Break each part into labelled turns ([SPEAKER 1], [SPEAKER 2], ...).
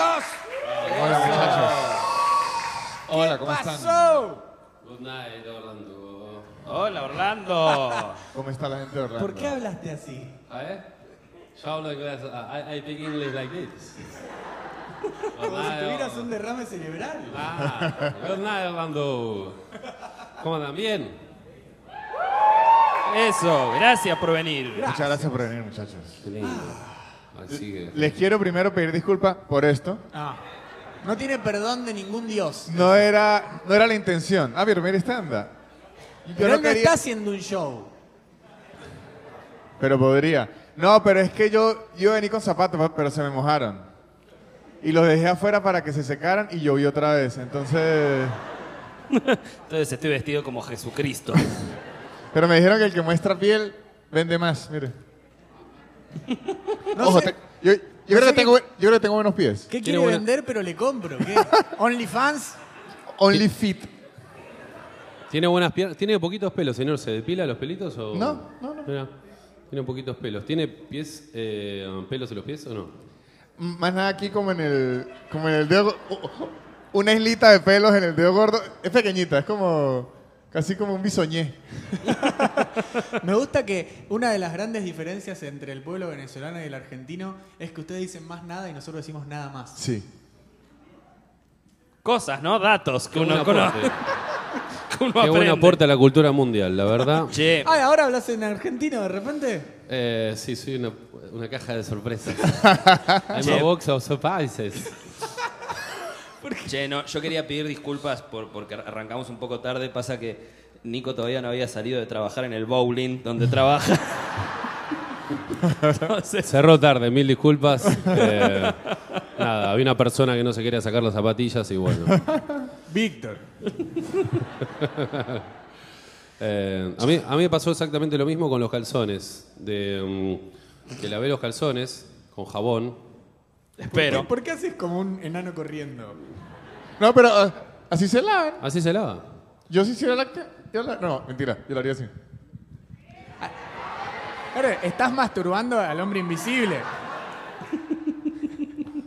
[SPEAKER 1] Pues Ay, Orlando.
[SPEAKER 2] Hola, Orlando.
[SPEAKER 3] ¿Cómo está la gente de Orlando?
[SPEAKER 4] ¿Por qué hablaste así?
[SPEAKER 1] A ver. Yo hablo inglés. ah, I, I speak English like this.
[SPEAKER 4] Como si
[SPEAKER 1] Orlando.
[SPEAKER 4] tuvieras un derrame cerebral.
[SPEAKER 1] Ah, good night, Orlando. ¿Cómo andan? Bien.
[SPEAKER 2] Eso, gracias por venir.
[SPEAKER 3] Muchas gracias por venir, muchachos.
[SPEAKER 1] Qué lindo. Así que.
[SPEAKER 3] Les quiero primero pedir disculpas por esto.
[SPEAKER 4] Ah. No tiene perdón de ningún dios.
[SPEAKER 3] No era, no era la intención. Ah, pero mira, esta anda. Yo
[SPEAKER 4] Pero
[SPEAKER 3] no
[SPEAKER 4] él no
[SPEAKER 3] quería-
[SPEAKER 4] está haciendo un show.
[SPEAKER 3] Pero podría. No, pero es que yo, yo vení con zapatos, pa- pero se me mojaron. Y los dejé afuera para que se secaran y llovió otra vez. Entonces.
[SPEAKER 2] Entonces estoy vestido como Jesucristo.
[SPEAKER 3] Pero me dijeron que el que muestra piel vende más, mire.
[SPEAKER 4] No
[SPEAKER 3] Ojo,
[SPEAKER 4] sé
[SPEAKER 3] te- yo, yo creo que
[SPEAKER 4] sé
[SPEAKER 3] tengo, yo creo que tengo buenos pies.
[SPEAKER 4] qué quiere
[SPEAKER 1] Tiene buena-
[SPEAKER 4] vender, pero le compro. ¿Qué? ¿OnlyFans?
[SPEAKER 3] Only fit.
[SPEAKER 1] Tiene buenas piernas. Tiene poquitos pelos, señor. ¿Se depila los pelitos o.?
[SPEAKER 3] No, no, no.
[SPEAKER 1] Mira, tiene poquitos pelos. ¿Tiene pies, eh, pelos en los pies o no?
[SPEAKER 3] M- Más nada aquí como en el, como en el dedo. go- oh, oh, Una islita de pelos en el dedo gordo. Es pequeñita, es como. Casi como un bisoñé.
[SPEAKER 4] Me gusta que una de las grandes diferencias entre el pueblo venezolano y el argentino es que ustedes dicen más nada y nosotros decimos nada más.
[SPEAKER 3] Sí.
[SPEAKER 2] Cosas, ¿no? Datos que
[SPEAKER 1] Qué buen
[SPEAKER 2] uno, que uno-
[SPEAKER 1] aporte.
[SPEAKER 2] que uno
[SPEAKER 1] Qué buen
[SPEAKER 2] aprende.
[SPEAKER 1] aporte a la cultura mundial, la verdad.
[SPEAKER 2] Che,
[SPEAKER 4] Ay, ahora hablas en argentino de repente.
[SPEAKER 1] Eh, sí, soy una, una caja de sorpresas. I'm a
[SPEAKER 2] Che.
[SPEAKER 1] box of surprises.
[SPEAKER 5] Che, no, yo quería pedir disculpas por, porque arrancamos un poco tarde. Pasa que Nico todavía no había salido de trabajar en el bowling donde trabaja.
[SPEAKER 1] Cerró tarde, mil disculpas. Eh, nada, había una persona que no se quería sacar las zapatillas y bueno.
[SPEAKER 4] Víctor.
[SPEAKER 1] Eh, a, mí, a mí me pasó exactamente lo mismo con los calzones. De, mm, que lavé los calzones con jabón.
[SPEAKER 2] espero.
[SPEAKER 4] ¿Por qué haces como un enano corriendo?
[SPEAKER 3] No, pero ah, así se lavan.
[SPEAKER 1] Así se lava.
[SPEAKER 3] Yo sí hiciera la, yo la- No, mentira, yo lo haría así.
[SPEAKER 4] Claro, estás masturbando al hombre invisible.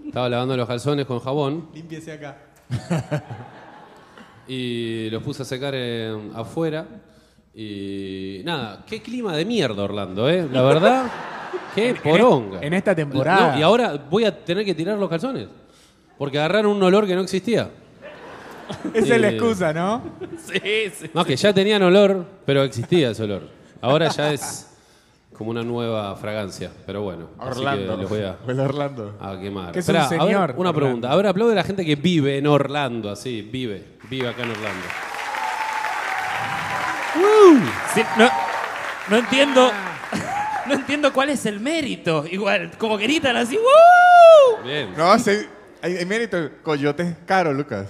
[SPEAKER 1] Estaba lavando los calzones con jabón
[SPEAKER 4] Límpiese acá.
[SPEAKER 1] y los puse a secar eh, afuera. Y nada, qué clima de mierda, Orlando, ¿eh? La verdad, qué poronga.
[SPEAKER 4] en esta temporada.
[SPEAKER 1] No, y ahora voy a tener que tirar los calzones. Porque agarraron un olor que no existía.
[SPEAKER 4] Esa es la
[SPEAKER 1] Sí.
[SPEAKER 4] excusa, ¿no?
[SPEAKER 2] Sí, sí.
[SPEAKER 1] No, que ya tenían olor, pero existía ese olor. Ahora ya es como una nueva fragancia, pero bueno. así que
[SPEAKER 3] Orlando.
[SPEAKER 1] los voy a, Ah.
[SPEAKER 3] Huele a Orlando.
[SPEAKER 1] a quemar.
[SPEAKER 4] Que es un
[SPEAKER 1] Esperá, a ver,
[SPEAKER 4] señor,
[SPEAKER 1] una
[SPEAKER 4] Orlando.
[SPEAKER 1] pregunta. A ver, aplaude a la gente que vive en Orlando, así, vive, vive acá en Orlando.
[SPEAKER 2] Sí, no, no entiendo.
[SPEAKER 4] Ah.
[SPEAKER 2] No entiendo cuál es el mérito. Igual, como que gritan así. ¡Woo!
[SPEAKER 1] Bien.
[SPEAKER 3] No, sí. Hay, hay mérito. Coyote es caro, Lucas.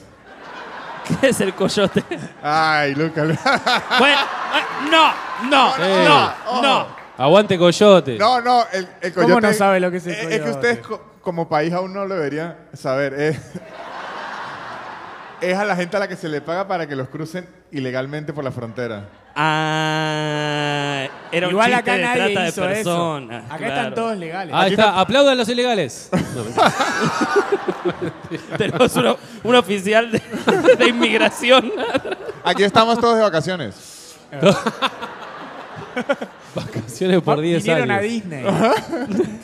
[SPEAKER 2] ¿Qué es el coyote?
[SPEAKER 3] Ay, Lucas.
[SPEAKER 2] Bueno, eh, no, no,
[SPEAKER 1] Sí.
[SPEAKER 2] no, no.
[SPEAKER 1] Aguante Coyote.
[SPEAKER 3] No, no, el, el
[SPEAKER 4] ¿Cómo
[SPEAKER 3] coyote.
[SPEAKER 4] no sabe lo que es el
[SPEAKER 3] Eh, Es que
[SPEAKER 4] coyote?
[SPEAKER 3] ustedes, co- como país, aún no lo deberían saber. Es, es a la gente a la que se le paga para que los crucen ilegalmente por la frontera.
[SPEAKER 2] Ah, era un
[SPEAKER 4] Igual
[SPEAKER 2] chiste
[SPEAKER 4] acá
[SPEAKER 2] de
[SPEAKER 4] nadie
[SPEAKER 2] trata
[SPEAKER 4] hizo
[SPEAKER 2] de
[SPEAKER 4] eso.
[SPEAKER 2] personas.
[SPEAKER 4] Acá
[SPEAKER 2] claro.
[SPEAKER 4] están todos legales.
[SPEAKER 3] Ah,
[SPEAKER 1] Ahí está, aplaudan los ilegales. No, mentira.
[SPEAKER 2] Tenemos uno- un oficial de, de inmigración.
[SPEAKER 3] Aquí estamos todos de vacaciones.
[SPEAKER 1] Vacaciones por 10
[SPEAKER 4] Vinieron a
[SPEAKER 1] años.
[SPEAKER 4] Disney.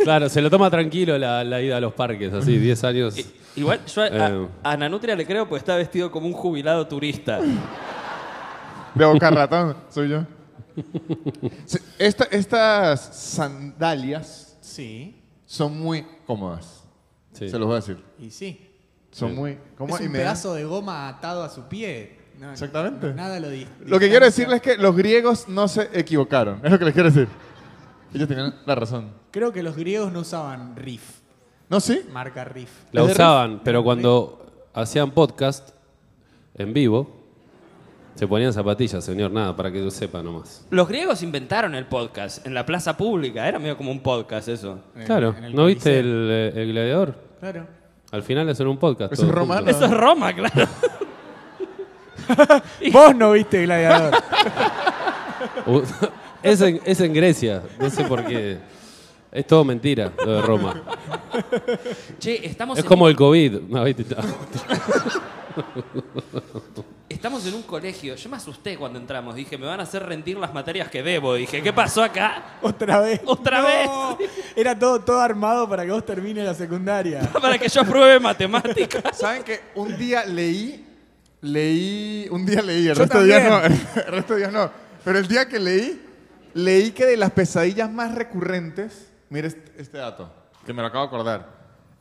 [SPEAKER 1] Claro, se lo toma tranquilo la, la ida a los parques, así, 10 años.
[SPEAKER 5] Igual yo a,
[SPEAKER 1] Eh.
[SPEAKER 5] a- a Nanutria le creo porque está vestido como un jubilado turista.
[SPEAKER 3] De boca ratón, soy yo. Sí, esta- estas sandalias
[SPEAKER 4] Sí,
[SPEAKER 3] son muy cómodas.
[SPEAKER 1] Sí.
[SPEAKER 3] Se los voy a decir.
[SPEAKER 4] y sí.
[SPEAKER 3] Son muy
[SPEAKER 4] Es
[SPEAKER 3] cómodas y
[SPEAKER 4] un
[SPEAKER 3] me dan-
[SPEAKER 4] pedazo de goma atado a su pie. No,
[SPEAKER 3] Exactamente.
[SPEAKER 4] Nada lo di-
[SPEAKER 3] Lo que
[SPEAKER 4] distancia.
[SPEAKER 3] quiero decirles es que los griegos no se equivocaron. Es lo que les quiero decir. Ellos tenían la razón.
[SPEAKER 4] Creo que los griegos no usaban riff,
[SPEAKER 3] ¿No, sí?
[SPEAKER 4] marca riff.
[SPEAKER 1] La
[SPEAKER 3] ¿Es de
[SPEAKER 1] usaban, pero cuando hacían podcast en vivo, se ponían zapatillas, señor, nada, para que lo sepa nomás.
[SPEAKER 5] Los griegos inventaron el podcast en la plaza pública. Era medio como un podcast eso.
[SPEAKER 4] En-
[SPEAKER 1] Claro,
[SPEAKER 4] en el
[SPEAKER 1] ¿no
[SPEAKER 4] Coliseo.
[SPEAKER 1] viste el, eh, el gladiador?
[SPEAKER 4] Claro.
[SPEAKER 1] Al final hacen un podcast.
[SPEAKER 3] Eso es
[SPEAKER 1] todos
[SPEAKER 3] romano.
[SPEAKER 1] juntos.
[SPEAKER 2] Eso es Roma, claro.
[SPEAKER 4] Vos no viste Gladiador.
[SPEAKER 1] Uh, U- es, en, es en Grecia, no sé por qué. Es todo mentira lo de Roma.
[SPEAKER 5] Che, estamos
[SPEAKER 1] Es
[SPEAKER 5] en
[SPEAKER 1] como el COVID. No, ¿viste?
[SPEAKER 5] Estamos en un colegio. Yo me asusté cuando entramos. Dije, me van a hacer rendir las materias que debo. Dije, ¿qué pasó acá?
[SPEAKER 4] Otra vez.
[SPEAKER 5] Otra
[SPEAKER 4] No. Era todo, todo armado para que vos termine la secundaria.
[SPEAKER 5] Para que yo apruebe matemáticas.
[SPEAKER 3] ¿Saben que un día leí, leí, un día leí, el
[SPEAKER 4] Yo
[SPEAKER 3] resto de días no,
[SPEAKER 4] también.
[SPEAKER 3] el resto de días no, pero el día que leí, leí que de las pesadillas más recurrentes, mire este, este dato, que me lo acabo de acordar,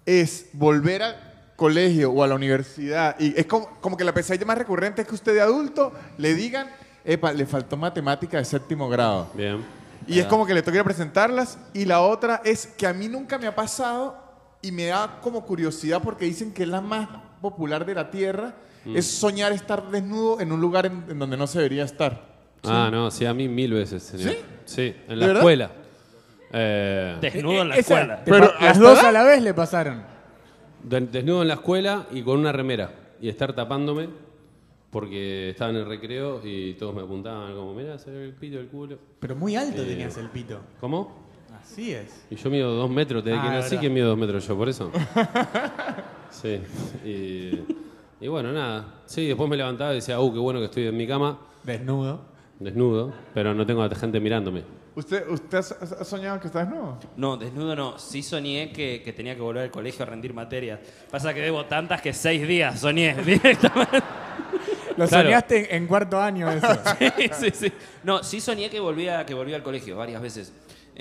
[SPEAKER 3] es volver al colegio o a la universidad y es como, como que la pesadilla más recurrente es que usted de adulto le digan, epa, le faltó matemática de séptimo grado.
[SPEAKER 1] Bien.
[SPEAKER 3] Y es como que le toca ir a presentarlas. Y la otra es que a mí nunca me ha pasado y me da como curiosidad porque dicen que es la más popular de la Tierra. Es soñar estar desnudo en un lugar en, en donde no se debería estar.
[SPEAKER 1] Ah, no, sí, a mí mil veces, señor. Sí, en la
[SPEAKER 3] verdad?
[SPEAKER 1] escuela. Eh,
[SPEAKER 2] Desnudo en la
[SPEAKER 4] Esa-
[SPEAKER 2] escuela.
[SPEAKER 4] te
[SPEAKER 3] Pero
[SPEAKER 4] pa- las
[SPEAKER 3] hasta-
[SPEAKER 4] dos a la vez le pasaron.
[SPEAKER 1] de- desnudo en la escuela y con una remera. Y estar tapándome porque estaba en el recreo y todos me apuntaban como, mirá, se ve el pito, el culo.
[SPEAKER 4] Pero muy alto tenías el pito.
[SPEAKER 1] ¿Cómo?
[SPEAKER 4] Así es.
[SPEAKER 1] Y yo mido dos metros, desde
[SPEAKER 4] Ah,
[SPEAKER 1] que
[SPEAKER 4] es
[SPEAKER 1] nací
[SPEAKER 4] verdad.
[SPEAKER 1] que mido dos metros yo, por eso. Sí. Y, y bueno, nada. Sí, después me levantaba y decía, uh, qué bueno que estoy en mi cama,
[SPEAKER 4] Desnudo.
[SPEAKER 1] desnudo, pero no tengo a gente mirándome.
[SPEAKER 3] ¿Usted, usted ha, ha soñado que está desnudo?
[SPEAKER 5] No, desnudo no. Sí soñé que, que tenía que volver al colegio a rendir materias. Pasa que debo tantas que seis días soñé directamente.
[SPEAKER 4] Lo
[SPEAKER 1] Claro.
[SPEAKER 4] soñaste en, en cuarto año eso.
[SPEAKER 5] sí, sí. No, sí soñé que volvía, que volvía al colegio varias veces.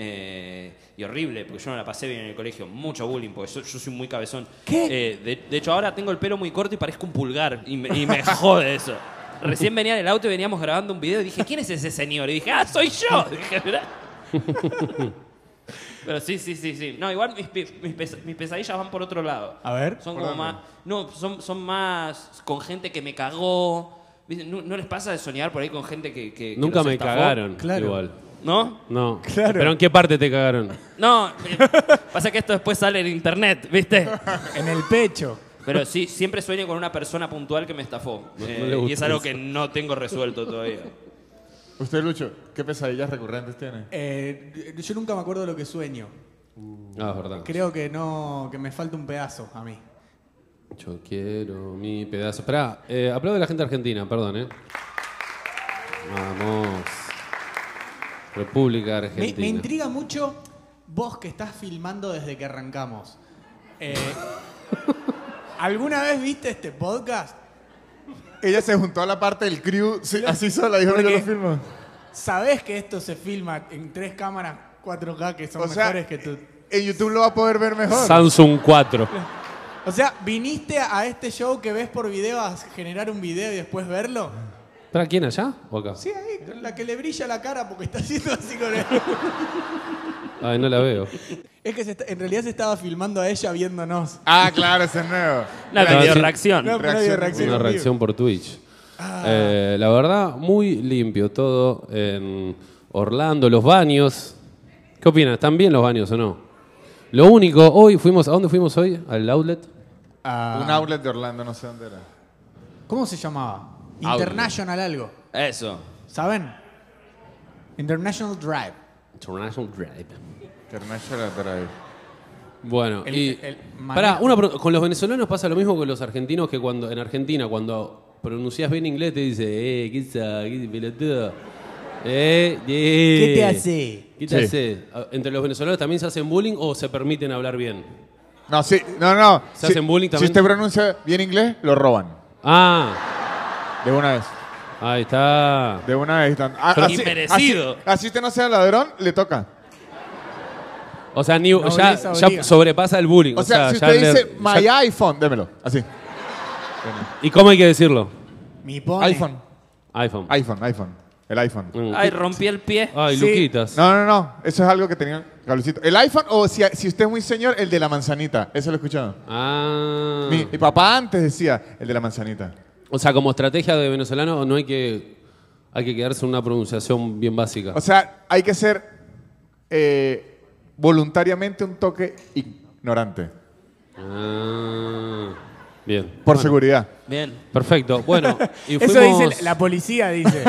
[SPEAKER 5] Eh, y horrible, porque yo no la pasé bien en el colegio. Mucho bullying, porque yo, yo soy muy cabezón.
[SPEAKER 4] ¿Qué?
[SPEAKER 5] Eh, de, de hecho, ahora tengo el pelo muy corto y parezco un pulgar. Y me, y me jode eso. Recién venía en el auto y veníamos grabando un video y dije, ¿quién es ese señor? Y dije, ¡ah, soy yo! Dije, "Mirá". Pero sí, sí, sí, sí. No, igual mis, pe- mis pes- mis pesadillas van por otro lado.
[SPEAKER 4] A ver.
[SPEAKER 5] Son
[SPEAKER 3] ¿Por
[SPEAKER 5] como más.
[SPEAKER 3] dónde?
[SPEAKER 5] No, son, son más con gente que me cagó. ¿Viste? ¿No, no les pasa de soñar por ahí con gente que. que- que
[SPEAKER 1] Nunca
[SPEAKER 5] los
[SPEAKER 1] me
[SPEAKER 5] estafó?
[SPEAKER 1] cagaron,
[SPEAKER 4] Claro.
[SPEAKER 1] igual.
[SPEAKER 5] ¿No?
[SPEAKER 1] No.
[SPEAKER 4] Claro.
[SPEAKER 1] ¿Pero en qué parte te cagaron?
[SPEAKER 5] No. eh, pasa que esto después sale en internet, ¿viste?
[SPEAKER 4] En el pecho.
[SPEAKER 5] Pero sí, siempre sueño con una persona puntual que me estafó.
[SPEAKER 1] No- no
[SPEAKER 5] Eh,
[SPEAKER 1] le gusta
[SPEAKER 5] y es algo
[SPEAKER 1] eso.
[SPEAKER 5] que no tengo resuelto todavía.
[SPEAKER 3] Usted, Lucho, ¿qué pesadillas recurrentes tiene?
[SPEAKER 4] Eh, yo nunca me acuerdo lo que sueño.
[SPEAKER 1] Ah, es verdad.
[SPEAKER 4] Creo que no, que me falta un pedazo a mí.
[SPEAKER 1] Yo quiero mi pedazo. Esperá, eh, aplaude a la gente argentina, perdón, ¿eh? Vamos. República
[SPEAKER 4] Me- Me,
[SPEAKER 1] Argentina.
[SPEAKER 4] intriga mucho vos que estás filmando desde que arrancamos. Eh, ¿Alguna vez viste este podcast?
[SPEAKER 3] Ella se juntó a la parte del crew sí, así sola, dijo yo lo filmo.
[SPEAKER 4] ¿Sabés que esto se filma en tres cámaras 4K que son
[SPEAKER 3] O sea, eh,
[SPEAKER 4] mejores que tú?
[SPEAKER 3] En YouTube lo va a poder ver mejor.
[SPEAKER 1] Samsung 4.
[SPEAKER 4] O sea, ¿viniste a este show que ves por video a generar un video y después verlo?
[SPEAKER 1] ¿Para quién allá o acá?
[SPEAKER 4] Sí, ahí, con la que le brilla la cara porque está haciendo así con él.
[SPEAKER 1] Ay, no la veo.
[SPEAKER 4] Es que se está- en realidad se estaba filmando a ella viéndonos.
[SPEAKER 3] Ah, claro, ese es nuevo.
[SPEAKER 5] Una
[SPEAKER 1] Claro,
[SPEAKER 5] video
[SPEAKER 1] sí.
[SPEAKER 5] reacción.
[SPEAKER 4] No, pero no había
[SPEAKER 3] Reacción.
[SPEAKER 4] reacción.
[SPEAKER 1] Una
[SPEAKER 4] en vivo.
[SPEAKER 1] reacción por Twitch.
[SPEAKER 4] Ah.
[SPEAKER 1] Eh, la verdad, muy limpio todo en Orlando, los baños. ¿Qué opinan? ¿Están bien los baños o no? Lo único, hoy fuimos, ¿a dónde fuimos hoy? ¿Al outlet?
[SPEAKER 4] Ah,
[SPEAKER 3] Un outlet de Orlando, no sé dónde era.
[SPEAKER 4] ¿Cómo se llamaba? International algo.
[SPEAKER 5] Eso.
[SPEAKER 4] ¿Saben? International Drive.
[SPEAKER 1] International Drive.
[SPEAKER 3] International Drive.
[SPEAKER 1] Bueno,
[SPEAKER 4] El-
[SPEAKER 1] y.
[SPEAKER 4] el
[SPEAKER 1] pará,
[SPEAKER 4] manejo.
[SPEAKER 1] una pregunta. Con los venezolanos pasa lo mismo que con los argentinos que cuando en Argentina, cuando pronuncias bien inglés, te dice, eh, ¿qué sa- qué pelotudo? Eh, eh.
[SPEAKER 4] ¿Qué te hace?
[SPEAKER 1] ¿Qué te hace? Ah, ¿Entre los venezolanos también se hacen bullying o se permiten hablar bien?
[SPEAKER 3] No, sí, no, no.
[SPEAKER 1] Se
[SPEAKER 3] Sí,
[SPEAKER 1] hacen bullying
[SPEAKER 3] Si
[SPEAKER 1] también.
[SPEAKER 3] usted pronuncia bien inglés, lo roban.
[SPEAKER 1] Ah,
[SPEAKER 3] De una vez.
[SPEAKER 1] ahí está.
[SPEAKER 3] De una vez. tan- a- Así,
[SPEAKER 5] Inmerecido.
[SPEAKER 3] Así, así usted no sea ladrón, le toca.
[SPEAKER 1] O sea, ni- ya,
[SPEAKER 4] Nobleza
[SPEAKER 1] ya
[SPEAKER 4] obliga.
[SPEAKER 1] sobrepasa el bullying.
[SPEAKER 3] O, sea, si
[SPEAKER 1] ya
[SPEAKER 3] usted
[SPEAKER 1] le-
[SPEAKER 3] dice
[SPEAKER 1] ya-
[SPEAKER 3] my iPhone, démelo. Así.
[SPEAKER 1] ¿Y cómo hay que decirlo?
[SPEAKER 4] Mi pone.
[SPEAKER 3] iPhone.
[SPEAKER 1] iPhone.
[SPEAKER 3] iPhone, iPhone. El iPhone.
[SPEAKER 1] Mm.
[SPEAKER 5] Ay, rompí el pie.
[SPEAKER 1] Ay,
[SPEAKER 4] Sí.
[SPEAKER 1] Luquitas.
[SPEAKER 3] No, no, no. Eso es algo que tenía Carlosito. El iPhone o si, si usted es muy señor, el de la manzanita. Eso lo he escuchado.
[SPEAKER 1] Ah.
[SPEAKER 3] Mi, mi papá antes decía el de la manzanita.
[SPEAKER 1] O sea, como estrategia de venezolano no hay que hay que quedarse en una pronunciación bien básica.
[SPEAKER 3] O sea, hay que ser eh, voluntariamente un toque ignorante.
[SPEAKER 1] Ah, bien.
[SPEAKER 3] Por seguridad.
[SPEAKER 5] Bien.
[SPEAKER 1] Perfecto. Bueno, y
[SPEAKER 4] Eso
[SPEAKER 1] fuimos-
[SPEAKER 4] dice la policía, dice.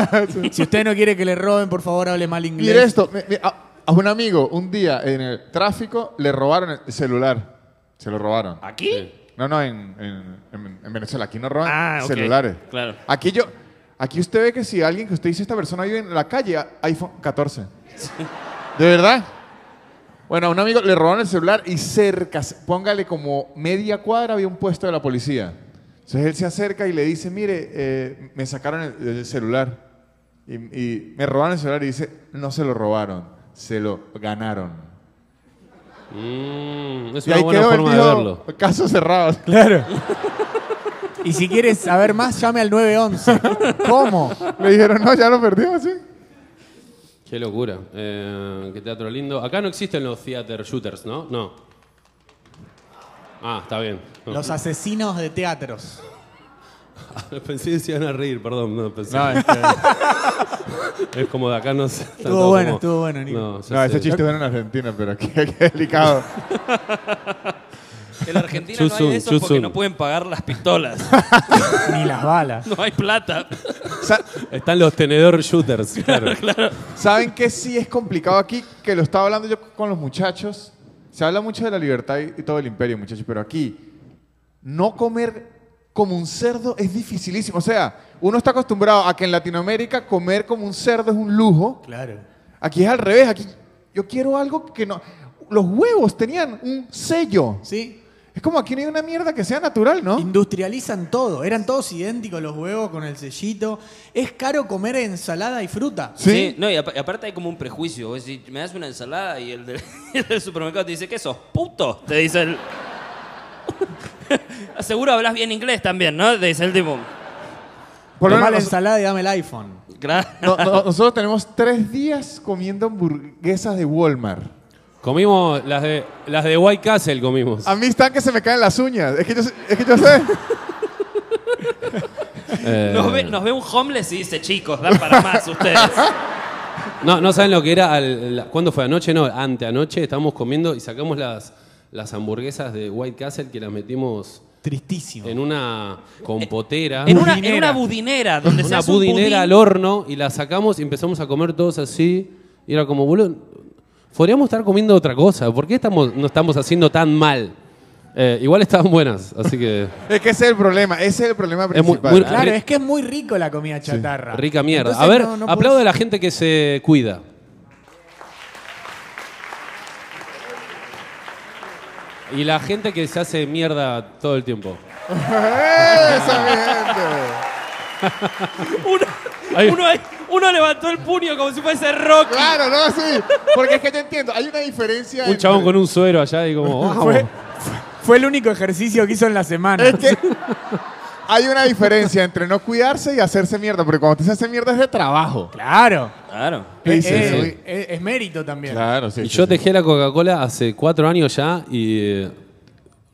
[SPEAKER 4] si usted no quiere que le roben, por favor, hable mal inglés.
[SPEAKER 3] Mire esto. mi- mi- a- A un amigo, un día en el tráfico, le robaron el celular. Se lo robaron.
[SPEAKER 2] ¿Aquí?
[SPEAKER 3] No, no, en, en- en- en Venezuela. Aquí no roban
[SPEAKER 2] Ah, ok.
[SPEAKER 3] celulares.
[SPEAKER 5] Claro.
[SPEAKER 3] Aquí yo. Aquí usted ve que si alguien que usted dice esta persona vive en la calle, a- iPhone 14. ¿De verdad? Bueno, a un amigo le robaron el celular y cerca, póngale como media cuadra, había un puesto de la policía. Entonces él se acerca y le dice, mire, eh, me sacaron el, el celular. Y, y me robaron el celular y dice, no se lo robaron, se lo ganaron.
[SPEAKER 1] Mm, es
[SPEAKER 3] Y
[SPEAKER 1] una
[SPEAKER 3] ahí
[SPEAKER 1] buena
[SPEAKER 3] quedó el
[SPEAKER 1] forma de verlo.
[SPEAKER 3] tío, caso cerrado.
[SPEAKER 4] Claro. Y si quieres saber más, llame al 911. ¿Cómo?
[SPEAKER 3] Le dijeron, no, ya lo perdimos, sí.
[SPEAKER 1] Qué locura. Eh, qué teatro lindo. Acá no existen los theater shooters, ¿no? No. Ah, está bien. No.
[SPEAKER 4] Los asesinos de teatros.
[SPEAKER 1] pensé que se iban a reír, perdón. No, este, pensé.
[SPEAKER 3] No, es que-
[SPEAKER 1] Es como de acá no se.
[SPEAKER 4] Estuvo bueno, estuvo bueno, Nico.
[SPEAKER 1] No, ya
[SPEAKER 3] no, ese
[SPEAKER 1] sé.
[SPEAKER 3] chiste bueno en Argentina, pero qué, qué delicado.
[SPEAKER 5] En la Argentina no hay
[SPEAKER 1] Chusun,
[SPEAKER 5] de esos porque
[SPEAKER 1] chusun.
[SPEAKER 5] no pueden pagar las pistolas.
[SPEAKER 4] Ni las balas.
[SPEAKER 5] No hay plata.
[SPEAKER 3] Sa-
[SPEAKER 1] Están los tenedor shooters. Claro,
[SPEAKER 3] ¿Saben qué sí es complicado aquí? Que lo estaba hablando yo con los muchachos. Se habla mucho de la libertad y y todo el imperio, muchachos, pero aquí no comer como un cerdo es dificilísimo. O sea, uno está acostumbrado a que en Latinoamérica comer como un cerdo es un lujo.
[SPEAKER 4] Claro.
[SPEAKER 3] Aquí es al revés. Aquí yo quiero algo que no. Los huevos tenían un sello.
[SPEAKER 4] ¿Sí?
[SPEAKER 3] Es como aquí no hay una mierda que sea natural, ¿no?
[SPEAKER 4] Industrializan todo. Eran todos idénticos los huevos con el sellito. Es caro comer ensalada y fruta.
[SPEAKER 3] Sí.
[SPEAKER 5] no, y apa- aparte hay como un prejuicio. Vos decís, me das una ensalada y el, del- el del supermercado te dice, ¿qué sos, puto? Te dice el... Seguro hablas bien inglés también, ¿no? Te dice el tipo...
[SPEAKER 3] Por lo
[SPEAKER 4] Tomá la
[SPEAKER 3] menos-
[SPEAKER 4] ensalada y dame el iPhone.
[SPEAKER 5] "Gra-
[SPEAKER 3] No, no, nosotros tenemos tres días comiendo hamburguesas de Walmart.
[SPEAKER 1] Comimos las de, las de White Castle comimos.
[SPEAKER 3] A mí están que se me caen las uñas. Es que yo, es que yo sé.
[SPEAKER 1] Eh,
[SPEAKER 5] Nos ve, nos ve un homeless y dice, chicos, dan para más ustedes.
[SPEAKER 1] No, no saben lo que era. al- la- ¿Cuándo fue anoche? No, anteanoche estábamos comiendo y sacamos las, las hamburguesas de White Castle que las metimos
[SPEAKER 4] Tristísimo.
[SPEAKER 1] en una compotera.
[SPEAKER 5] En una, en
[SPEAKER 4] Budinera.
[SPEAKER 5] una budinera, donde se
[SPEAKER 1] una
[SPEAKER 5] hace un
[SPEAKER 1] budinera
[SPEAKER 5] budín.
[SPEAKER 1] al horno y la sacamos y empezamos a comer todos así. Y era como, boludo, podríamos estar comiendo otra cosa. ¿Por qué estamos, no estamos haciendo tan mal? Eh, igual estaban buenas, así que
[SPEAKER 3] Es que ese es el problema. Ese es el problema
[SPEAKER 1] Es muy-
[SPEAKER 3] principal.
[SPEAKER 1] muy-
[SPEAKER 4] Claro,
[SPEAKER 1] Ri-
[SPEAKER 4] es que es muy rico la comida chatarra.
[SPEAKER 1] rica mierda.
[SPEAKER 4] Entonces
[SPEAKER 1] a ver,
[SPEAKER 4] no- no
[SPEAKER 1] aplaudo a
[SPEAKER 4] podés-
[SPEAKER 1] la gente que se cuida. Y la gente que se hace mierda todo el tiempo.
[SPEAKER 3] Eh, Esa gente.
[SPEAKER 1] Ahí.
[SPEAKER 5] Uno, ahí- uno levantó el puño como si fuese Rocky.
[SPEAKER 3] Claro, no, sí. Porque es que yo entiendo. Hay una diferencia.
[SPEAKER 1] Un
[SPEAKER 3] entre-
[SPEAKER 1] chabón con un suero allá y como, "Vamos".
[SPEAKER 4] Fue, fue el único ejercicio que hizo en la semana.
[SPEAKER 3] Es que hay una diferencia entre no cuidarse y hacerse mierda. Porque cuando usted se hace mierda es de trabajo.
[SPEAKER 4] Claro.
[SPEAKER 5] Claro.
[SPEAKER 3] Sí, sí,
[SPEAKER 4] Eh,
[SPEAKER 1] sí.
[SPEAKER 4] eh, Es, es mérito también.
[SPEAKER 3] sí.
[SPEAKER 1] Y yo dejé la Coca-Cola hace cuatro años ya y eh,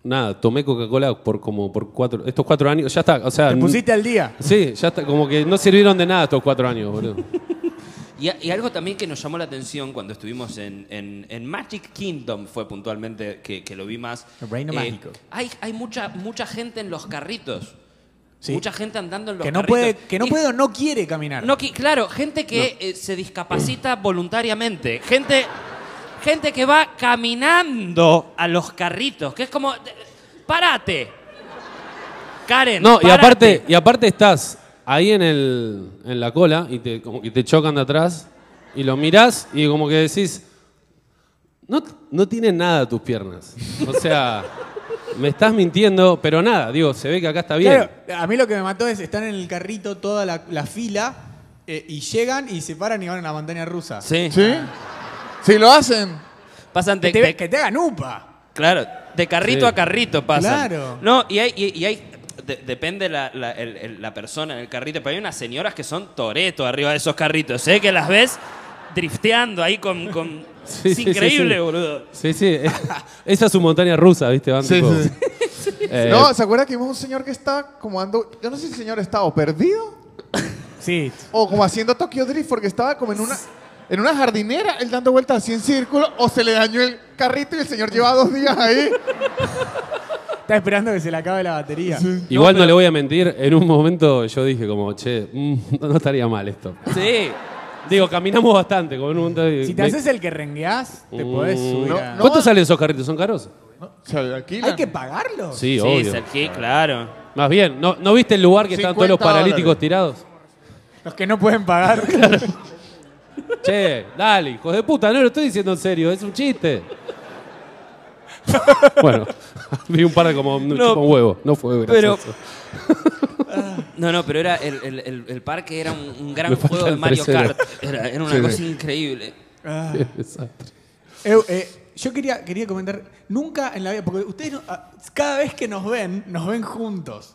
[SPEAKER 1] nada, tomé Coca-Cola por como por cuatro, estos cuatro años, ya está, o sea,
[SPEAKER 4] Te pusiste al día.
[SPEAKER 1] sí, ya está, como que no sirvieron de nada estos cuatro años, boludo.
[SPEAKER 5] Y, a- y algo también que nos llamó la atención cuando estuvimos en, en- en Magic Kingdom fue puntualmente que, que lo vi más. eh,
[SPEAKER 4] El
[SPEAKER 1] Eh,
[SPEAKER 4] reino mágico.
[SPEAKER 5] Hay, hay mucha, mucha gente en los carritos.
[SPEAKER 4] Sí.
[SPEAKER 5] Mucha gente andando en los
[SPEAKER 4] Que no, puede,
[SPEAKER 5] carritos.
[SPEAKER 4] que no
[SPEAKER 5] Y-
[SPEAKER 4] puede o no quiere caminar.
[SPEAKER 5] no qui- claro, gente que eh, se discapacita voluntariamente. Gente, gente que va caminando a los carritos, que es como. eh, ¡Párate! Karen.
[SPEAKER 1] No, y
[SPEAKER 5] párate.
[SPEAKER 1] aparte, y aparte estás ahí en el, en la cola y te, como que te chocan de atrás y lo mirás y como que decís, no, no tienen nada tus piernas. O sea, me estás mintiendo, pero nada, digo, se ve que acá está bien.
[SPEAKER 4] Claro, a mí lo que me mató es estar en el carrito toda la, la fila eh, y llegan y se paran y van a la montaña rusa.
[SPEAKER 5] Sí.
[SPEAKER 3] Sí. Sí, lo hacen.
[SPEAKER 5] Pasan
[SPEAKER 4] Que
[SPEAKER 5] de-
[SPEAKER 4] te,
[SPEAKER 5] de-
[SPEAKER 4] que te hagan upa.
[SPEAKER 5] Claro, de carrito
[SPEAKER 1] Sí.
[SPEAKER 5] a carrito pasa.
[SPEAKER 4] Claro.
[SPEAKER 5] No, y hay. y- y hay- de- depende la, la- el- el- la persona en el carrito, pero hay unas señoras que son toreto arriba de esos carritos, ¿eh? Que las ves drifteando ahí con. con-
[SPEAKER 1] Sí,
[SPEAKER 5] es
[SPEAKER 1] sí, sí,
[SPEAKER 5] increíble,
[SPEAKER 1] sí.
[SPEAKER 5] boludo.
[SPEAKER 1] Sí, sí. Esa es su montaña rusa, ¿viste? Van tipo- Eh,
[SPEAKER 3] no, ¿se acuerda que vimos un señor que estaba como ando. Yo no sé si el señor estaba o perdido
[SPEAKER 4] Sí.
[SPEAKER 3] o como haciendo Tokyo Drift porque estaba como en una, en una jardinera, él dando vueltas así en círculo, o se le dañó el carrito y el señor lleva dos días ahí.
[SPEAKER 4] Está esperando que se le acabe la batería.
[SPEAKER 1] Igual no, le voy a mentir, en un momento yo dije como, che, mm, no estaría mal esto.
[SPEAKER 5] Sí.
[SPEAKER 1] Digo, caminamos bastante con un.
[SPEAKER 4] Si te
[SPEAKER 1] me-
[SPEAKER 4] haces el que rengueás, te podés
[SPEAKER 5] Uh,
[SPEAKER 4] subir.
[SPEAKER 3] no,
[SPEAKER 4] a-
[SPEAKER 3] no.
[SPEAKER 1] ¿Cuánto salen esos carritos? ¿Son caros?
[SPEAKER 3] Se alquilan.
[SPEAKER 4] Hay que pagarlo.
[SPEAKER 1] Sí,
[SPEAKER 5] Sí,
[SPEAKER 1] obvio.
[SPEAKER 5] Sergi, claro.
[SPEAKER 1] Más bien, ¿no, ¿no viste el lugar que están todos los
[SPEAKER 3] 50
[SPEAKER 1] paralíticos
[SPEAKER 3] dólares.
[SPEAKER 1] tirados?
[SPEAKER 4] Los que no pueden pagar.
[SPEAKER 1] Che, dale, hijo de puta, no lo estoy diciendo en serio, es un chiste. bueno, vi un par de como un
[SPEAKER 5] No,
[SPEAKER 1] chupa un huevo, no fue
[SPEAKER 5] pero-
[SPEAKER 1] gracioso.
[SPEAKER 5] No, no, pero era el, el- el- el parque era un, un gran
[SPEAKER 1] Me falta
[SPEAKER 5] juego de
[SPEAKER 1] el
[SPEAKER 5] Mario
[SPEAKER 1] tercero.
[SPEAKER 5] Kart. Era, era una
[SPEAKER 1] Sí,
[SPEAKER 5] cosa
[SPEAKER 1] sí.
[SPEAKER 5] increíble.
[SPEAKER 4] Ah.
[SPEAKER 1] Desastre.
[SPEAKER 4] Eu, eh, yo quería, quería comentar, nunca en la vida, porque ustedes no- ah, cada vez que nos ven, nos ven juntos.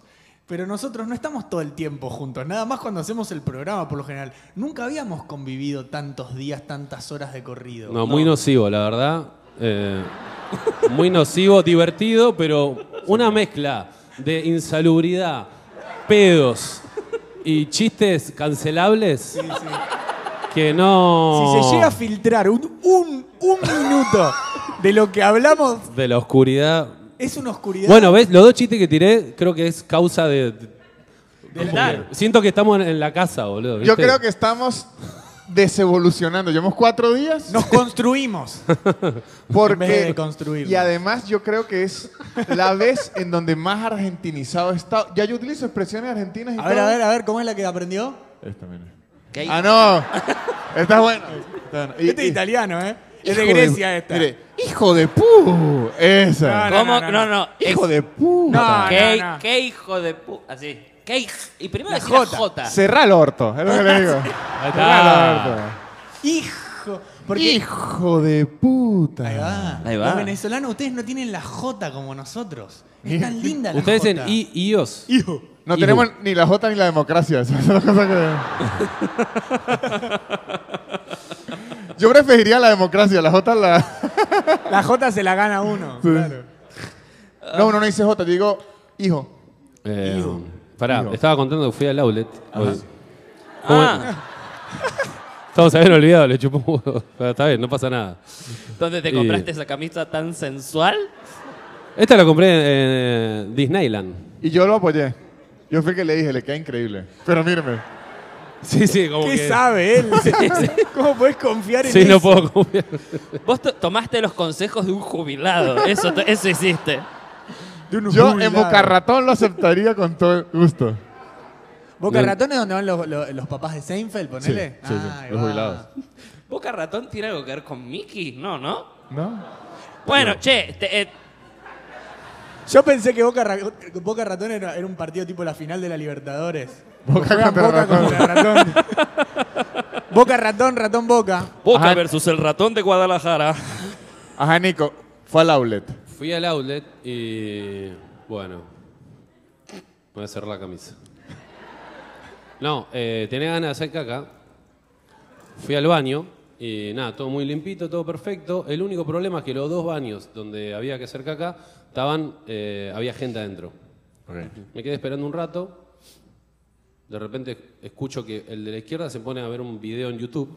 [SPEAKER 4] Pero nosotros no estamos todo el tiempo juntos, nada más cuando hacemos el programa por lo general. Nunca habíamos convivido tantos días, tantas horas de corrido.
[SPEAKER 1] No, muy nocivo, la verdad. Eh, muy nocivo, divertido, pero una mezcla de insalubridad, pedos y chistes cancelables
[SPEAKER 4] Sí, sí.
[SPEAKER 1] que no...
[SPEAKER 4] Si se llega a filtrar un, un, un minuto de lo que hablamos,
[SPEAKER 1] De la oscuridad.
[SPEAKER 4] es una oscuridad.
[SPEAKER 1] Bueno, ¿ves? Los dos chistes que tiré creo que es causa de...
[SPEAKER 4] Del
[SPEAKER 1] Como que Siento que estamos en- en la casa, boludo.
[SPEAKER 3] Yo
[SPEAKER 1] ¿viste?
[SPEAKER 3] creo que estamos desevolucionando. Llevamos cuatro días.
[SPEAKER 4] nos construimos.
[SPEAKER 3] Porque,
[SPEAKER 4] En vez de construirlo.
[SPEAKER 3] Y además yo creo que es la vez en donde más argentinizado he estado. Ya yo utilizo expresiones argentinas y
[SPEAKER 4] A ver,
[SPEAKER 3] todo.
[SPEAKER 4] a ver, a ver, ¿cómo es la que aprendió?
[SPEAKER 3] Esta, mira.
[SPEAKER 5] ¿Qué hay?
[SPEAKER 3] Ah, no. Esta es buena. Esta es buena. Y-
[SPEAKER 4] Este es
[SPEAKER 3] y-
[SPEAKER 4] italiano, ¿eh? Es
[SPEAKER 3] hijo
[SPEAKER 4] de Grecia esta. Ah,
[SPEAKER 3] mire, hijo de pu. Esa.
[SPEAKER 4] No,
[SPEAKER 5] ¿Cómo?
[SPEAKER 4] no,
[SPEAKER 5] No,
[SPEAKER 4] no,
[SPEAKER 5] no.
[SPEAKER 3] Hijo
[SPEAKER 5] Ex-
[SPEAKER 3] de pu.
[SPEAKER 4] No,
[SPEAKER 5] ¿Qué,
[SPEAKER 4] no, no.
[SPEAKER 5] qué hijo de pu... Así. ¿Qué hij- Y primero
[SPEAKER 4] La
[SPEAKER 5] decir la
[SPEAKER 4] jota.
[SPEAKER 5] J.
[SPEAKER 3] Cerrá el orto. Es lo que le digo.
[SPEAKER 1] Ahí
[SPEAKER 3] Cerrá el
[SPEAKER 1] está.
[SPEAKER 3] orto.
[SPEAKER 4] Hijo. Porque
[SPEAKER 3] Hijo de puta.
[SPEAKER 4] Ahí va.
[SPEAKER 5] Ahí va.
[SPEAKER 4] Los venezolanos, ustedes no tienen la J como nosotros. Es tan linda la
[SPEAKER 1] Ustedes
[SPEAKER 4] J.
[SPEAKER 1] en I- IOS.
[SPEAKER 4] Hijo.
[SPEAKER 3] No
[SPEAKER 1] Hijo.
[SPEAKER 3] tenemos ni la J ni la democracia. Esa es la cosa que... Yo preferiría la democracia, la J la...
[SPEAKER 4] La J se la gana uno. Claro.
[SPEAKER 3] No, uno no dice J, yo digo hijo.
[SPEAKER 1] Eh, pará, estaba contando que fui al outlet. hoy. ¿Cómo-
[SPEAKER 5] Ah,
[SPEAKER 1] Todos se habían olvidado, le chupó un huevo. Pero está bien, no pasa nada.
[SPEAKER 5] ¿dónde te
[SPEAKER 1] Y-
[SPEAKER 5] compraste esa camisa tan sensual?
[SPEAKER 1] Esta la compré en eh, Disneyland.
[SPEAKER 3] Y yo lo apoyé. Yo fui el que le dije, le queda increíble. Pero mírame.
[SPEAKER 1] Sí, sí, como
[SPEAKER 4] ¿Qué
[SPEAKER 1] que...
[SPEAKER 4] sabe él? ¿Cómo podés confiar en
[SPEAKER 1] Sí,
[SPEAKER 4] eso?
[SPEAKER 1] no puedo confiar.
[SPEAKER 5] Vos to- tomaste los consejos de un jubilado. Eso, to- eso hiciste.
[SPEAKER 4] De un
[SPEAKER 3] Yo en
[SPEAKER 4] jubilado.
[SPEAKER 3] Boca Ratón lo aceptaría con todo gusto.
[SPEAKER 4] Boca
[SPEAKER 1] No.
[SPEAKER 4] Ratón es donde van los, los- los papás de Seinfeld, ponele. Ah,
[SPEAKER 3] Sí, sí, sí,
[SPEAKER 4] ahí
[SPEAKER 3] los
[SPEAKER 4] va.
[SPEAKER 3] jubilados.
[SPEAKER 5] ¿Boca Ratón tiene algo que ver con Mickey? No, ¿no?
[SPEAKER 3] ¿No?
[SPEAKER 5] Bueno, che, te- eh,
[SPEAKER 4] Yo pensé que Boca, Ra- Boca Ratón era, era un partido tipo la final de la Libertadores.
[SPEAKER 3] Boca
[SPEAKER 4] Juegan
[SPEAKER 3] contra Ratón.
[SPEAKER 4] Ratón. Boca Ratón, Ratón Boca.
[SPEAKER 5] Boca
[SPEAKER 3] Ajá.
[SPEAKER 5] versus el ratón de Guadalajara.
[SPEAKER 3] Ajá, Nico. Fue al outlet.
[SPEAKER 1] Fui al outlet y... Bueno. Voy a cerrar la camisa. No, eh, tenía ganas de hacer caca. Fui al baño y nada, todo muy limpito, todo perfecto. El único problema es que los dos baños donde había que hacer caca estaban... eh, había gente adentro. Me quedé esperando un rato. De repente escucho que el de la izquierda se pone a ver un video en YouTube.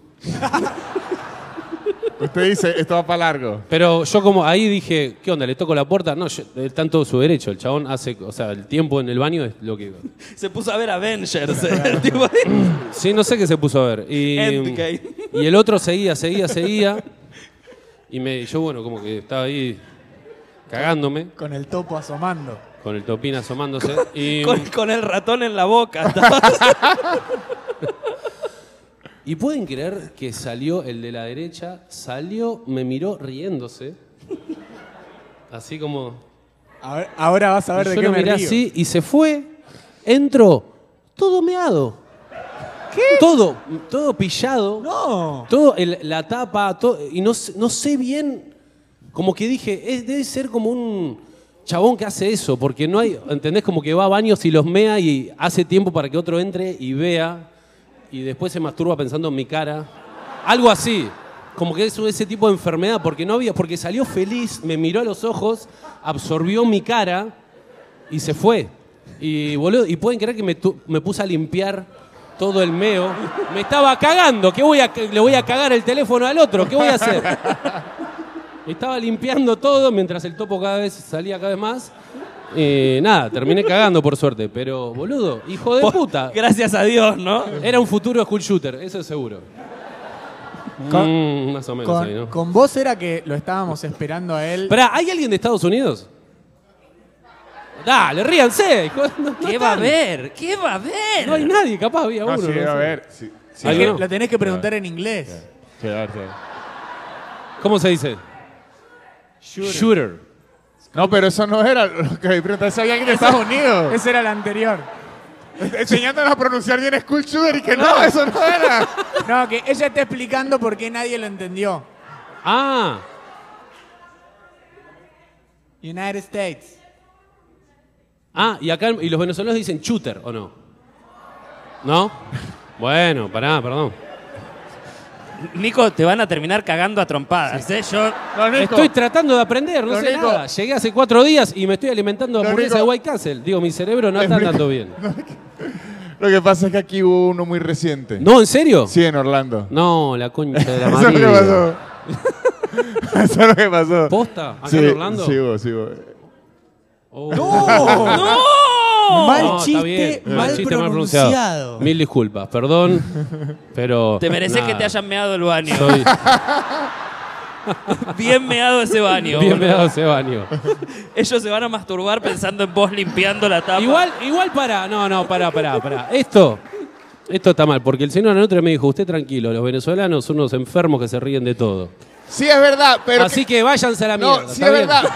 [SPEAKER 3] Usted dice, esto va para largo.
[SPEAKER 1] Pero yo como ahí dije, ¿qué onda? ¿Le toco la puerta? No, yo- está en todo su derecho. El chabón hace, o sea, el tiempo en el baño es lo que...
[SPEAKER 5] Se puso a ver Avengers. El tipo de-
[SPEAKER 1] Sí, no sé qué se puso a ver. Y,
[SPEAKER 5] Endgame.
[SPEAKER 1] y el otro seguía, seguía, seguía. Y me, yo, bueno, como que estaba ahí cagándome
[SPEAKER 4] Con el topo asomando.
[SPEAKER 1] con el topín asomándose. Y,
[SPEAKER 5] con, con el ratón en la boca.
[SPEAKER 1] y pueden creer que salió el de la derecha, salió, me miró riéndose. Así como...
[SPEAKER 4] A ver, ahora vas a ver
[SPEAKER 1] Y
[SPEAKER 4] de
[SPEAKER 1] yo
[SPEAKER 4] qué
[SPEAKER 1] lo
[SPEAKER 4] me
[SPEAKER 1] miré
[SPEAKER 4] río.
[SPEAKER 1] así y se fue. Entró todo meado. ¿Qué? Todo, todo pillado.
[SPEAKER 4] No.
[SPEAKER 1] Todo, el- la tapa, todo, y no, sé- no sé bien, como que dije, es- debe ser como un chabón que hace eso, porque no hay, ¿entendés? Como que va a baños y los mea y hace tiempo para que otro entre y vea, y después se masturba pensando en mi cara. Algo así, como que es ese tipo de enfermedad, porque no había, porque salió feliz, me miró a los ojos, absorbió mi cara y se fue. Y, boludo, y pueden creer que me, tu- me puse a limpiar todo el meo. Me estaba cagando. ¿Qué voy a, ca- le voy a cagar el teléfono al otro. ¿Qué voy a hacer? Estaba limpiando todo mientras el topo cada vez salía cada vez más. Y nada, terminé cagando por suerte. Pero, boludo, hijo de puta.
[SPEAKER 5] Gracias a Dios, ¿no?
[SPEAKER 1] Era un futuro school shooter, eso es seguro. Mm, más o menos
[SPEAKER 4] Con,
[SPEAKER 1] ahí, ¿no?
[SPEAKER 4] con vos era que lo estábamos esperando a él.
[SPEAKER 1] Pará, ¿hay alguien de Estados Unidos? Dale, ríanse. hijo, no- no
[SPEAKER 5] ¿Qué va a
[SPEAKER 1] están.
[SPEAKER 5] haber? ¿Qué va a haber?
[SPEAKER 1] No hay nadie, capaz había
[SPEAKER 3] No,
[SPEAKER 1] uno.
[SPEAKER 3] Ah, sí,
[SPEAKER 1] no
[SPEAKER 3] a
[SPEAKER 1] sé.
[SPEAKER 3] ver. Sí, sí,
[SPEAKER 1] Alguien-
[SPEAKER 3] a
[SPEAKER 1] no.
[SPEAKER 4] La tenés que preguntar en inglés.
[SPEAKER 3] ver, sí.
[SPEAKER 1] ¿Cómo se dice? Shooter.
[SPEAKER 3] No, pero eso no era lo que me preguntaste. Ese había alguien de Estados Unidos.
[SPEAKER 4] Ese era el anterior.
[SPEAKER 3] Enseñándonos a pronunciar bien school shooter y que no, eso no era.
[SPEAKER 4] No, que ella está explicando por qué nadie lo entendió.
[SPEAKER 1] Ah,
[SPEAKER 4] United States.
[SPEAKER 1] ah, y acá y los venezolanos dicen shooter, ¿o no? ¿No? Bueno, pará, perdón.
[SPEAKER 5] Nico, te van a terminar cagando a trompadas. ¿eh? Yo,
[SPEAKER 3] No, Nico.
[SPEAKER 1] Estoy tratando de aprender, no
[SPEAKER 3] Lo
[SPEAKER 1] sé
[SPEAKER 3] único-
[SPEAKER 1] nada. Llegué hace cuatro días y me estoy alimentando de
[SPEAKER 3] Lo
[SPEAKER 1] hamburguesa
[SPEAKER 3] único-
[SPEAKER 1] de White Castle. Digo, mi cerebro no está
[SPEAKER 3] único-
[SPEAKER 1] andando bien.
[SPEAKER 3] Lo que pasa es que aquí hubo uno muy reciente.
[SPEAKER 1] ¿No, en serio?
[SPEAKER 3] Sí, en Orlando.
[SPEAKER 1] No, la concha de la
[SPEAKER 3] Eso es lo que
[SPEAKER 1] madre.
[SPEAKER 3] pasó. Eso es lo que pasó.
[SPEAKER 1] ¿Posta? ¿Acá
[SPEAKER 3] Sí,
[SPEAKER 1] en Orlando?
[SPEAKER 3] Sí, hubo, sí, hubo.
[SPEAKER 1] Oh.
[SPEAKER 4] Mal
[SPEAKER 1] No, está
[SPEAKER 4] chiste,
[SPEAKER 1] bien.
[SPEAKER 4] mal,
[SPEAKER 1] chiste
[SPEAKER 4] pronunciado.
[SPEAKER 1] Mil disculpas, perdón, pero...
[SPEAKER 5] te mereces
[SPEAKER 1] nada,
[SPEAKER 5] que te hayan meado el baño.
[SPEAKER 1] Soy
[SPEAKER 5] Bien meado ese baño.
[SPEAKER 1] bien
[SPEAKER 5] boludo.
[SPEAKER 1] meado ese baño.
[SPEAKER 5] Ellos se van a masturbar pensando en vos limpiando la tapa.
[SPEAKER 1] Igual, igual para, no, no, para, para, para. Esto, esto está mal, porque el señor Anotre me dijo, usted tranquilo, los venezolanos son unos enfermos que se ríen de todo.
[SPEAKER 3] Sí, es verdad, pero.
[SPEAKER 1] Así que, váyanse a Ah, la mierda.
[SPEAKER 3] No, sí
[SPEAKER 1] ¿está
[SPEAKER 3] es
[SPEAKER 1] bien?
[SPEAKER 3] verdad.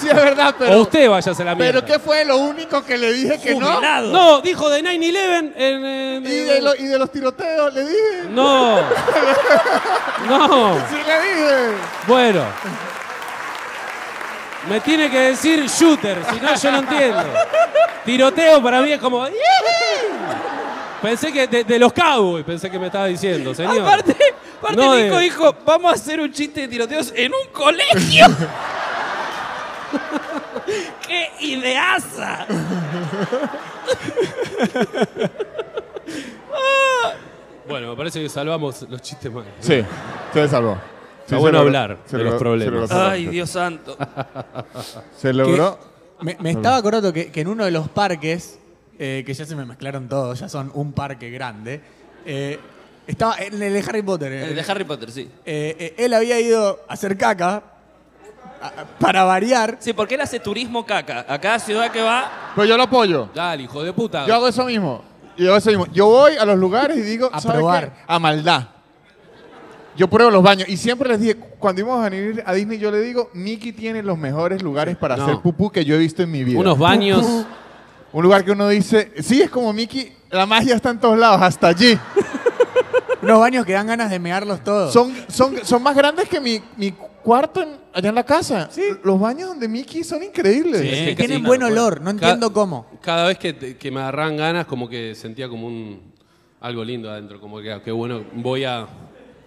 [SPEAKER 3] Sí es verdad, pero.
[SPEAKER 1] o usted váyase a la mierda.
[SPEAKER 3] Pero ¿qué fue lo único que le dije que no?
[SPEAKER 5] Jubilado.
[SPEAKER 1] No, dijo de 9-11 en... eh,
[SPEAKER 3] Y de, lo- y de los tiroteos le dije.
[SPEAKER 1] No. No.
[SPEAKER 3] Sí le dije.
[SPEAKER 1] Bueno. Me tiene que decir shooter, si no yo no entiendo. Tiroteo para mí es como... "Yihi". Pensé que de, de los cowboys, pensé que me estaba diciendo, señor.
[SPEAKER 5] Ah, Aparte, aparte
[SPEAKER 1] No eh.
[SPEAKER 5] Nico
[SPEAKER 1] de-
[SPEAKER 5] dijo, vamos a hacer un chiste de tiroteos en un colegio. ¡Qué ideaza!
[SPEAKER 1] Bueno, me parece que salvamos los chistes mal.
[SPEAKER 3] Sí, se salvó.
[SPEAKER 1] Está bueno hablar de los problemas.
[SPEAKER 5] Ay, Dios santo.
[SPEAKER 3] Se logró.
[SPEAKER 4] Me, me estaba acordando que, que en uno de los parques, eh, que ya se me mezclaron todos, ya son un parque grande, eh, estaba en el de Harry Potter. eh,
[SPEAKER 5] El de Harry Potter, sí.
[SPEAKER 4] eh, eh, él había ido a hacer caca a- para variar.
[SPEAKER 5] Sí, porque él hace turismo caca. A cada ciudad que va,
[SPEAKER 3] Pero Pues yo lo apoyo.
[SPEAKER 1] Dale, hijo de puta.
[SPEAKER 3] Yo hago eso mismo. Yo hago eso mismo. Yo voy a los lugares y digo,
[SPEAKER 4] A
[SPEAKER 3] "¿Sabe
[SPEAKER 4] probar".
[SPEAKER 3] qué? A maldad. Yo pruebo los baños. Y siempre les dije, cuando íbamos a venir a Disney, yo le digo, Mickey tiene los mejores lugares para
[SPEAKER 1] No.
[SPEAKER 3] hacer pupú que yo he visto en mi vida.
[SPEAKER 1] Unos baños.
[SPEAKER 3] Pupú. Un lugar que uno dice, sí, es como Mickey, la magia está en todos lados, hasta allí.
[SPEAKER 4] Unos baños que dan ganas de mearlos todos.
[SPEAKER 3] Son, son, son más grandes que mi, mi cuarto en- allá en la casa. Los baños donde Mickey son increíbles.
[SPEAKER 1] Sí, es que
[SPEAKER 4] Eh, tienen
[SPEAKER 1] sí,
[SPEAKER 4] buen
[SPEAKER 1] claro,
[SPEAKER 4] olor,
[SPEAKER 1] bueno.
[SPEAKER 4] no
[SPEAKER 1] Cada-
[SPEAKER 4] entiendo cómo.
[SPEAKER 1] Cada vez que, te- que me agarran ganas, como que sentía como un algo lindo adentro, como que ah, qué bueno, voy a,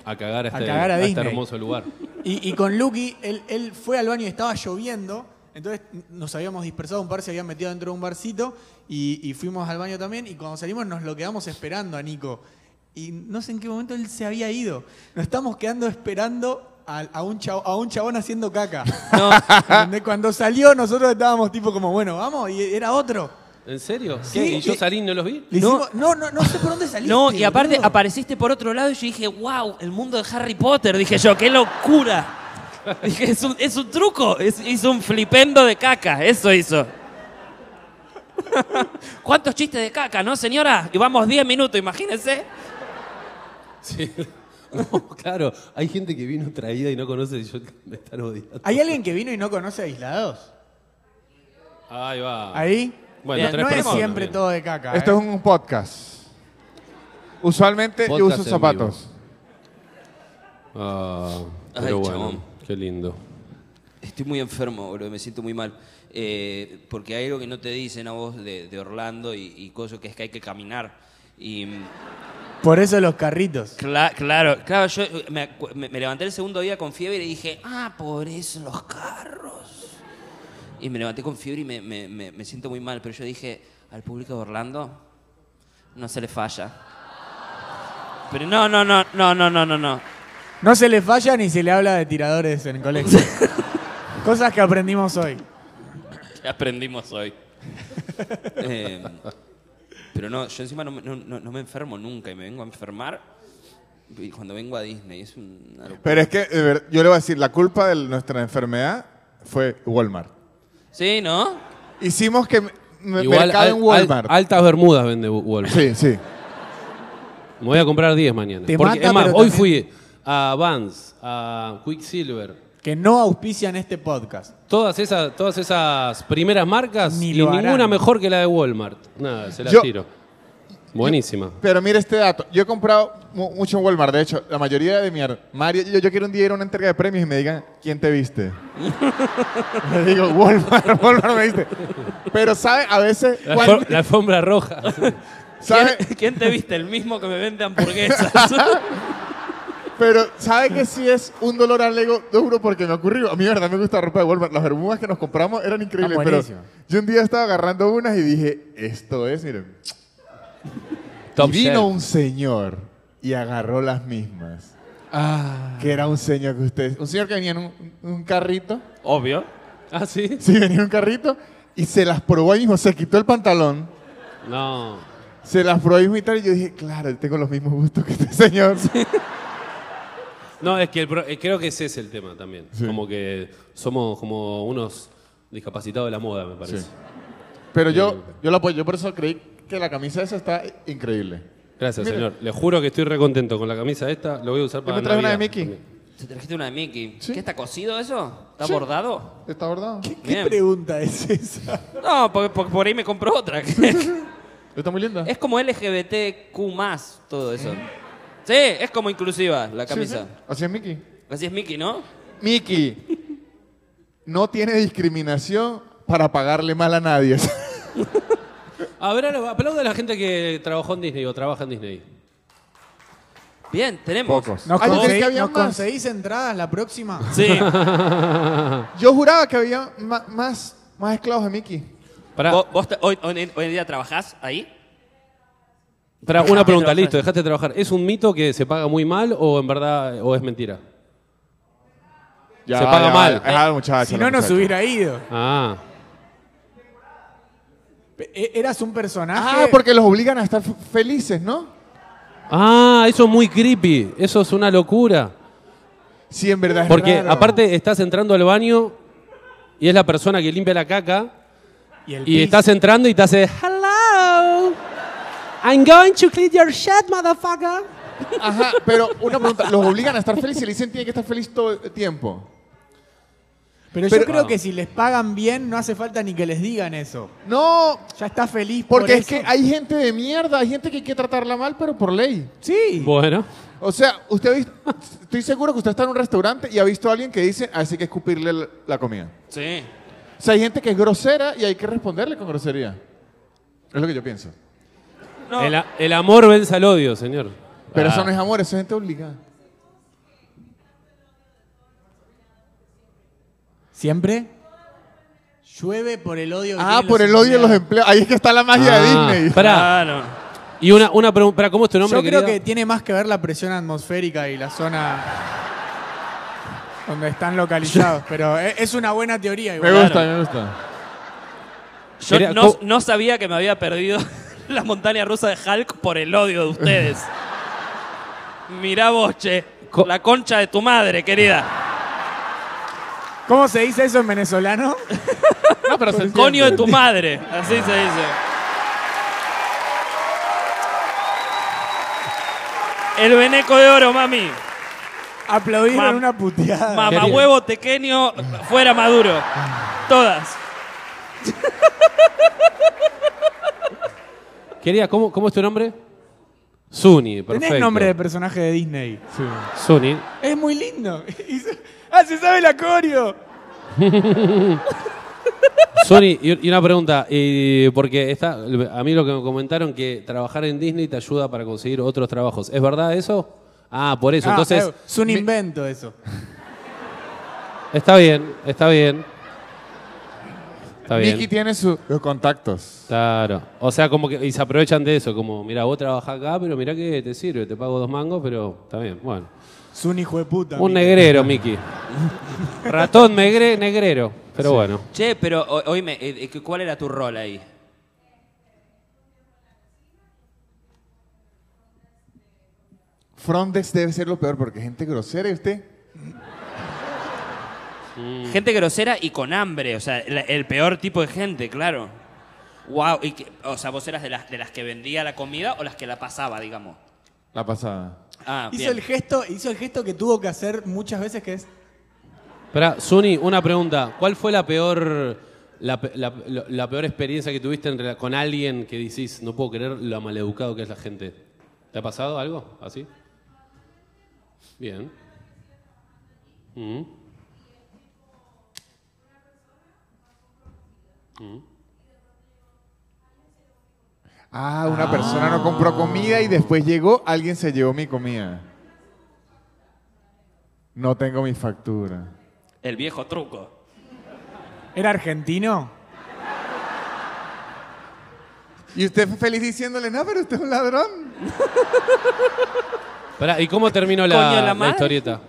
[SPEAKER 1] a cagar a este,
[SPEAKER 4] cagar a
[SPEAKER 1] a este
[SPEAKER 4] Disney.
[SPEAKER 1] hermoso lugar.
[SPEAKER 4] Y, y con Lucky, él, él fue al baño y estaba lloviendo. Entonces nos habíamos dispersado un par, se habían metido dentro de un barcito y, y fuimos al baño también. Y cuando salimos nos lo quedamos esperando a Nico. Y no sé en qué momento él se había ido. Nos estamos quedando esperando a, a un, chab- a un chabón haciendo caca. ¿Entendés? Cuando salió nosotros estábamos tipo como, bueno, vamos, y era otro.
[SPEAKER 1] ¿En serio?
[SPEAKER 4] Sí,
[SPEAKER 1] ¿Qué? ¿Y yo
[SPEAKER 4] y-
[SPEAKER 1] salí y no los vi?
[SPEAKER 4] Le
[SPEAKER 5] No.
[SPEAKER 4] hicimos- no, no, no sé por dónde saliste.
[SPEAKER 5] No, y aparte
[SPEAKER 4] boludo.
[SPEAKER 5] apareciste por otro lado y yo dije, wow, el mundo de Harry Potter. Dije yo, qué locura. Dije, es un, es un truco. Es- hizo un flipendo de caca. Eso hizo. ¿Cuántos chistes de caca, no, señora? Y vamos 10 minutos, imagínense.
[SPEAKER 1] Sí. No, claro, hay gente que vino traída y no conoce y yo me están odiando.
[SPEAKER 4] ¿Hay alguien que vino y no conoce aislados?
[SPEAKER 1] Ahí va.
[SPEAKER 4] Ahí.
[SPEAKER 1] Ah. Bueno,
[SPEAKER 5] Bien,
[SPEAKER 1] tres
[SPEAKER 4] no es
[SPEAKER 1] personas,
[SPEAKER 4] siempre
[SPEAKER 1] bien.
[SPEAKER 4] todo de caca.
[SPEAKER 3] Esto
[SPEAKER 4] ¿eh?
[SPEAKER 3] es un podcast. Usualmente yo
[SPEAKER 1] Podcast
[SPEAKER 3] uso
[SPEAKER 1] en
[SPEAKER 3] zapatos.
[SPEAKER 1] Ah,
[SPEAKER 5] Ay,
[SPEAKER 1] pero bueno,
[SPEAKER 5] chabón.
[SPEAKER 1] qué lindo.
[SPEAKER 5] Estoy muy enfermo, boludo, me siento muy mal. Eh, porque hay algo que no te dicen a vos de, de Orlando y, y cosas que es que hay que caminar. Y mm,
[SPEAKER 4] Por eso los carritos.
[SPEAKER 5] cla- claro, claro, yo eh, me, acu- me- me levanté el segundo día con fiebre y dije, ah, por eso los carros. Y me levanté con fiebre y me, me- me- me siento muy mal, pero yo dije, al público de Orlando no se le falla. Pero no, no, no, no, no, no, no, no.
[SPEAKER 4] No se le falla ni se le habla de tiradores en colegio. Cosas que aprendimos hoy.
[SPEAKER 5] ¿Qué aprendimos hoy? Eh, pero no, yo encima no, me- no- no- no me enfermo nunca y me vengo a enfermar
[SPEAKER 6] y cuando vengo a Disney es una locura.
[SPEAKER 3] Pero es que, de ver- yo le voy a decir, la culpa de nuestra enfermedad fue Walmart.
[SPEAKER 6] Sí, ¿no?
[SPEAKER 3] Hicimos que me- me-
[SPEAKER 1] Igual
[SPEAKER 3] mercado
[SPEAKER 1] al-
[SPEAKER 3] en Walmart.
[SPEAKER 1] al- altas bermudas vende Walmart.
[SPEAKER 3] sí, sí.
[SPEAKER 1] Me voy a comprar 10 mañana.
[SPEAKER 4] Te
[SPEAKER 1] Porque,
[SPEAKER 4] mata,
[SPEAKER 1] es más,
[SPEAKER 4] pero
[SPEAKER 1] hoy
[SPEAKER 4] también-
[SPEAKER 1] fui a Vans, a Quicksilver,
[SPEAKER 4] Que no auspician este podcast.
[SPEAKER 1] Todas esas, todas esas primeras marcas
[SPEAKER 4] Ni
[SPEAKER 1] y
[SPEAKER 4] lo harán.
[SPEAKER 1] ninguna mejor que la de Walmart. Nada, se la
[SPEAKER 3] Yo-
[SPEAKER 1] tiro. Buenísima.
[SPEAKER 3] Pero mira este dato. Yo he comprado mu- mucho en Walmart. De hecho, la mayoría de mi armario. Yo, yo quiero un día ir a una entrega de premios y me digan, ¿quién te viste? Le digo, Walmart, Walmart me viste. Pero, ¿sabe? A veces.
[SPEAKER 1] La,
[SPEAKER 3] cuando-
[SPEAKER 1] alfom- la alfombra roja.
[SPEAKER 3] ¿sabe?
[SPEAKER 5] ¿Quién te viste? El mismo que me vende hamburguesas.
[SPEAKER 3] Pero, ¿sabe que sí es un dolor al ego duro? Porque me ocurrió. A mí, de verdad, me gusta la ropa de Walmart. Las bermudas que nos compramos eran increíbles.
[SPEAKER 4] Ah,
[SPEAKER 3] pero
[SPEAKER 4] buenísimo.
[SPEAKER 3] yo un día estaba agarrando unas y dije, esto es, miren.
[SPEAKER 1] Top
[SPEAKER 3] y vino
[SPEAKER 1] shelf.
[SPEAKER 3] un señor y agarró las mismas.
[SPEAKER 4] Ah.
[SPEAKER 3] Que era un señor que ustedes. Un señor que venía en un, un carrito.
[SPEAKER 5] Obvio.
[SPEAKER 1] ¿Ah, sí?
[SPEAKER 3] Sí, venía en un carrito y se las probó ahí mismo. Se quitó el pantalón,
[SPEAKER 1] No.
[SPEAKER 3] se las probó ahí mismo y tal. Y yo dije, claro, tengo los mismos gustos que este señor.
[SPEAKER 1] No, es que el pro- eh, creo que ese es el tema también. Como que somos como unos discapacitados de la moda, me parece.
[SPEAKER 3] Sí. Pero yo, yo lo apoyo. Yo por eso creí que la camisa esa está increíble.
[SPEAKER 1] Gracias,
[SPEAKER 3] Mira.
[SPEAKER 1] señor. Le juro que estoy recontento con la camisa esta. Lo voy a usar
[SPEAKER 3] Yo
[SPEAKER 1] para
[SPEAKER 3] me traje una de
[SPEAKER 1] Navidad
[SPEAKER 3] Mickey.
[SPEAKER 1] también.
[SPEAKER 6] ¿Te trajiste una de Mickey?
[SPEAKER 3] Sí.
[SPEAKER 6] ¿Qué está cosido eso? ¿Está
[SPEAKER 3] Sí.
[SPEAKER 6] bordado?
[SPEAKER 3] ¿Está bordado?
[SPEAKER 4] ¿Qué, qué
[SPEAKER 6] Bien.
[SPEAKER 4] pregunta es esa?
[SPEAKER 6] No, porque, porque por ahí me compró otra. es
[SPEAKER 3] Está muy linda.
[SPEAKER 6] como LGBTQ, todo eso. Sí, es como inclusiva la
[SPEAKER 3] Sí,
[SPEAKER 6] camisa.
[SPEAKER 3] sí. Así es Mickey.
[SPEAKER 6] Así es Mickey, ¿no?
[SPEAKER 3] Mickey no tiene discriminación para pagarle mal a nadie.
[SPEAKER 1] A ver, ahora aplauda a la gente que trabajó en Disney o trabaja en Disney.
[SPEAKER 6] Bien, tenemos.
[SPEAKER 4] ¿Nos,
[SPEAKER 3] Ah, yo creí
[SPEAKER 4] conseguí-
[SPEAKER 3] que había
[SPEAKER 4] nos
[SPEAKER 3] más.
[SPEAKER 4] conseguís entradas la próxima?
[SPEAKER 5] Sí.
[SPEAKER 3] Yo juraba que había ma- más, más esclavos de Mickey.
[SPEAKER 1] Pará,
[SPEAKER 5] Vos-
[SPEAKER 6] ¿Vos te- hoy, hoy- hoy en día trabajás ahí?
[SPEAKER 1] pará, una pregunta,
[SPEAKER 6] trabajar.
[SPEAKER 1] listo, dejaste de trabajar. ¿Es un mito que se paga muy mal o en verdad o es mentira? Se paga mal.
[SPEAKER 3] Dejad, muchacho,
[SPEAKER 4] Si no, nos
[SPEAKER 3] muchacho.
[SPEAKER 4] hubiera ido.
[SPEAKER 1] Ah.
[SPEAKER 4] E- Eras un personaje.
[SPEAKER 3] Ah, porque los obligan a estar f- felices, ¿no?
[SPEAKER 1] Ah, eso es muy creepy. Eso es una locura.
[SPEAKER 3] Sí, en verdad. es
[SPEAKER 1] Porque
[SPEAKER 3] raro.
[SPEAKER 1] aparte estás entrando al baño y es la persona que limpia la caca
[SPEAKER 4] Y, el
[SPEAKER 1] y
[SPEAKER 4] pis.
[SPEAKER 1] estás entrando y te hace Hello. I'm going to clean your shit, motherfucker.
[SPEAKER 3] Ajá, pero una pregunta. Los obligan a estar felices y le dicen tiene que estar feliz todo el tiempo.
[SPEAKER 4] Pero,
[SPEAKER 3] Pero-
[SPEAKER 4] yo creo
[SPEAKER 1] Ah.
[SPEAKER 4] que si les pagan bien, no hace falta ni que les digan eso.
[SPEAKER 3] No,
[SPEAKER 4] Ya está feliz por
[SPEAKER 3] porque es
[SPEAKER 4] eso.
[SPEAKER 3] que hay gente de mierda, hay gente que hay que tratarla mal, pero por ley.
[SPEAKER 4] Sí.
[SPEAKER 1] Bueno,
[SPEAKER 3] O sea, usted ha visto, estoy seguro que usted está en un restaurante y ha visto a alguien que dice, así que escupirle la- la comida.
[SPEAKER 5] Sí.
[SPEAKER 3] O sea, hay gente que es grosera y hay que responderle con grosería. Es lo que yo pienso.
[SPEAKER 5] No.
[SPEAKER 1] el, a- el amor vence al odio, señor.
[SPEAKER 3] Pero eso no es amor, eso es gente obligada.
[SPEAKER 4] ¿Siempre? Llueve por el odio. que
[SPEAKER 3] Ah,
[SPEAKER 4] tienen
[SPEAKER 3] por
[SPEAKER 4] los
[SPEAKER 3] el odio de los
[SPEAKER 4] empleados.
[SPEAKER 3] empleados. Ahí es que está la magia
[SPEAKER 1] Ah,
[SPEAKER 3] de Disney.
[SPEAKER 1] Pará.
[SPEAKER 5] Ah, no.
[SPEAKER 1] Y una, una pregunta. pará, ¿Cómo es tu nombre,
[SPEAKER 4] Yo creo que
[SPEAKER 1] querida?
[SPEAKER 4] tiene más que ver la presión atmosférica y la zona donde están localizados. Pero e- es una buena teoría
[SPEAKER 3] Me
[SPEAKER 4] igual. ¿eh?
[SPEAKER 3] gusta, me gusta.
[SPEAKER 5] Yo
[SPEAKER 1] Quería-
[SPEAKER 5] no,
[SPEAKER 1] co-
[SPEAKER 5] no sabía que me había perdido la montaña rusa de Hulk por el odio de ustedes. Mirá vos, che.
[SPEAKER 1] Co-
[SPEAKER 5] la concha de tu madre, querida.
[SPEAKER 4] ¿Cómo se dice eso en venezolano?
[SPEAKER 3] No, pero se entiende.
[SPEAKER 5] Coño de tu madre. Así se dice. El veneco de oro, mami.
[SPEAKER 4] Aplaudieron
[SPEAKER 5] Mam-
[SPEAKER 4] una puteada.
[SPEAKER 5] Mamá
[SPEAKER 1] Querido.
[SPEAKER 5] huevo tequeño, fuera maduro. Todas.
[SPEAKER 1] Querida, ¿cómo, cómo es tu nombre? Suni, perfecto.
[SPEAKER 4] Tenés nombre de personaje de Disney.
[SPEAKER 1] Suni.
[SPEAKER 4] Es muy lindo. Y se- ¡Ah, se sabe el acorio!
[SPEAKER 1] Sony, y y una pregunta, y porque está, a mí lo que me comentaron que trabajar en Disney te ayuda para conseguir otros trabajos. ¿Es verdad eso? Ah, por eso.
[SPEAKER 4] Ah,
[SPEAKER 1] Entonces,
[SPEAKER 4] eh, es un invento eso.
[SPEAKER 1] está bien, está bien. Está bien.
[SPEAKER 3] Mickey tiene sus contactos.
[SPEAKER 1] Claro. O sea, como que y se aprovechan de eso, como, mira, vos trabajás acá, pero mirá que te sirve, te pago dos mangos, pero está bien. Bueno,
[SPEAKER 4] Es un hijo de puta.
[SPEAKER 1] un
[SPEAKER 4] amigo.
[SPEAKER 1] negrero, Mickey. Ratón negre, negrero, pero bueno.
[SPEAKER 6] Che, pero o- oíme, eh, eh, ¿cuál era tu rol ahí?
[SPEAKER 3] Frontex debe ser lo peor porque gente grosera y usted.
[SPEAKER 5] Gente grosera y con hambre, o sea, la- el peor tipo de gente, claro. Wow, y que- o sea, vos eras de las, de las que vendía la comida o las que la pasaba, digamos.
[SPEAKER 3] La pasada.
[SPEAKER 5] Ah,
[SPEAKER 4] Hizo
[SPEAKER 5] bien.
[SPEAKER 4] el, gesto, hizo el gesto que tuvo que hacer muchas veces, que es
[SPEAKER 1] Espera, Suni, una pregunta. ¿Cuál fue la peor la, pe- la- la- la peor experiencia que tuviste en rela- con alguien que decís, no puedo creer lo maleducado que es la gente? ¿Te ha pasado algo así? Bien. Mm.
[SPEAKER 3] Ah, una persona no compró comida y después llegó, alguien se llevó mi comida. No tengo mi factura.
[SPEAKER 5] El viejo truco.
[SPEAKER 4] ¿Era argentino?
[SPEAKER 3] Y usted fue feliz diciéndole, no, pero usted es un ladrón.
[SPEAKER 1] Pará, ¿y cómo terminó la,
[SPEAKER 5] Coño, la
[SPEAKER 1] la
[SPEAKER 5] madre.
[SPEAKER 1] historieta?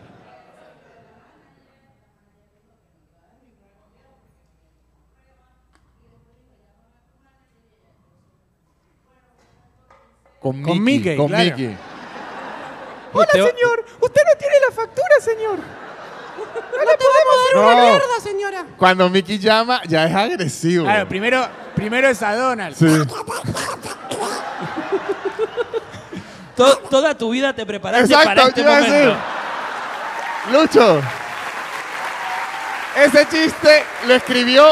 [SPEAKER 3] Con,
[SPEAKER 4] Con Mickey,
[SPEAKER 3] Con
[SPEAKER 4] claro.
[SPEAKER 3] Mickey.
[SPEAKER 1] Hola,
[SPEAKER 4] Señor, usted no tiene la factura, señor.
[SPEAKER 3] No. Cuando Mickey llama, ya es agresivo.
[SPEAKER 4] Claro, primero, primero es a Donald.
[SPEAKER 3] Sí.
[SPEAKER 5] To- toda tu vida te preparaste para
[SPEAKER 3] Exacto,
[SPEAKER 5] este
[SPEAKER 3] yo iba a
[SPEAKER 5] momento.
[SPEAKER 3] decir. Lucho. Ese chiste lo escribió.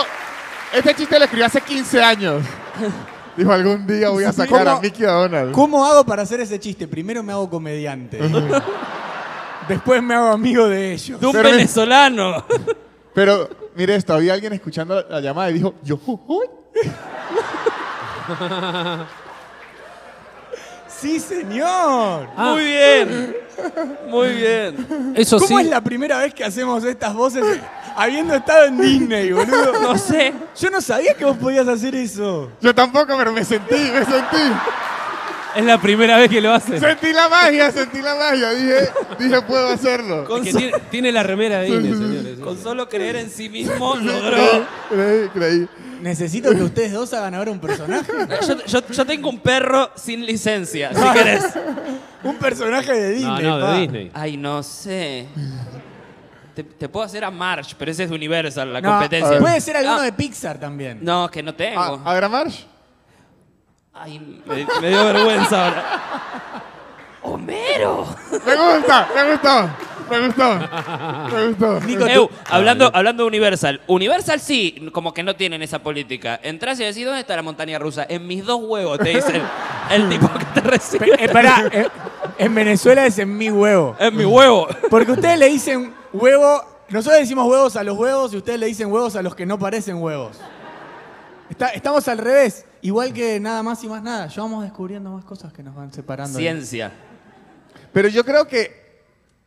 [SPEAKER 3] Este chiste lo escribió hace 15 años. Dijo, algún día voy a sacar a
[SPEAKER 4] ¿Cómo?
[SPEAKER 3] Mickey Donald.
[SPEAKER 4] ¿Cómo hago para hacer ese chiste? Primero me hago comediante. Después me hago amigo de ellos.
[SPEAKER 5] De un
[SPEAKER 3] Pero-
[SPEAKER 5] venezolano.
[SPEAKER 3] Pero, mire esto, había alguien escuchando la- la llamada y dijo, yo, jo, jo".
[SPEAKER 4] Sí, señor.
[SPEAKER 5] Muy bien. Muy bien.
[SPEAKER 1] Eso
[SPEAKER 4] ¿Cómo
[SPEAKER 1] sí.
[SPEAKER 4] es la primera vez que hacemos estas voces eh, habiendo estado en Disney, boludo?
[SPEAKER 5] No sé.
[SPEAKER 4] Yo no sabía que vos podías hacer eso.
[SPEAKER 3] yo tampoco, pero me sentí, me sentí.
[SPEAKER 5] Es la primera vez que lo haces.
[SPEAKER 3] Sentí la magia, sentí la magia. Dije, dije puedo hacerlo.
[SPEAKER 1] Es que tiene, tiene la remera de Ine, señores.
[SPEAKER 5] Con solo creer en sí mismo logró.
[SPEAKER 3] Creí, creí.
[SPEAKER 4] Necesito que ustedes dos hagan ahora un personaje.
[SPEAKER 5] Yo, yo- yo tengo un perro sin licencia, si querés.
[SPEAKER 4] Un personaje de
[SPEAKER 1] No,
[SPEAKER 4] Disney.
[SPEAKER 1] no,
[SPEAKER 4] pa.
[SPEAKER 1] de Disney.
[SPEAKER 5] Ay, no sé. Te, te puedo hacer a March, pero ese es de Universal, la
[SPEAKER 4] No,
[SPEAKER 5] competencia.
[SPEAKER 4] Puede ser alguno
[SPEAKER 5] Ah.
[SPEAKER 4] de Pixar también.
[SPEAKER 5] No, que no tengo.
[SPEAKER 3] Ah, ¿Habrá Marsh?
[SPEAKER 5] Ay, me, me dio vergüenza ahora. ¡Homero!
[SPEAKER 3] Me gusta, me gustó, me gustó, me gustó.
[SPEAKER 1] Eh,
[SPEAKER 5] Ew, hablando, hablando de Universal. Universal sí, como que no tienen esa política. Entrás y decís, ¿dónde está la montaña rusa? En mis dos huevos, te dicen. El tipo que te recibe.
[SPEAKER 4] Eh, pará, eh, en Venezuela es en mi huevo.
[SPEAKER 5] En mi huevo.
[SPEAKER 4] Porque ustedes le dicen huevo. Nosotros decimos huevos a los huevos y ustedes le dicen huevos a los que no parecen huevos. Está- estamos al revés. Igual que nada más y más nada. Ya vamos descubriendo más cosas que nos van separando.
[SPEAKER 5] Ciencia.
[SPEAKER 3] Pero yo creo que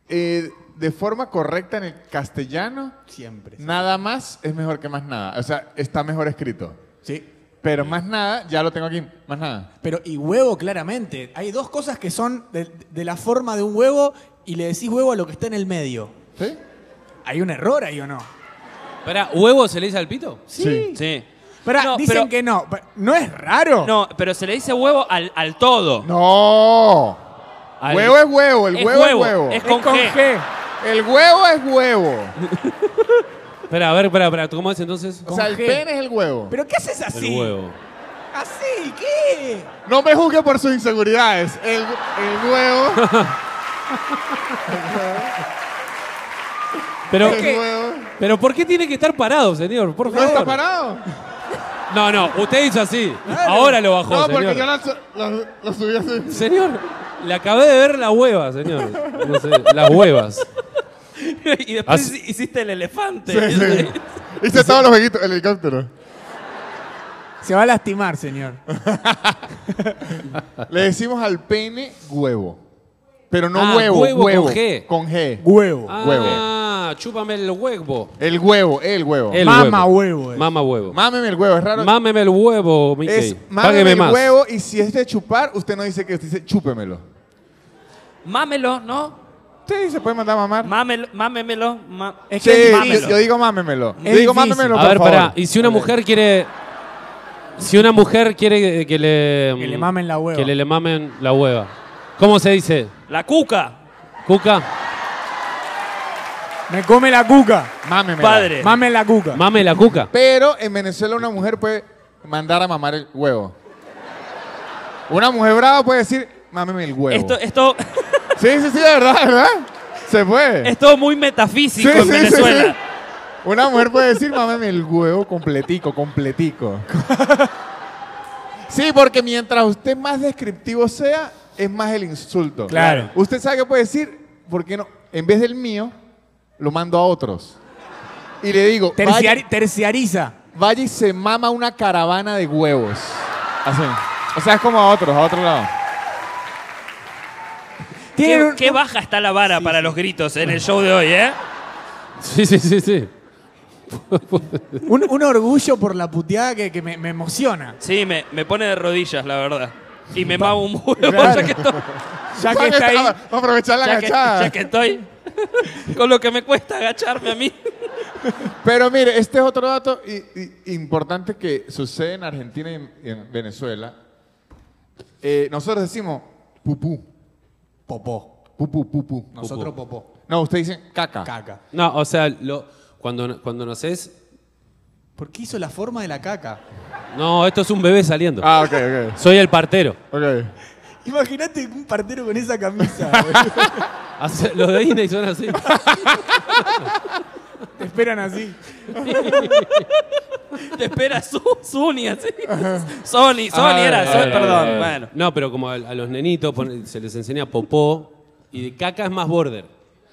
[SPEAKER 3] eh, de forma correcta en el castellano,
[SPEAKER 4] Siempre.
[SPEAKER 3] nada más es mejor que más nada. O sea, está mejor escrito.
[SPEAKER 4] Sí.
[SPEAKER 3] Pero más nada, ya lo tengo aquí, más nada.
[SPEAKER 4] Pero, y huevo, claramente. Hay dos cosas que son de, de la forma de un huevo y le decís huevo a lo que está en el medio.
[SPEAKER 3] ¿Sí?
[SPEAKER 4] ¿Hay un error ahí o no?
[SPEAKER 1] Pará, ¿huevo se le dice al pito?
[SPEAKER 3] Sí.
[SPEAKER 5] Sí.
[SPEAKER 4] Pará,
[SPEAKER 5] No,
[SPEAKER 4] dicen
[SPEAKER 5] pero-
[SPEAKER 4] que no. Pa- ¿No es raro?
[SPEAKER 5] No, pero se le dice huevo al, al todo.
[SPEAKER 3] ¡No!
[SPEAKER 5] Al-
[SPEAKER 3] Huevo es huevo, el
[SPEAKER 5] Es
[SPEAKER 3] huevo,
[SPEAKER 5] huevo,
[SPEAKER 3] es huevo.
[SPEAKER 5] es-
[SPEAKER 4] Es con,
[SPEAKER 5] con
[SPEAKER 4] G.
[SPEAKER 5] G.
[SPEAKER 3] El huevo es huevo.
[SPEAKER 1] Espera, a ver, espera, espera. ¿Cómo es entonces?
[SPEAKER 3] O sea, el
[SPEAKER 4] G.
[SPEAKER 3] pene es el huevo.
[SPEAKER 4] ¿Pero qué haces así?
[SPEAKER 1] El huevo.
[SPEAKER 4] ¿Así? ¿Qué?
[SPEAKER 3] No me juzgue por sus inseguridades. El, el huevo,
[SPEAKER 1] Pero,
[SPEAKER 3] el huevo.
[SPEAKER 1] pero ¿por qué tiene que estar parado, señor? Por
[SPEAKER 3] ¿No
[SPEAKER 1] favor.
[SPEAKER 3] está parado?
[SPEAKER 1] No, no, usted hizo así. Ahora lo bajó,
[SPEAKER 3] No,
[SPEAKER 1] señor.
[SPEAKER 3] porque yo lo, lo- lo subí así.
[SPEAKER 1] Señor, le acabé de ver la hueva, señor. No sé, las huevas.
[SPEAKER 5] y después
[SPEAKER 1] Así-
[SPEAKER 5] hiciste el elefante.
[SPEAKER 3] Sí, sí. Hice todos los jueguitos, el helicóptero.
[SPEAKER 4] Se va a lastimar, señor.
[SPEAKER 3] Le decimos al pene huevo. Pero no
[SPEAKER 1] Ah,
[SPEAKER 3] huevo,
[SPEAKER 1] huevo
[SPEAKER 3] huevo.
[SPEAKER 1] con G.
[SPEAKER 3] Con G.
[SPEAKER 4] Huevo.
[SPEAKER 1] Ah, chúpame el huevo.
[SPEAKER 3] El huevo, el huevo.
[SPEAKER 1] El
[SPEAKER 4] Mama huevo, eh.
[SPEAKER 1] Mama huevo.
[SPEAKER 3] Mámeme el huevo, es raro.
[SPEAKER 1] Mámeme el huevo, Mickey.
[SPEAKER 3] es
[SPEAKER 1] Págueme
[SPEAKER 3] mámeme el
[SPEAKER 1] más.
[SPEAKER 3] huevo y si es de chupar, usted no dice que usted dice chúpemelo.
[SPEAKER 5] Mámelo, ¿no?
[SPEAKER 3] Sí, se puede mandar a mamar.
[SPEAKER 5] Mámelo, mámemelo. ma-
[SPEAKER 4] Es
[SPEAKER 3] sí,
[SPEAKER 4] que es
[SPEAKER 3] yo-
[SPEAKER 4] difícil.
[SPEAKER 3] yo digo mámemelo. Yo
[SPEAKER 4] Es
[SPEAKER 3] digo
[SPEAKER 4] difícil.
[SPEAKER 3] mámemelo,
[SPEAKER 1] A
[SPEAKER 3] por
[SPEAKER 1] ver,
[SPEAKER 3] favor.
[SPEAKER 1] pará. Y si una mujer quiere. Si una mujer quiere que le.
[SPEAKER 4] Que le mamen la hueva.
[SPEAKER 1] Que le, le mamen la hueva. ¿Cómo se dice?
[SPEAKER 2] La cuca,
[SPEAKER 1] Cuca,
[SPEAKER 4] Me come la cuca.
[SPEAKER 3] Mámeme.
[SPEAKER 2] padre.
[SPEAKER 4] Mame la cuca.
[SPEAKER 1] mame la cuca.
[SPEAKER 3] Pero en Venezuela una mujer puede mandar a mamar el huevo. Una mujer brava puede decir, mámeme el huevo.
[SPEAKER 2] Esto, esto
[SPEAKER 3] Sí, sí, sí, de verdad, de verdad. Se puede.
[SPEAKER 2] es todo muy metafísico
[SPEAKER 3] Sí,
[SPEAKER 2] en
[SPEAKER 3] sí, sí,
[SPEAKER 2] Venezuela.
[SPEAKER 3] sí. Una mujer puede decir, mámeme el huevo completico, completico. Sí, porque mientras usted más descriptivo sea, es más el insulto.
[SPEAKER 4] Claro.
[SPEAKER 3] Usted sabe que puede decir, ¿por qué no? En vez del mío, lo mando a otros. Y le digo, vaya-
[SPEAKER 4] Terciari- terciariza.
[SPEAKER 3] vaya y se mama una caravana de huevos. Así. O sea, es como a otros, a otro lado.
[SPEAKER 4] Tienen
[SPEAKER 2] ¿Qué,
[SPEAKER 4] un-
[SPEAKER 2] qué baja está la vara para los gritos en el show de hoy, ¿eh?
[SPEAKER 1] Sí, sí, sí, sí.
[SPEAKER 4] un, un orgullo por la puteada que, que me, me emociona.
[SPEAKER 2] Sí, me, me pone de rodillas, la verdad. Y me mago un huevo,
[SPEAKER 3] Claro.
[SPEAKER 2] ya que estoy.
[SPEAKER 4] Ya que está ahí.
[SPEAKER 3] Vamos a aprovechar la
[SPEAKER 2] ya que-
[SPEAKER 3] agachada.
[SPEAKER 2] ya que estoy con lo que me cuesta agacharme a mí.
[SPEAKER 3] Pero mire, este es otro dato i- i- importante que sucede en Argentina y en, y en Venezuela. Eh, nosotros decimos pupú,
[SPEAKER 4] Popó.
[SPEAKER 3] pupú, pupú.
[SPEAKER 4] Nosotros popó.
[SPEAKER 3] No, ustedes dicen caca.
[SPEAKER 4] Caca.
[SPEAKER 1] No, o sea, lo, cuando, cuando nacés.
[SPEAKER 4] ¿Por qué hizo la forma de la caca?
[SPEAKER 1] No, esto es un bebé saliendo.
[SPEAKER 3] Ah, ok, ok.
[SPEAKER 1] Soy el partero.
[SPEAKER 3] Ok.
[SPEAKER 4] Imagínate un partero con esa camisa. boludo.
[SPEAKER 1] Hace- Los de Disney son así.
[SPEAKER 4] Te esperan así.
[SPEAKER 2] Te espera Su- Sony, así. Sony, Sony
[SPEAKER 3] Ah,
[SPEAKER 2] era.
[SPEAKER 3] eh,
[SPEAKER 2] Sony,
[SPEAKER 3] eh,
[SPEAKER 2] perdón,
[SPEAKER 3] eh.
[SPEAKER 2] bueno.
[SPEAKER 1] No, pero como a, a los nenitos pon- se les enseña popó y de caca es más border.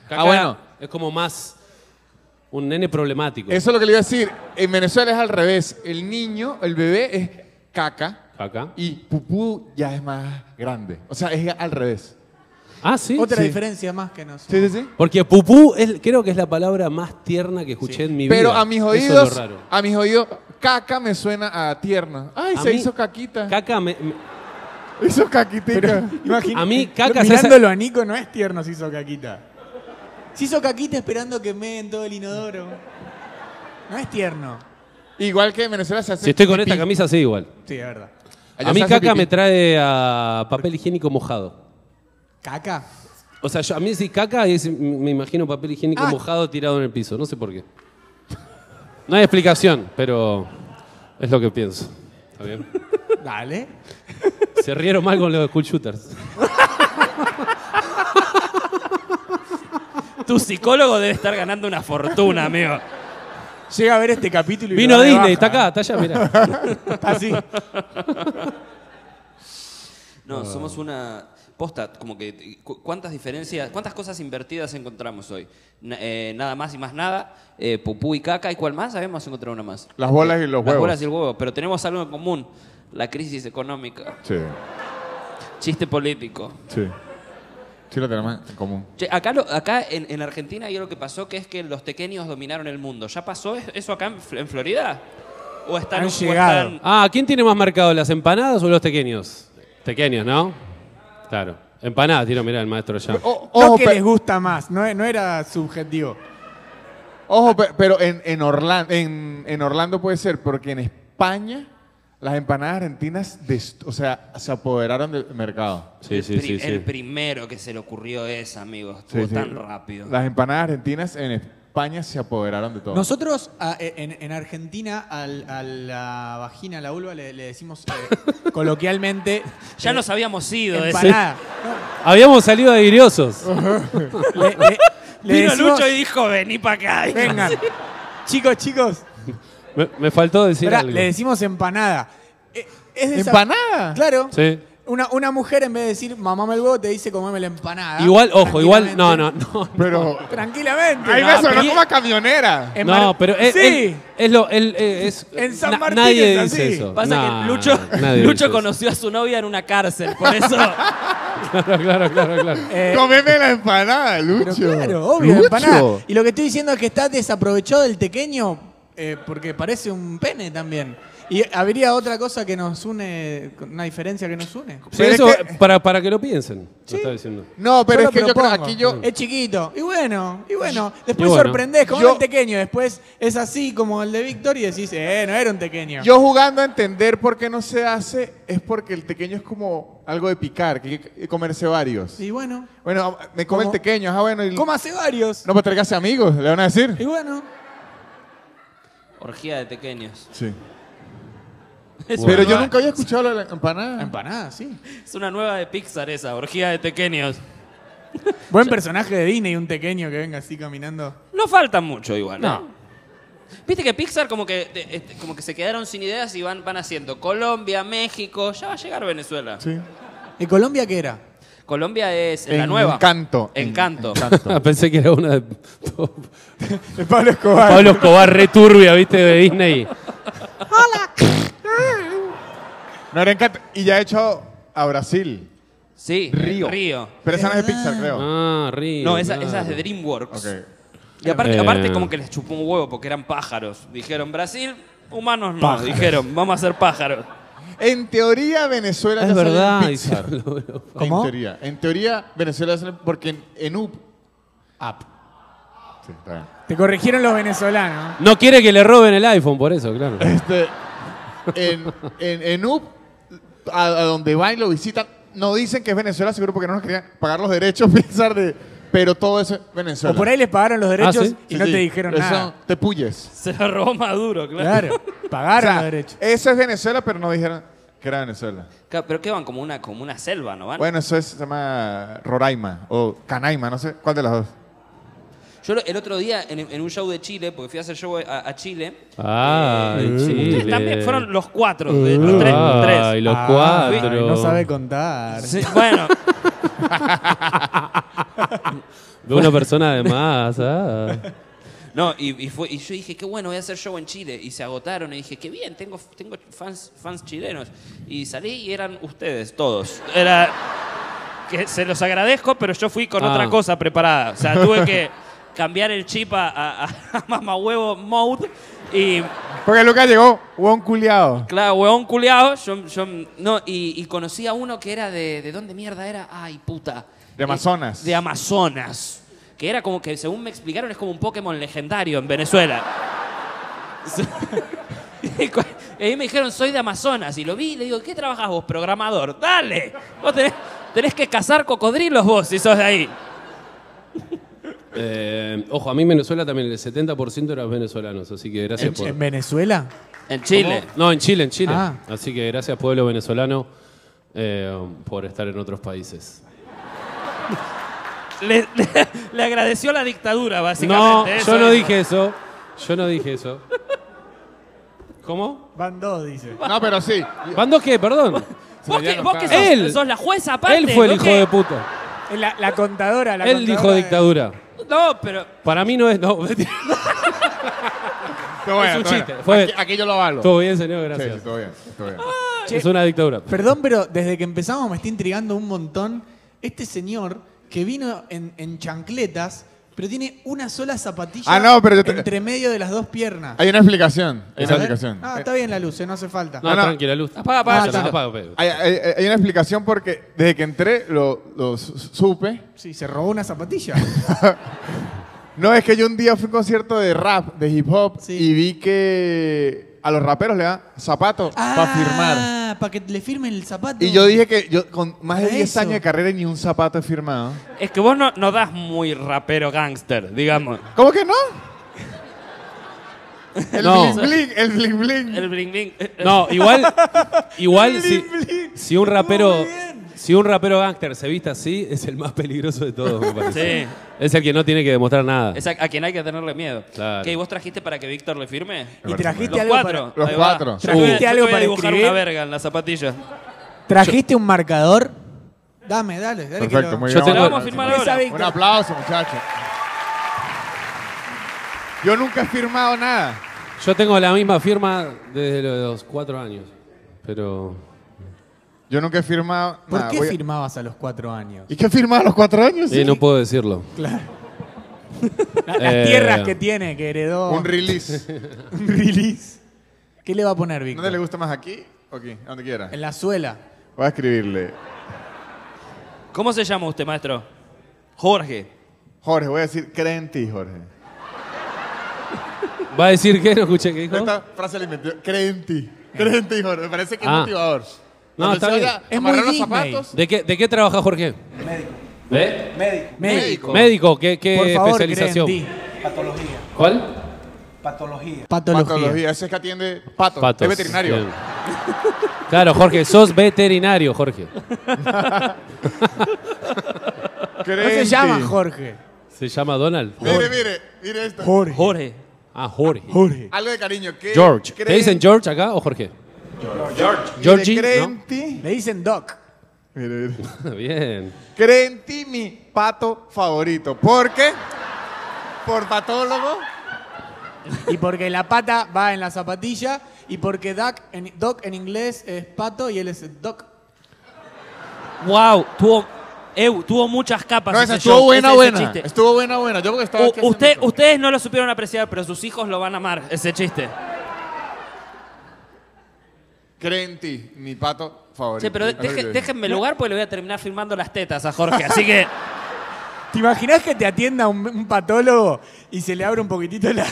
[SPEAKER 1] Caca
[SPEAKER 3] Ah, bueno.
[SPEAKER 1] Es como más un nene problemático.
[SPEAKER 3] Eso es lo que le iba a decir. En Venezuela es al revés. El niño, el bebé es caca
[SPEAKER 1] Caca.
[SPEAKER 3] y pupú ya es más grande. O sea, es al revés.
[SPEAKER 1] Ah, sí.
[SPEAKER 4] Otra
[SPEAKER 1] Sí.
[SPEAKER 4] diferencia más que nos.
[SPEAKER 3] Sí, sí, sí.
[SPEAKER 1] Porque pupú es- creo que es la palabra más tierna que escuché en mi vida.
[SPEAKER 3] Pero a mis
[SPEAKER 1] Eso es lo
[SPEAKER 3] oídos,
[SPEAKER 1] raro.
[SPEAKER 3] a mis oídos, caca me suena a tierna. Ay,
[SPEAKER 1] A
[SPEAKER 3] se
[SPEAKER 1] mí-
[SPEAKER 3] hizo caquita.
[SPEAKER 1] Caca me- me-
[SPEAKER 3] hizo caquitica.
[SPEAKER 4] Imagina-
[SPEAKER 1] A mí, caca, se hace-
[SPEAKER 4] Mirándolo a Nico no es tierno si hizo caquita. Si hizo caquita esperando que meen todo el inodoro. No es tierno.
[SPEAKER 3] Igual que en Venezuela se hace.
[SPEAKER 1] si estoy con
[SPEAKER 3] pipí.
[SPEAKER 1] esta camisa, sí, igual.
[SPEAKER 4] Sí, es verdad.
[SPEAKER 3] Allá
[SPEAKER 1] a mí
[SPEAKER 3] se hace
[SPEAKER 1] caca
[SPEAKER 3] pipí.
[SPEAKER 1] me trae a papel higiénico mojado.
[SPEAKER 4] Caca.
[SPEAKER 1] O sea, yo- a mí decir caca es, me imagino papel higiénico
[SPEAKER 4] Ah.
[SPEAKER 1] mojado tirado en el piso. No sé por qué. No hay explicación, pero es lo que pienso. ¿Está bien?
[SPEAKER 4] Dale.
[SPEAKER 1] Se rieron mal con los school shooters.
[SPEAKER 2] Tu psicólogo debe estar ganando una fortuna, amigo.
[SPEAKER 4] Llega a ver este capítulo y lo
[SPEAKER 1] Vino
[SPEAKER 4] da de
[SPEAKER 1] Disney, está
[SPEAKER 4] baja,
[SPEAKER 1] acá, está allá, mirá.
[SPEAKER 4] ¿eh? Está así.
[SPEAKER 6] No, somos una posta, como que cu- cuántas diferencias, cuántas cosas invertidas encontramos hoy. Na- eh, nada más y más nada, eh, pupú y caca, ¿y cuál más? Habíamos encontrado una más.
[SPEAKER 3] Las bolas y los
[SPEAKER 6] Las
[SPEAKER 3] huevos.
[SPEAKER 6] bolas y el huevo, pero tenemos algo en común, la crisis económica,
[SPEAKER 3] Sí,
[SPEAKER 6] chiste político.
[SPEAKER 3] sí. Sí, lo tenemos en común.
[SPEAKER 6] Che, acá lo- acá en, en Argentina hay algo que pasó, que es que los tequeños dominaron el mundo. ¿Ya pasó es- eso acá en, Fl- en Florida? ¿O están,
[SPEAKER 4] Han
[SPEAKER 6] o están-
[SPEAKER 4] llegado.
[SPEAKER 1] Ah, ¿quién tiene más marcado, las empanadas o los pequeños? Pequeños, ¿no? Claro. Empanadas, tiro, mirá, el maestro
[SPEAKER 3] O-
[SPEAKER 1] ya.
[SPEAKER 4] No
[SPEAKER 3] Oh, ojo,
[SPEAKER 4] que
[SPEAKER 3] pe-
[SPEAKER 4] les gusta más, no, e- no era subjetivo.
[SPEAKER 3] ojo, pe- pero en, en, Orlando, en, en Orlando puede ser, porque en España las empanadas argentinas dest- o sea, se apoderaron del mercado.
[SPEAKER 1] Sí,
[SPEAKER 6] el,
[SPEAKER 1] sí,
[SPEAKER 6] pri-
[SPEAKER 1] sí, sí.
[SPEAKER 6] el primero que se le ocurrió es, amigos,
[SPEAKER 3] Sí,
[SPEAKER 6] estuvo
[SPEAKER 3] sí.
[SPEAKER 6] tan rápido.
[SPEAKER 3] Las empanadas argentinas en España se apoderaron de todo.
[SPEAKER 4] Nosotros a- e, en, en Argentina al- a la vagina, a la vulva, le, le decimos eh, coloquialmente
[SPEAKER 2] Ya nos habíamos ido. de ese-
[SPEAKER 4] empanada.
[SPEAKER 1] Habíamos salido de griosos.
[SPEAKER 4] Le, le- le
[SPEAKER 2] Vino
[SPEAKER 4] decimos,
[SPEAKER 2] Lucho y dijo, vení para acá.
[SPEAKER 4] vengan. Chicos, chicos,
[SPEAKER 1] Me, me faltó decir
[SPEAKER 4] Pará,
[SPEAKER 1] algo.
[SPEAKER 4] le decimos empanada. Eh, Es de esa-
[SPEAKER 3] ¿Empanada?
[SPEAKER 4] Claro.
[SPEAKER 1] Sí.
[SPEAKER 4] Una, una mujer en vez de decir mamame el huevo te dice comeme la empanada.
[SPEAKER 1] Igual, ojo, igual, no, no,
[SPEAKER 4] Tranquilamente.
[SPEAKER 1] no.
[SPEAKER 3] Pero. Ah,
[SPEAKER 4] Tranquilamente.
[SPEAKER 3] Ahí me
[SPEAKER 4] No,
[SPEAKER 3] sonó
[SPEAKER 4] pero-
[SPEAKER 3] como a camionera.
[SPEAKER 4] en Mar-
[SPEAKER 1] No, pero es,
[SPEAKER 4] sí.
[SPEAKER 1] es- es lo. el- eh, es,
[SPEAKER 4] En San
[SPEAKER 1] na-
[SPEAKER 4] Martín
[SPEAKER 1] nadie
[SPEAKER 4] es
[SPEAKER 1] dice
[SPEAKER 4] así.
[SPEAKER 1] eso.
[SPEAKER 2] Pasa
[SPEAKER 1] Nah,
[SPEAKER 2] que Lucho,
[SPEAKER 1] nadie dice
[SPEAKER 2] Lucho
[SPEAKER 1] eso.
[SPEAKER 2] conoció a su novia en una cárcel, por eso.
[SPEAKER 1] Claro, claro, claro, claro.
[SPEAKER 4] Eh,
[SPEAKER 3] Comeme la empanada, Lucho.
[SPEAKER 4] pero claro, obvio,
[SPEAKER 3] Lucho.
[SPEAKER 4] empanada. Y lo que estoy diciendo es que está desaprovechado el tequeño eh, porque parece un pene también. Y habría otra cosa que nos une, una diferencia que nos une.
[SPEAKER 1] Sí,
[SPEAKER 3] Pero es
[SPEAKER 1] eso
[SPEAKER 3] que-
[SPEAKER 1] para, para que lo piensen, lo está diciendo.
[SPEAKER 3] No, pero
[SPEAKER 4] Yo
[SPEAKER 3] es que
[SPEAKER 4] lo
[SPEAKER 3] yo creo
[SPEAKER 4] propongo.
[SPEAKER 3] aquí yo.
[SPEAKER 4] Es chiquito. Y bueno, y bueno. Después
[SPEAKER 1] Y bueno.
[SPEAKER 4] sorprendés como
[SPEAKER 3] Yo-
[SPEAKER 4] el pequeño. Después es así como el de Víctor y decís, eh, no era un pequeño.
[SPEAKER 3] Yo jugando a entender por qué no se hace es porque el pequeño es como algo de picar, que hay que comerse varios.
[SPEAKER 4] Y bueno,
[SPEAKER 3] Bueno, me come
[SPEAKER 4] ¿Cómo?
[SPEAKER 3] el pequeño, ah, bueno. Y...
[SPEAKER 4] ¿cómo hace varios?
[SPEAKER 3] No, pues tráigase amigos, le van
[SPEAKER 4] Y
[SPEAKER 3] a decir.
[SPEAKER 4] bueno,
[SPEAKER 6] Orgía de pequeños.
[SPEAKER 3] Sí. Pero yo nunca había escuchado la empanada.
[SPEAKER 4] empanada, sí.
[SPEAKER 6] Es una nueva de Pixar esa, orgía de pequeños.
[SPEAKER 4] Buen personaje de Disney, un pequeño que venga así caminando.
[SPEAKER 6] No falta mucho igual. No. Viste que Pixar como que, de- este, como que se quedaron sin ideas y van, van haciendo Colombia, México, ya va a llegar Venezuela.
[SPEAKER 3] Sí.
[SPEAKER 4] ¿Y Colombia qué era?
[SPEAKER 6] Colombia es la
[SPEAKER 3] En
[SPEAKER 6] nueva.
[SPEAKER 3] Encanto.
[SPEAKER 6] Encanto.
[SPEAKER 1] Ah, pensé que era una de
[SPEAKER 3] De Pablo Escobar.
[SPEAKER 1] Pablo Escobar returbia, viste, de Disney.
[SPEAKER 3] No era Encanto. Y ya he hecho a Brasil.
[SPEAKER 6] Sí,
[SPEAKER 3] Río.
[SPEAKER 6] Río.
[SPEAKER 3] Pero esa no es de Pixar, creo.
[SPEAKER 1] Ah, río.
[SPEAKER 6] No, esa,
[SPEAKER 1] claro.
[SPEAKER 6] esa es de DreamWorks.
[SPEAKER 3] Ok.
[SPEAKER 6] Y aparte,
[SPEAKER 1] Eh.
[SPEAKER 6] aparte como que les chupó un huevo porque eran pájaros. Dijeron, Brasil, humanos no. Dijeron, vamos a ser pájaros.
[SPEAKER 3] En teoría, Venezuela
[SPEAKER 1] Es
[SPEAKER 3] ya salió en
[SPEAKER 1] verdad.
[SPEAKER 3] Pixar.
[SPEAKER 1] dice, lo- lo-
[SPEAKER 4] ¿Cómo?
[SPEAKER 3] En teoría. En teoría, Venezuela sale porque en, en UP. App. Sí, está bien.
[SPEAKER 4] Te corrigieron los venezolanos.
[SPEAKER 1] No quiere que le roben el iPhone, por eso, claro.
[SPEAKER 3] Este, en, en, en UP, a, a donde van y lo visitan, no dicen que es Venezuela, seguro porque no nos querían pagar los derechos, pensar de. Pero todo eso es Venezuela.
[SPEAKER 4] O por ahí les pagaron los derechos
[SPEAKER 1] Ah, ¿sí?
[SPEAKER 4] y
[SPEAKER 3] Sí,
[SPEAKER 4] no
[SPEAKER 3] sí.
[SPEAKER 4] te dijeron
[SPEAKER 3] Eso
[SPEAKER 4] nada.
[SPEAKER 3] Te puyes.
[SPEAKER 6] Se la robó Maduro, claro.
[SPEAKER 4] Claro, pagaron
[SPEAKER 3] O sea,
[SPEAKER 4] los derechos.
[SPEAKER 3] Eso es Venezuela, pero no dijeron que era Venezuela.
[SPEAKER 6] Claro, Pero que van como una, como una selva, ¿no van?
[SPEAKER 3] Bueno, eso es- se llama Roraima o Canaima, no sé cuál de las dos.
[SPEAKER 6] Yo lo- el otro día en, en un show de Chile, porque fui a hacer show a, a Chile.
[SPEAKER 1] Ah,
[SPEAKER 6] eh,
[SPEAKER 1] Chile.
[SPEAKER 6] Ustedes también fueron los cuatro, de-
[SPEAKER 7] Uh.
[SPEAKER 6] los tres. los tres.
[SPEAKER 1] Ay, los
[SPEAKER 4] Ay,
[SPEAKER 1] cuatro.
[SPEAKER 4] Ah, no sabe contar.
[SPEAKER 6] Sí, bueno,
[SPEAKER 1] De una persona de más. ah.
[SPEAKER 6] no, y, y fue, y yo dije, qué bueno, voy a hacer show en Chile. Y se agotaron. Y dije, qué bien, tengo, tengo fans, fans chilenos. Y salí y eran ustedes, todos.
[SPEAKER 5] Era. Que se los agradezco, pero yo fui con
[SPEAKER 1] Ah.
[SPEAKER 5] otra cosa preparada. O sea, tuve que cambiar el chip a, a, a mamahuevo mode y.
[SPEAKER 3] Porque Lucas llegó, hubo un culiado.
[SPEAKER 6] Claro, huevón culeado. Yo, yo- no, y, y conocí a uno que era de. ¿De dónde mierda era? Ay, puta.
[SPEAKER 3] De Amazonas.
[SPEAKER 6] de Amazonas. Que era como que, según me explicaron, es como un Pokémon legendario en Venezuela. y cu- y ahí me dijeron, soy de Amazonas. Y lo vi y le digo, ¿qué trabajas vos, programador? ¡Dale! Vos tenés, tenés que cazar cocodrilos vos si sos de ahí.
[SPEAKER 1] Eh, ojo, a mí en Venezuela también el 70% eran venezolanos, así que gracias por.
[SPEAKER 4] ¿En Venezuela?
[SPEAKER 6] En Chile.
[SPEAKER 1] No, en Chile, en Chile.
[SPEAKER 4] Ah.
[SPEAKER 1] Así que gracias, pueblo venezolano, eh, por estar en otros países.
[SPEAKER 5] Le, le- le agradeció la dictadura,
[SPEAKER 1] No,
[SPEAKER 5] básicamente.
[SPEAKER 1] yo
[SPEAKER 5] Eso eh.
[SPEAKER 1] no
[SPEAKER 5] es.
[SPEAKER 1] dije eso. Yo no dije eso. ¿Cómo?
[SPEAKER 4] Van dos, dice.
[SPEAKER 3] No, pero sí.
[SPEAKER 1] ¿Van dos qué? Perdón.
[SPEAKER 5] ¿Vos que, vos que sos,
[SPEAKER 1] Él.
[SPEAKER 5] sos la jueza aparte?
[SPEAKER 1] Él fue el
[SPEAKER 5] ¿no
[SPEAKER 1] hijo
[SPEAKER 5] que-
[SPEAKER 1] de puta.
[SPEAKER 4] La, la contadora, la
[SPEAKER 1] Él dijo
[SPEAKER 4] contadora de-
[SPEAKER 1] dictadura.
[SPEAKER 5] No, pero.
[SPEAKER 1] Para mí no es. No,
[SPEAKER 3] Pero bueno,
[SPEAKER 1] un
[SPEAKER 3] pero bueno.
[SPEAKER 1] chiste, fue-
[SPEAKER 3] Aquí, aquí yo lo avalo.
[SPEAKER 1] todo bien, señor,
[SPEAKER 3] Sí, sí,
[SPEAKER 1] gracias.
[SPEAKER 3] todo bien, todo bien.
[SPEAKER 1] Es una dictadura.
[SPEAKER 4] Perdón, pero desde que empezamos me está intrigando un montón este señor que vino en, en chancletas, pero tiene una sola zapatilla
[SPEAKER 3] Ah, no, pero yo te-
[SPEAKER 4] entre medio de las dos piernas.
[SPEAKER 3] Hay una explicación. Hay una
[SPEAKER 4] A ver.
[SPEAKER 3] explicación.
[SPEAKER 4] Ah, está bien la luz, eh, no hace falta.
[SPEAKER 1] No,
[SPEAKER 3] Ah, no.
[SPEAKER 1] tranquila, luz.
[SPEAKER 6] Apaga, apaga,
[SPEAKER 1] No,
[SPEAKER 4] chico.
[SPEAKER 1] no, apaga, apaga.
[SPEAKER 3] Hay, hay- hay una explicación porque desde que entré lo, lo su- supe.
[SPEAKER 4] Sí, se robó una zapatilla.
[SPEAKER 3] No, es que yo un día fui a un concierto de rap, de hip hop,
[SPEAKER 4] Sí.
[SPEAKER 3] y vi que a los raperos le dan zapatos para firmar.
[SPEAKER 4] Ah, para que le firmen el zapato.
[SPEAKER 3] Y yo dije que yo con más de
[SPEAKER 4] Para
[SPEAKER 3] 10
[SPEAKER 4] eso.
[SPEAKER 3] años de carrera ni un zapato he firmado.
[SPEAKER 5] Es que vos no, no das muy rapero gángster, digamos.
[SPEAKER 3] ¿Cómo que no? El
[SPEAKER 1] No.
[SPEAKER 3] bling bling, el bling bling.
[SPEAKER 5] El bling bling. eh, eh,
[SPEAKER 1] No, igual, igual si,
[SPEAKER 4] bling.
[SPEAKER 1] si
[SPEAKER 4] Estuvo
[SPEAKER 1] un rapero,
[SPEAKER 4] muy bien.
[SPEAKER 1] si un rapero gángster se viste así, es el más peligroso de todos, me parece.
[SPEAKER 6] Sí.
[SPEAKER 1] Es el que no tiene que demostrar nada.
[SPEAKER 6] Es a, a quien hay que tenerle miedo.
[SPEAKER 1] Claro.
[SPEAKER 6] ¿Qué, vos trajiste para que Víctor le firme?
[SPEAKER 4] y trajiste
[SPEAKER 6] Los
[SPEAKER 4] algo
[SPEAKER 6] cuatro.
[SPEAKER 3] Los
[SPEAKER 6] ahí va.
[SPEAKER 3] cuatro.
[SPEAKER 6] Yo te voy a-
[SPEAKER 4] Uh. ¿Trajiste
[SPEAKER 6] yo te
[SPEAKER 4] algo
[SPEAKER 6] voy a
[SPEAKER 4] para
[SPEAKER 6] dibujar
[SPEAKER 4] escribir?
[SPEAKER 6] una verga en la zapatilla.
[SPEAKER 4] para- ¿Trajiste un marcador? Dame, dale, dale. que
[SPEAKER 3] Perfecto,
[SPEAKER 4] lo-
[SPEAKER 3] muy
[SPEAKER 1] Yo
[SPEAKER 3] bien.
[SPEAKER 1] tengo-
[SPEAKER 6] Vamos a firmar
[SPEAKER 4] Esa
[SPEAKER 6] ahora.
[SPEAKER 4] Víctor.
[SPEAKER 3] Un aplauso, muchachos. Yo nunca he firmado nada.
[SPEAKER 1] Yo tengo la misma firma desde los cuatro años, pero
[SPEAKER 3] Yo nunca he firmado
[SPEAKER 4] ¿Por
[SPEAKER 3] nada.
[SPEAKER 4] qué
[SPEAKER 3] Voy a-
[SPEAKER 4] firmabas a los cuatro años?
[SPEAKER 3] ¿Y qué firmaba a los cuatro años?
[SPEAKER 1] eh, no puedo decirlo.
[SPEAKER 4] La- Las
[SPEAKER 1] Eh.
[SPEAKER 4] tierras que tiene, que heredó.
[SPEAKER 3] Un release.
[SPEAKER 4] un release. ¿Qué le va a poner, Víctor?
[SPEAKER 3] ¿Dónde le gusta más aquí o aquí? A Donde quiera.
[SPEAKER 4] En la suela.
[SPEAKER 3] Voy a escribirle.
[SPEAKER 5] ¿Cómo se llama usted, maestro?
[SPEAKER 6] Jorge.
[SPEAKER 3] Jorge, voy a decir, cree en ti, Jorge.
[SPEAKER 1] ¿Va a decir qué? No escuché qué dijo.
[SPEAKER 3] Esta frase la inventé. Cree en ti. Cree en ti, Jorge. Me parece que es
[SPEAKER 1] Ah.
[SPEAKER 3] motivador.
[SPEAKER 1] No,
[SPEAKER 3] Cuando
[SPEAKER 1] está
[SPEAKER 3] se
[SPEAKER 1] bien.
[SPEAKER 3] vaya a
[SPEAKER 4] Es muy
[SPEAKER 3] amarrar los
[SPEAKER 4] Disney.
[SPEAKER 3] zapatos.
[SPEAKER 1] ¿De qué, de qué trabaja Jorge?
[SPEAKER 8] Médico.
[SPEAKER 1] ¿Eh?
[SPEAKER 8] Médico.
[SPEAKER 4] Médico.
[SPEAKER 1] Médico, ¿qué, qué
[SPEAKER 4] Por favor,
[SPEAKER 1] especialización?
[SPEAKER 4] cree en ti.
[SPEAKER 8] Patología.
[SPEAKER 1] ¿Cuál?
[SPEAKER 8] Patología.
[SPEAKER 4] Patología.
[SPEAKER 3] Patología. Ese es que atiende patos.
[SPEAKER 1] Patos.
[SPEAKER 3] Es veterinario.
[SPEAKER 1] Bien. Claro, Jorge, sos veterinario, Jorge.
[SPEAKER 3] Cree
[SPEAKER 4] No se
[SPEAKER 3] en
[SPEAKER 4] llama
[SPEAKER 3] ti.
[SPEAKER 4] Jorge.
[SPEAKER 1] Se llama Donald.
[SPEAKER 3] Mire, mire. Mire esto.
[SPEAKER 4] Jorge.
[SPEAKER 5] Jorge.
[SPEAKER 1] Ah, Jorge.
[SPEAKER 4] Jorge.
[SPEAKER 3] Algo de cariño. ¿Qué
[SPEAKER 1] George. ¿Te
[SPEAKER 3] cree-
[SPEAKER 1] dicen George acá o Jorge?
[SPEAKER 3] Mire,
[SPEAKER 1] Georgie,
[SPEAKER 3] Cree
[SPEAKER 1] ¿no?
[SPEAKER 3] en ti.
[SPEAKER 4] Le dicen Doc.
[SPEAKER 3] Mire, mire.
[SPEAKER 1] Bien.
[SPEAKER 3] Cree en ti mi pato favorito. ¿Por qué? Por patólogo.
[SPEAKER 4] Y porque la pata va en la zapatilla. Y porque Doc en, Doc en inglés es pato y él es Doc.
[SPEAKER 5] Wow, tuvo, eu, tuvo muchas capas.
[SPEAKER 3] No,
[SPEAKER 5] ese
[SPEAKER 3] esa estuvo
[SPEAKER 5] show,
[SPEAKER 3] buena,
[SPEAKER 5] ese- ese
[SPEAKER 3] buena.
[SPEAKER 5] chiste.
[SPEAKER 3] Estuvo buena, buena. Yo porque estaba
[SPEAKER 5] U-
[SPEAKER 3] aquí haciendo
[SPEAKER 5] usted,
[SPEAKER 3] eso.
[SPEAKER 5] ustedes no lo supieron apreciar, pero sus hijos lo van a amar, ese chiste.
[SPEAKER 3] Cree en ti mi pato favorito.
[SPEAKER 5] Che, pero
[SPEAKER 3] Es lo que
[SPEAKER 5] deje-
[SPEAKER 3] le dije.
[SPEAKER 5] déjenme lugar porque le voy a terminar firmando las tetas a Jorge. Así que, ¿Ah,
[SPEAKER 4] ¿Te imaginas que te atienda un, un patólogo y se le abre un poquitito la,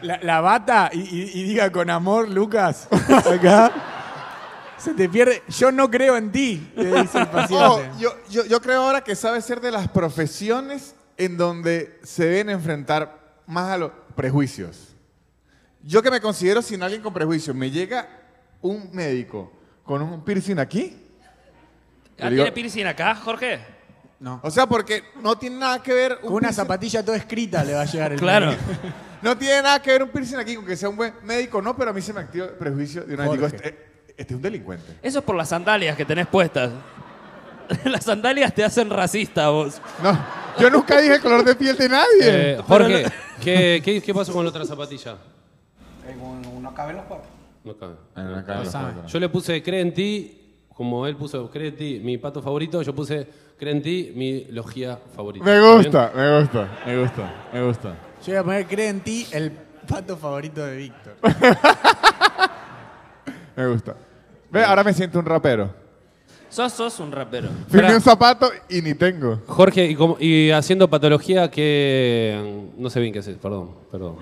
[SPEAKER 4] la, la bata y, y- y diga con amor, Lucas, acá? Se te pierde. Yo no creo en ti, le dice el
[SPEAKER 3] Oh,
[SPEAKER 4] paciente.
[SPEAKER 3] yo, yo, yo creo ahora que sabe ser de las profesiones en donde se deben enfrentar más a los prejuicios. Yo que me considero sin alguien con prejuicios, me llega un médico con un piercing aquí.
[SPEAKER 5] ¿Ah,
[SPEAKER 3] digo-
[SPEAKER 5] ¿tiene piercing acá, Jorge?
[SPEAKER 4] No.
[SPEAKER 3] O sea, porque no tiene nada que ver
[SPEAKER 4] Con una
[SPEAKER 3] piercing-
[SPEAKER 4] zapatilla toda escrita le va a llegar el
[SPEAKER 5] Claro.
[SPEAKER 4] médico.
[SPEAKER 3] No tiene nada que ver un piercing aquí con que sea un buen médico, no, pero a mí se me activa el prejuicio de una vez. Digo,
[SPEAKER 4] Jorge.
[SPEAKER 3] este, este es un delincuente.
[SPEAKER 5] Eso es por las sandalias que tenés puestas. las sandalias te hacen racista, vos.
[SPEAKER 3] No, yo nunca dije el color de piel de nadie.
[SPEAKER 1] Eh, Jorge, ¿qué, qué, qué pasó con la otra zapatilla?
[SPEAKER 8] Eh, con- no caben los cuatro.
[SPEAKER 1] No cabe.
[SPEAKER 4] Lo saben.
[SPEAKER 1] Yo le puse cree en ti, como él puso cree en ti, mi pato favorito, yo puse cree en ti, mi logía favorita.
[SPEAKER 3] Me gusta, me gusta, me gusta, me gusta.
[SPEAKER 4] Yo voy a poner, cree en ti, el pato favorito de Víctor.
[SPEAKER 3] Me gusta. Ve, ahora me siento un rapero.
[SPEAKER 5] Sos, sos un rapero.
[SPEAKER 3] Firmé
[SPEAKER 1] Pará.
[SPEAKER 3] un zapato y ni tengo.
[SPEAKER 1] Jorge, y, como- y haciendo patología que... No sé bien qué haces, perdón, perdón.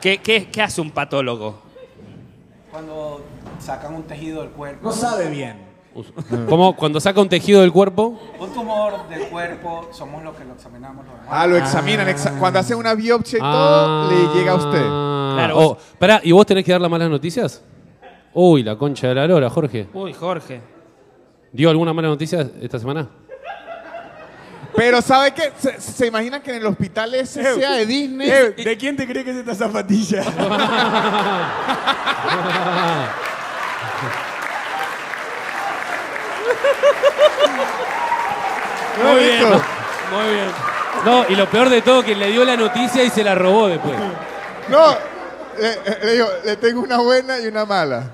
[SPEAKER 5] ¿Qué, qué, qué hace un patólogo?
[SPEAKER 8] Cuando sacan un tejido del cuerpo.
[SPEAKER 4] No sabe bien.
[SPEAKER 1] Como cuando saca un tejido del cuerpo,
[SPEAKER 8] Un tumor del cuerpo, somos los que lo examinamos. los demás.
[SPEAKER 3] Ah, lo examinan. exa- cuando hacen una biopsia y todo,
[SPEAKER 1] Ah.
[SPEAKER 3] le llega a usted.
[SPEAKER 5] Claro,
[SPEAKER 1] Claro, oh, pará, ¿y vos tenés que dar las malas noticias? Uy, la concha de la lora, Jorge.
[SPEAKER 5] Uy, Jorge.
[SPEAKER 1] ¿Dio alguna mala noticia esta semana?
[SPEAKER 3] Pero ¿sabe qué? Se, se imaginan que en el hospital ese sea de Disney.
[SPEAKER 4] Eh, ¿De quién te cree que es esta zapatilla?
[SPEAKER 3] ¿No, Víctor?
[SPEAKER 5] Muy bien.
[SPEAKER 1] No, y lo peor de todo, que le dio la noticia y se la robó después.
[SPEAKER 3] No, eh, le, le digo, le tengo una buena y una mala.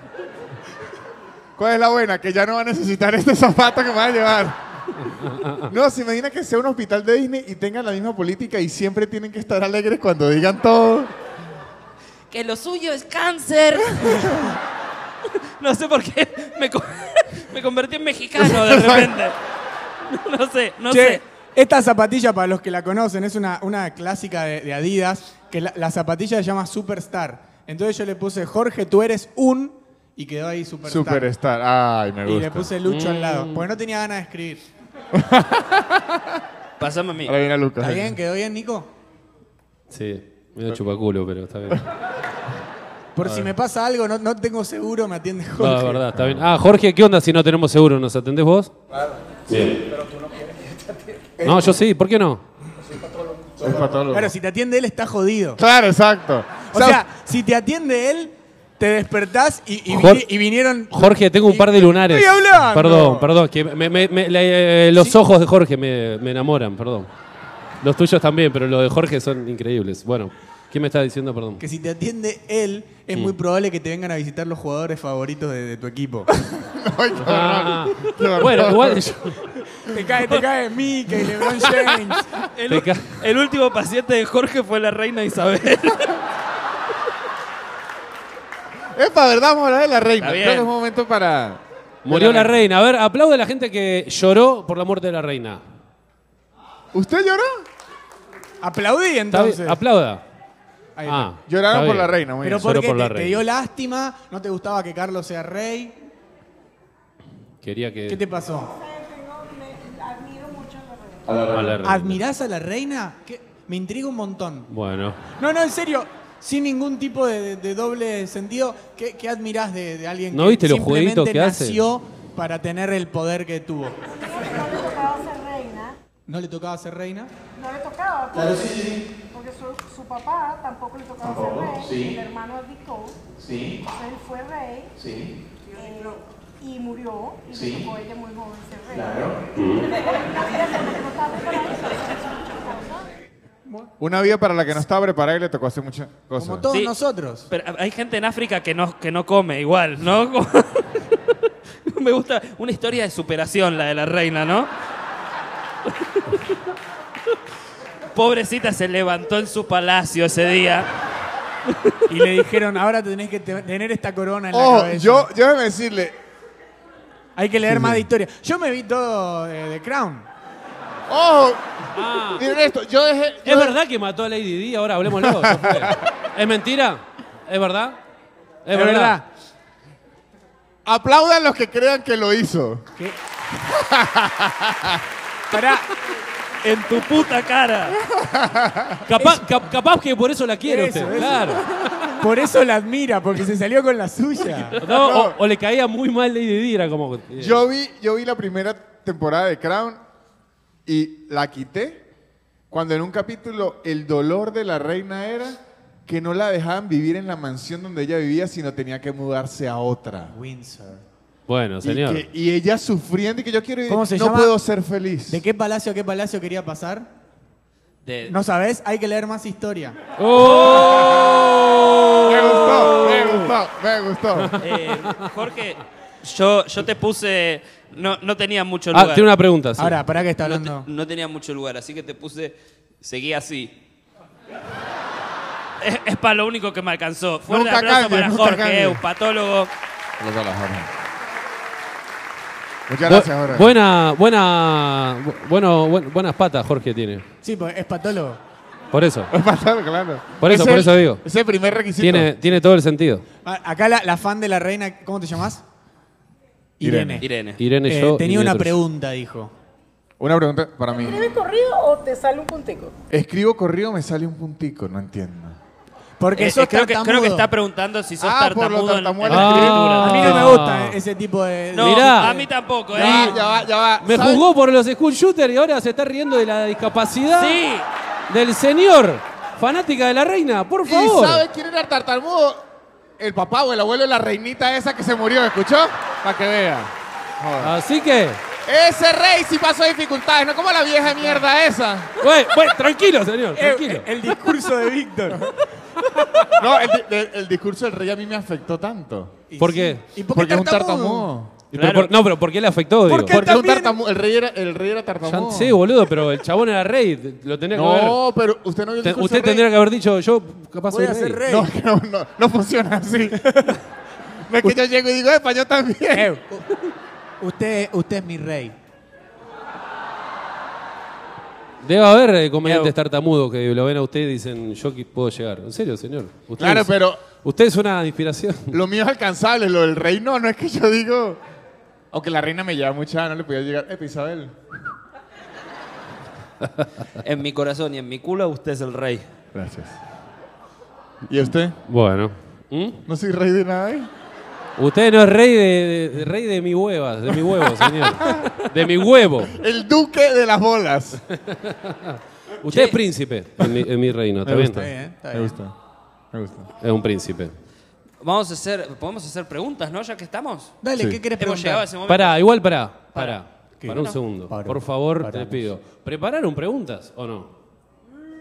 [SPEAKER 3] ¿Cuál es la buena? Que ya no va a necesitar este zapato que me va a llevar. No, se imagina que sea un hospital de Disney y tengan la misma política y siempre tienen que estar alegres cuando digan todo.
[SPEAKER 5] Que lo suyo es cáncer. no sé por qué me, co- me convertí en mexicano de repente. No sé, no
[SPEAKER 4] Che,
[SPEAKER 5] sé.
[SPEAKER 4] esta zapatilla, para los que la conocen, es una, una clásica de, de Adidas, que la, la zapatilla se llama Superstar. Entonces yo le puse, Jorge, tú eres un... Y quedó ahí Superstar.
[SPEAKER 3] Superstar. Ay, me
[SPEAKER 4] y le
[SPEAKER 3] gusta.
[SPEAKER 4] puse Lucho al lado, porque no tenía ganas de escribir.
[SPEAKER 5] Pásame a mí.
[SPEAKER 3] Ahora viene Lucas.
[SPEAKER 4] ¿Está bien? ¿Quedó bien, Nico?
[SPEAKER 1] Sí, medio chupaculo, pero está bien.
[SPEAKER 4] Por si me pasa algo, no, no tengo seguro, me atiende Jorge.
[SPEAKER 1] No, de verdad, está bien. Ah, Jorge, ¿qué onda si no tenemos seguro? ¿Nos atendés vos? Claro. Bien. Pero tú no quieres No, yo sí, ¿por qué no?
[SPEAKER 3] Es patólogo.
[SPEAKER 4] Claro, si te atiende él, está jodido.
[SPEAKER 3] Claro, exacto.
[SPEAKER 4] O sea, si te atiende él, te despertás y, y,
[SPEAKER 1] Jorge-
[SPEAKER 4] vini- y vinieron...
[SPEAKER 1] Jorge, tengo un par de lunares.
[SPEAKER 4] Estoy hablando.
[SPEAKER 1] Perdón, perdón. Que me- me- me- le- eh, los ojos de Jorge me, me enamoran, perdón. Los tuyos también, pero los de Jorge son increíbles. Bueno, ¿quién me está diciendo, perdón?
[SPEAKER 4] Que si te atiende él, es muy probable que te vengan a visitar los jugadores favoritos de, de tu equipo.
[SPEAKER 3] Ay, qué horror.
[SPEAKER 1] Ah,
[SPEAKER 3] Qué horror.
[SPEAKER 1] bueno, igual yo-
[SPEAKER 4] te cae, te cae Mickey, LeBron James.
[SPEAKER 1] Te
[SPEAKER 5] El,
[SPEAKER 1] ca-
[SPEAKER 5] el último paciente de Jorge fue la reina Isabel.
[SPEAKER 3] Epa, ¿verdad? Vamos a hablar de la reina.
[SPEAKER 2] Está bien.
[SPEAKER 3] Creo que es un momento para.
[SPEAKER 1] Murió la reina. A ver, aplaude a la gente que lloró por la muerte de la reina.
[SPEAKER 3] ¿Usted lloró?
[SPEAKER 4] Aplaudí
[SPEAKER 1] Está bien,
[SPEAKER 4] entonces.
[SPEAKER 1] Aplauda.
[SPEAKER 4] Ahí está.
[SPEAKER 1] Ah,
[SPEAKER 3] Lloraron
[SPEAKER 1] está
[SPEAKER 3] por la
[SPEAKER 1] bien.
[SPEAKER 3] reina, muy
[SPEAKER 4] Pero
[SPEAKER 1] solo
[SPEAKER 4] porque
[SPEAKER 1] por la
[SPEAKER 4] te,
[SPEAKER 1] reina.
[SPEAKER 4] te dio lástima, no te gustaba que Carlos sea rey.
[SPEAKER 1] Quería que.
[SPEAKER 4] ¿Qué te pasó?
[SPEAKER 1] a la reina.
[SPEAKER 4] ¿Admirás a la reina? ¿Qué? Me intriga un montón.
[SPEAKER 1] Bueno.
[SPEAKER 4] No, no, en serio, sin ningún tipo de, de- de doble sentido, ¿qué, qué admirás de, de alguien
[SPEAKER 1] ¿No
[SPEAKER 4] que
[SPEAKER 1] viste los
[SPEAKER 4] simplemente
[SPEAKER 1] jueguitos que hace?
[SPEAKER 4] nació para tener el poder que tuvo?
[SPEAKER 9] No le tocaba ser reina.
[SPEAKER 4] ¿No le tocaba ser reina?
[SPEAKER 9] No le tocaba. Porque, porque su, su papá tampoco le tocaba ser rey. El hermano abdicó. Entonces él fue rey. eh, y murió. Y le tocó a ella muy joven ser rey.
[SPEAKER 3] Una vida para la que no estaba preparada y le tocó hacer muchas cosas.
[SPEAKER 4] Como todos
[SPEAKER 2] Sí.
[SPEAKER 4] nosotros.
[SPEAKER 2] Pero ah, hay gente en África que no, que no come igual, ¿no? Como- Me gusta una historia de superación la de la reina, ¿no? Pobrecita se levantó en su palacio ese día.
[SPEAKER 4] Y le dijeron, ahora tenés que te- tener esta corona en la
[SPEAKER 3] Oh,
[SPEAKER 4] cabeza.
[SPEAKER 3] yo, yo déjame decirle.
[SPEAKER 4] Hay que leer más de historia. Yo me vi todo eh, de, de Crown.
[SPEAKER 3] ¡Oh!
[SPEAKER 4] Ah.
[SPEAKER 3] Miren esto, yo dejé.
[SPEAKER 1] ¿Es verdad que mató a Lady Di? Ahora hablemos ¿Es mentira? ¿Es verdad?
[SPEAKER 4] Es verdad.
[SPEAKER 3] Aplaudan los que crean que lo hizo.
[SPEAKER 4] Pará,
[SPEAKER 2] En tu puta cara.
[SPEAKER 1] Capaz, cap- capaz que por eso la quiere
[SPEAKER 4] Eso,
[SPEAKER 1] usted.
[SPEAKER 4] eso.
[SPEAKER 1] Claro.
[SPEAKER 4] por eso la admira, porque se salió con la suya.
[SPEAKER 1] No, O, o le caía muy mal Lady Di, era como.
[SPEAKER 3] Yo vi, yo vi la primera temporada de Crown y la quité cuando en un capítulo el dolor de la reina era que no la dejaban vivir en la mansión donde ella vivía, sino tenía que mudarse a otra.
[SPEAKER 4] Windsor.
[SPEAKER 1] Bueno,
[SPEAKER 3] Y,
[SPEAKER 1] señor.
[SPEAKER 3] que- y ella sufriendo y que yo quiero ir,
[SPEAKER 4] ¿Cómo se
[SPEAKER 3] no
[SPEAKER 4] llama?
[SPEAKER 3] puedo ser feliz.
[SPEAKER 4] ¿De qué palacio a qué palacio quería pasar?
[SPEAKER 6] De-
[SPEAKER 4] No sabes, hay que leer más historia.
[SPEAKER 3] Me gustó, me gustó, me gustó.
[SPEAKER 2] Eh, Jorge, yo, yo te puse. No, no tenía mucho
[SPEAKER 1] Ah,
[SPEAKER 2] lugar.
[SPEAKER 1] tiene una pregunta. sí.
[SPEAKER 4] Ahora, ¿para qué está
[SPEAKER 6] no, te-
[SPEAKER 4] hablando?
[SPEAKER 6] no tenía mucho lugar, así que te puse. Seguí así.
[SPEAKER 2] Es, es para lo único que me alcanzó. Fuerte
[SPEAKER 3] Nunca
[SPEAKER 2] aplauso
[SPEAKER 3] cambie,
[SPEAKER 2] para
[SPEAKER 3] nunca
[SPEAKER 2] Jorge,
[SPEAKER 3] cambie.
[SPEAKER 2] eh, un patólogo.
[SPEAKER 3] Muchas
[SPEAKER 1] Bu-
[SPEAKER 3] gracias, Jorge.
[SPEAKER 1] Buena, buena, bu- bueno, buen- buenas patas Jorge tiene.
[SPEAKER 4] Sí, porque es patólogo.
[SPEAKER 1] Por eso.
[SPEAKER 3] Pasar, claro.
[SPEAKER 1] Por eso,
[SPEAKER 3] Ese
[SPEAKER 1] por
[SPEAKER 3] es-
[SPEAKER 1] eso digo.
[SPEAKER 3] ese Es el primer requisito.
[SPEAKER 1] Tiene, tiene todo el sentido.
[SPEAKER 4] A- Ah, Acá la, la fan de la reina, ¿cómo te llamás? Irene.
[SPEAKER 6] Irene.
[SPEAKER 1] Irene,
[SPEAKER 4] Eh,
[SPEAKER 1] yo.
[SPEAKER 4] tenía
[SPEAKER 1] y
[SPEAKER 4] una
[SPEAKER 1] otros.
[SPEAKER 4] pregunta, dijo.
[SPEAKER 3] Una pregunta para mí.
[SPEAKER 9] ¿Escribes corrido o te sale un puntico?
[SPEAKER 3] Escribo corrido, me sale un puntico, no entiendo.
[SPEAKER 4] Porque
[SPEAKER 2] Eh,
[SPEAKER 4] sos
[SPEAKER 2] eh, creo, que, creo
[SPEAKER 4] tartamudo.
[SPEAKER 2] que está preguntando si sos
[SPEAKER 3] Ah, por lo
[SPEAKER 2] tartamudo en,
[SPEAKER 3] tartamudo
[SPEAKER 2] en la
[SPEAKER 1] de la
[SPEAKER 2] escritura.
[SPEAKER 1] escritura.
[SPEAKER 4] A mí no me gusta eh, ese tipo de...
[SPEAKER 2] No,
[SPEAKER 1] Mirá.
[SPEAKER 2] a mí tampoco, ¿eh?
[SPEAKER 3] Ya, va, ya va, ya va.
[SPEAKER 1] Me
[SPEAKER 3] ¿Sabes?
[SPEAKER 1] juzgó por los school shooters y ahora se está riendo de la discapacidad
[SPEAKER 2] Sí.
[SPEAKER 1] del señor. Fanática de la reina, por favor.
[SPEAKER 3] ¿Y sabe quién era el tartamudo? El papá o el abuelo de la reinita esa que se murió, ¿escuchó? Para que vea. Joder.
[SPEAKER 1] Así que,
[SPEAKER 3] Ese rey sí pasó dificultades, no como la vieja mierda esa.
[SPEAKER 1] güey, güey, tranquilo, señor,
[SPEAKER 4] Eh,
[SPEAKER 1] tranquilo.
[SPEAKER 4] eh, el discurso de Víctor.
[SPEAKER 3] No, el, di- el- el discurso del rey a mí me afectó tanto.
[SPEAKER 1] ¿Por qué?
[SPEAKER 4] ¿Y por qué
[SPEAKER 3] Porque es un
[SPEAKER 4] tartamudo?
[SPEAKER 3] tartamudo.
[SPEAKER 1] Y pero por- no, pero ¿por qué le afectó? Digo?
[SPEAKER 4] qué?
[SPEAKER 3] Porque es un
[SPEAKER 4] También-
[SPEAKER 3] tartamudo. El rey era, el rey era
[SPEAKER 1] Ya
[SPEAKER 3] tartamudo.
[SPEAKER 1] sé, boludo, pero el chabón era rey, te- lo tenía que haber.
[SPEAKER 3] No, pero usted no vio el
[SPEAKER 1] te-
[SPEAKER 3] discurso
[SPEAKER 1] usted
[SPEAKER 3] del rey.
[SPEAKER 1] tendría que haber dicho, yo capaz
[SPEAKER 4] Voy
[SPEAKER 1] soy
[SPEAKER 4] a
[SPEAKER 1] rey.
[SPEAKER 4] ser rey.
[SPEAKER 3] No, que no, no, no funciona así. no es que yo llego y digo, epa, yo también.
[SPEAKER 4] Eh, u- usted, usted es mi rey.
[SPEAKER 1] Debe haber eh, comediantes tartamudos que lo ven a usted y dicen, yo qui- puedo llegar. En serio, señor. Usted
[SPEAKER 3] Claro,
[SPEAKER 1] es-
[SPEAKER 3] pero-
[SPEAKER 1] Usted es una inspiración.
[SPEAKER 3] Lo mío es alcanzable, lo del rey no, no es que yo digo. Aunque la reina me lleva mucha, no le podía llegar. Epa, Isabel.
[SPEAKER 6] En mi corazón y en mi culo, usted es el rey.
[SPEAKER 3] Gracias. ¿Y usted?
[SPEAKER 1] Bueno. ¿Mm?
[SPEAKER 3] ¿No soy rey de nada? eh?
[SPEAKER 1] Usted no es rey de, de- de- rey de mi hueva, de mi huevo, señor. De mi huevo.
[SPEAKER 3] El duque de las bolas.
[SPEAKER 1] Usted es príncipe en mi, en mi reino, ¿está
[SPEAKER 3] Me
[SPEAKER 1] bien?
[SPEAKER 3] gusta. eh.
[SPEAKER 4] bien, está
[SPEAKER 3] Me
[SPEAKER 4] bien.
[SPEAKER 3] gusta. Me gusta.
[SPEAKER 1] Es un príncipe.
[SPEAKER 6] Vamos a hacer. Podemos hacer preguntas, ¿no? Ya que estamos.
[SPEAKER 4] Dale,
[SPEAKER 3] Sí.
[SPEAKER 4] ¿qué querés
[SPEAKER 6] Hemos llegado a
[SPEAKER 4] preguntar?
[SPEAKER 6] ese momento.
[SPEAKER 1] Pará, igual pará. Pará. Para un segundo.
[SPEAKER 4] Paro.
[SPEAKER 1] Por favor, te
[SPEAKER 4] Paramos.
[SPEAKER 1] pido. ¿Prepararon preguntas o no?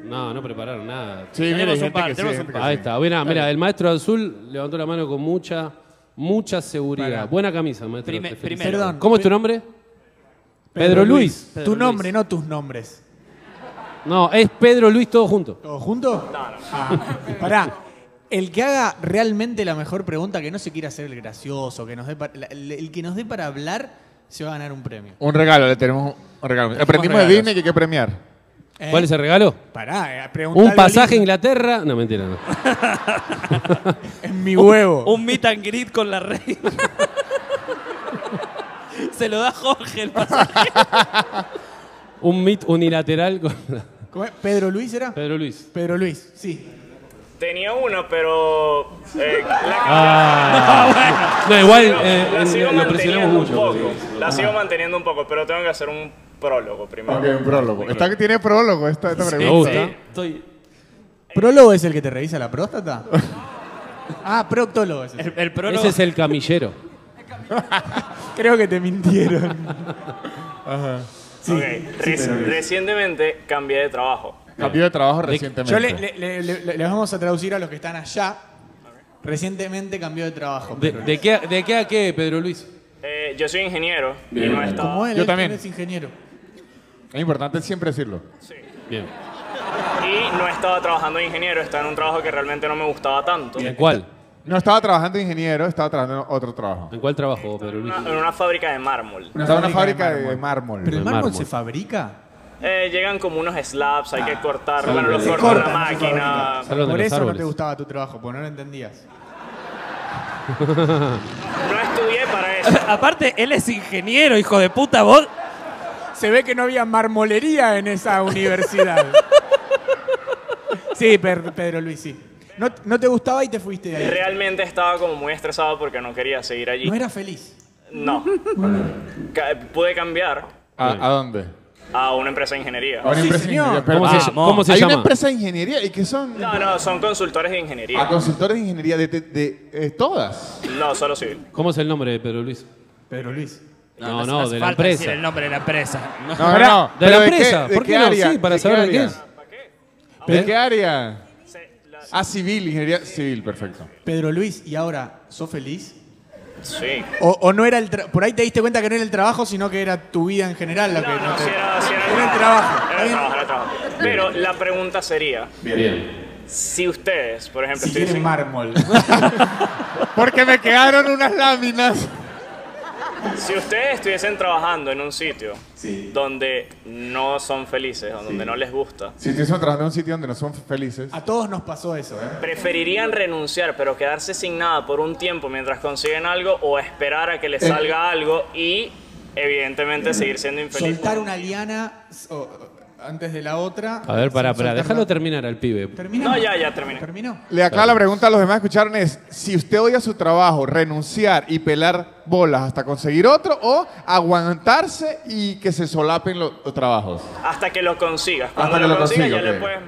[SPEAKER 1] No, no prepararon nada.
[SPEAKER 3] Sí,
[SPEAKER 2] Tenemos
[SPEAKER 3] mira, hay
[SPEAKER 2] un
[SPEAKER 3] gente
[SPEAKER 2] par,
[SPEAKER 3] que sí,
[SPEAKER 2] tenemos
[SPEAKER 3] hay
[SPEAKER 2] un
[SPEAKER 3] gente que
[SPEAKER 1] Ahí
[SPEAKER 3] sí.
[SPEAKER 1] está. Mira, mira, el maestro azul levantó la mano con mucha, mucha seguridad. Buena camisa, maestro.
[SPEAKER 6] Prime-
[SPEAKER 1] te felicito.
[SPEAKER 6] primero.
[SPEAKER 4] Perdón.
[SPEAKER 1] ¿Cómo es tu nombre? Pedro Luis.
[SPEAKER 4] tu nombre, no tus nombres.
[SPEAKER 1] No, es Pedro Luis todo junto.
[SPEAKER 4] ¿Todos juntos? No, no. Ah, Pará. El que haga realmente la mejor pregunta, que no se quiera hacer el gracioso, que nos dé pa- la- el, el que nos dé para hablar, se va a ganar un premio.
[SPEAKER 3] Un regalo, le tenemos un regalo. Aprendimos de
[SPEAKER 4] regalos.
[SPEAKER 3] Disney que hay que premiar.
[SPEAKER 4] ¿Eh?
[SPEAKER 1] ¿Cuál es el regalo?
[SPEAKER 4] Pará, eh, preguntá
[SPEAKER 1] Un
[SPEAKER 4] algo
[SPEAKER 1] pasaje a
[SPEAKER 4] lindo.
[SPEAKER 1] Inglaterra. No, mentira, no.
[SPEAKER 4] en mi huevo.
[SPEAKER 5] Un meet and greet con la reina. Se lo da Jorge el pasaje.
[SPEAKER 1] Un meet unilateral con
[SPEAKER 4] ¿Cómo es? ¿Pedro Luis era?
[SPEAKER 1] Pedro Luis.
[SPEAKER 4] Pedro Luis, sí.
[SPEAKER 7] Tenía una, pero eh, la,
[SPEAKER 1] No, igual eh,
[SPEAKER 7] la
[SPEAKER 1] en-
[SPEAKER 7] sigo
[SPEAKER 1] lo presionamos
[SPEAKER 7] manteniendo un
[SPEAKER 1] mucho.
[SPEAKER 7] poco.
[SPEAKER 1] sí.
[SPEAKER 7] La sigo manteniendo un poco, pero tengo que hacer un prólogo primero.
[SPEAKER 3] Ok, un prólogo. Esta que tiene prólogo, esta, esta
[SPEAKER 1] Me
[SPEAKER 3] pregunta.
[SPEAKER 1] gusta.
[SPEAKER 5] Estoy.
[SPEAKER 4] ¿Prólogo es el que te revisa la próstata? ah, proctólogo es ese.
[SPEAKER 2] El, el prólogo-
[SPEAKER 1] Ese es el camillero.
[SPEAKER 4] Creo que te mintieron.
[SPEAKER 7] Ok, reci- Recientemente cambié de trabajo.
[SPEAKER 3] Cambio de trabajo recientemente.
[SPEAKER 4] Yo le, le- le- le- le- les vamos a traducir a los que están allá. Recientemente cambió de trabajo.
[SPEAKER 1] ¿De, de qué, a- ¿De qué a qué, Pedro Luis?
[SPEAKER 7] Eh, yo soy ingeniero y no he
[SPEAKER 4] Como
[SPEAKER 7] estado.
[SPEAKER 4] él,
[SPEAKER 3] Yo
[SPEAKER 4] él
[SPEAKER 3] también.
[SPEAKER 4] Es ingeniero.
[SPEAKER 3] Es importante siempre decirlo.
[SPEAKER 1] Bien.
[SPEAKER 7] Y no estaba trabajando de ingeniero, estaba en un trabajo que realmente no me gustaba tanto.
[SPEAKER 1] ¿En
[SPEAKER 7] En
[SPEAKER 1] cuál?
[SPEAKER 3] No estaba trabajando de ingeniero, estaba trabajando en otro trabajo.
[SPEAKER 1] ¿En cuál trabajo, Pedro Luis?
[SPEAKER 7] una, en una fábrica de mármol.
[SPEAKER 3] Estaba en una fábrica de mármol.
[SPEAKER 4] ¿Pero el
[SPEAKER 1] De
[SPEAKER 4] mármol, se
[SPEAKER 1] mármol.
[SPEAKER 4] fabrica?
[SPEAKER 7] Eh, llegan como unos slabs, hay que cortar, bueno, los corta
[SPEAKER 4] cortan,
[SPEAKER 7] la
[SPEAKER 4] no se
[SPEAKER 7] máquina.
[SPEAKER 1] Salón de
[SPEAKER 4] Por
[SPEAKER 1] los
[SPEAKER 4] eso no
[SPEAKER 1] árboles.
[SPEAKER 4] te gustaba tu trabajo, porque no lo entendías.
[SPEAKER 7] No estudié para eso.
[SPEAKER 5] Aparte, él es ingeniero, hijo de puta. Vos.
[SPEAKER 4] Se ve que no había marmolería en esa universidad. sí, Per- Pedro Luis, sí. No, no te gustaba y te fuiste de ahí.
[SPEAKER 7] Realmente estaba como muy estresado porque no quería seguir allí.
[SPEAKER 4] No era feliz.
[SPEAKER 7] No. Ca- Pude cambiar
[SPEAKER 3] ¿A, a dónde?
[SPEAKER 7] a una empresa de ingeniería.
[SPEAKER 3] A una empresa de
[SPEAKER 4] señor.
[SPEAKER 3] ingeniería.
[SPEAKER 1] ¿Cómo se,
[SPEAKER 3] Perdón.
[SPEAKER 1] ll- cómo se
[SPEAKER 3] ah, Hay
[SPEAKER 1] llama?
[SPEAKER 3] una empresa de ingeniería y que son
[SPEAKER 7] No, no, son consultores de
[SPEAKER 3] a
[SPEAKER 7] ingeniería.
[SPEAKER 3] consultores de ingeniería de, de- de, eh, todas.
[SPEAKER 7] No, solo civil.
[SPEAKER 1] ¿Cómo es el nombre de Pedro Luis?
[SPEAKER 4] Pedro Luis.
[SPEAKER 1] No, no,
[SPEAKER 5] hace
[SPEAKER 1] de la
[SPEAKER 5] falta decir
[SPEAKER 1] empresa.
[SPEAKER 5] el nombre de la empresa.
[SPEAKER 3] No, no, no.
[SPEAKER 1] De
[SPEAKER 3] ¿Pero
[SPEAKER 1] la empresa.
[SPEAKER 3] de
[SPEAKER 1] ¿Por qué
[SPEAKER 3] qué
[SPEAKER 1] no?
[SPEAKER 3] área?
[SPEAKER 1] Sí, para
[SPEAKER 3] ¿De ¿Eh?
[SPEAKER 1] saber de qué
[SPEAKER 3] área?
[SPEAKER 1] es.
[SPEAKER 3] ¿De qué área?
[SPEAKER 7] Se- la-
[SPEAKER 3] Ah, civil, ingeniería civil, perfecto.
[SPEAKER 4] Pedro Luis, ¿y ahora sos feliz?
[SPEAKER 7] Sí.
[SPEAKER 4] O, o no era el tra- por ahí te diste cuenta que no era el trabajo, sino que era tu vida en general la que
[SPEAKER 7] No,
[SPEAKER 4] no
[SPEAKER 7] no,
[SPEAKER 4] te-
[SPEAKER 7] sí era, sí era
[SPEAKER 4] Era el trabajo.
[SPEAKER 7] Era
[SPEAKER 4] Está
[SPEAKER 7] el
[SPEAKER 4] bien.
[SPEAKER 7] trabajo, era el trabajo. Pero la pregunta sería,
[SPEAKER 1] Bien.
[SPEAKER 7] si ustedes, por ejemplo,
[SPEAKER 4] Si quieren
[SPEAKER 7] estuviesen-
[SPEAKER 4] mármol.
[SPEAKER 3] Porque me quedaron unas láminas.
[SPEAKER 7] si ustedes estuviesen trabajando en un sitio donde no son felices o donde no les gusta,
[SPEAKER 3] Si estuviesen trabajando en un sitio donde no son felices.
[SPEAKER 4] A todos nos pasó eso, ¿eh?
[SPEAKER 7] ¿preferirían renunciar pero quedarse sin nada por un tiempo mientras consiguen algo o esperar a que
[SPEAKER 4] Eh.
[SPEAKER 7] les salga algo y evidentemente seguir siendo infeliz?
[SPEAKER 4] Soltar una liana s- o- o- antes de la otra.
[SPEAKER 1] A ver, pará, pará.
[SPEAKER 4] Soltarla-
[SPEAKER 1] Déjalo terminar al pibe.
[SPEAKER 4] ¿Terminó?
[SPEAKER 7] No, ya, ya terminé.
[SPEAKER 4] ¿Terminó?
[SPEAKER 3] Le aclaro la pregunta a los demás que escucharon es, si usted odia su trabajo, renunciar y pelar bolas hasta conseguir otro o aguantarse y que se solapen lo- los, trabajos.
[SPEAKER 7] Hasta que lo consigas. Cuando
[SPEAKER 3] Hasta que
[SPEAKER 7] lo
[SPEAKER 3] lo
[SPEAKER 7] consigas
[SPEAKER 3] consiga,
[SPEAKER 7] ya
[SPEAKER 3] ok.
[SPEAKER 7] le puedes...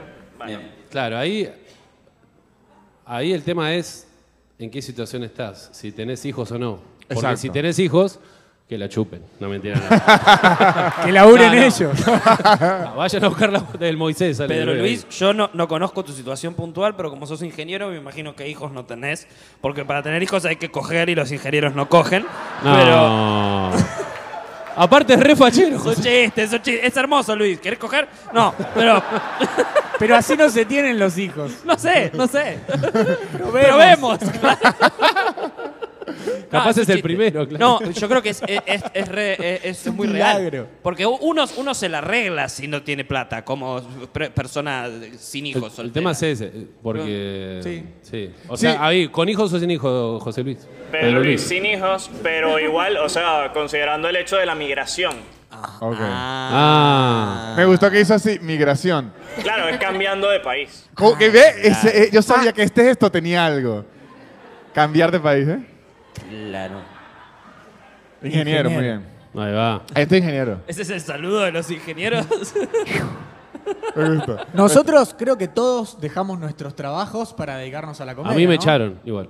[SPEAKER 7] Bueno,
[SPEAKER 1] Claro, ahí, ahí el tema es en qué situación estás, si tenés hijos o no. Porque
[SPEAKER 3] Exacto.
[SPEAKER 1] si tenés hijos, que la chupen. No mentira. no.
[SPEAKER 4] Que laburen
[SPEAKER 1] No, no.
[SPEAKER 4] ellos.
[SPEAKER 1] Ah, Vayan a buscar la bota del Moisés. sale
[SPEAKER 5] Pedro
[SPEAKER 1] el bebé.
[SPEAKER 5] Luis, yo no, no conozco tu situación puntual, pero como sos ingeniero, me imagino que hijos no tenés. Porque para tener hijos hay que coger y los ingenieros no cogen. Pero.
[SPEAKER 1] No. Aparte es re fachero.
[SPEAKER 5] Son chistes, son chistes. Es hermoso, Luis. ¿Querés coger? No, pero.
[SPEAKER 4] Pero así no se tienen los hijos.
[SPEAKER 5] No sé, no sé. Probemos.
[SPEAKER 1] Capaz
[SPEAKER 5] Ah,
[SPEAKER 1] es el
[SPEAKER 5] chiste.
[SPEAKER 1] primero, claro.
[SPEAKER 5] No, yo creo que es, es, es- es re- es- es
[SPEAKER 4] un
[SPEAKER 5] muy
[SPEAKER 4] milagro.
[SPEAKER 5] real. Porque u- uno, uno se la arregla si no tiene plata, como pre- persona sin
[SPEAKER 1] El,
[SPEAKER 5] hijos.
[SPEAKER 1] el
[SPEAKER 5] soltera.
[SPEAKER 1] tema es ese, eh, porque...
[SPEAKER 4] Sí.
[SPEAKER 1] sí. O
[SPEAKER 3] Sí.
[SPEAKER 1] sea, ahí, ¿con hijos o sin hijos, José Luis?
[SPEAKER 7] Pedro Luis, sin hijos, pero igual, o sea, considerando el hecho de la migración.
[SPEAKER 3] Ok.
[SPEAKER 1] Ah.
[SPEAKER 3] Me gustó que hizo así, migración.
[SPEAKER 7] Claro, es cambiando de país.
[SPEAKER 3] Como que ve, ese- eh, yo sabía que este esto tenía algo. Cambiar de país, ¿eh?
[SPEAKER 5] Claro.
[SPEAKER 3] Ingeniero, muy bien.
[SPEAKER 1] Ahí va.
[SPEAKER 3] Este ingeniero.
[SPEAKER 5] Ese es el saludo de los ingenieros.
[SPEAKER 3] Me gusta.
[SPEAKER 4] Nosotros creo que todos dejamos nuestros trabajos para dedicarnos a la
[SPEAKER 1] A
[SPEAKER 4] comedia.
[SPEAKER 1] mí me
[SPEAKER 4] ¿no?
[SPEAKER 1] echaron, igual.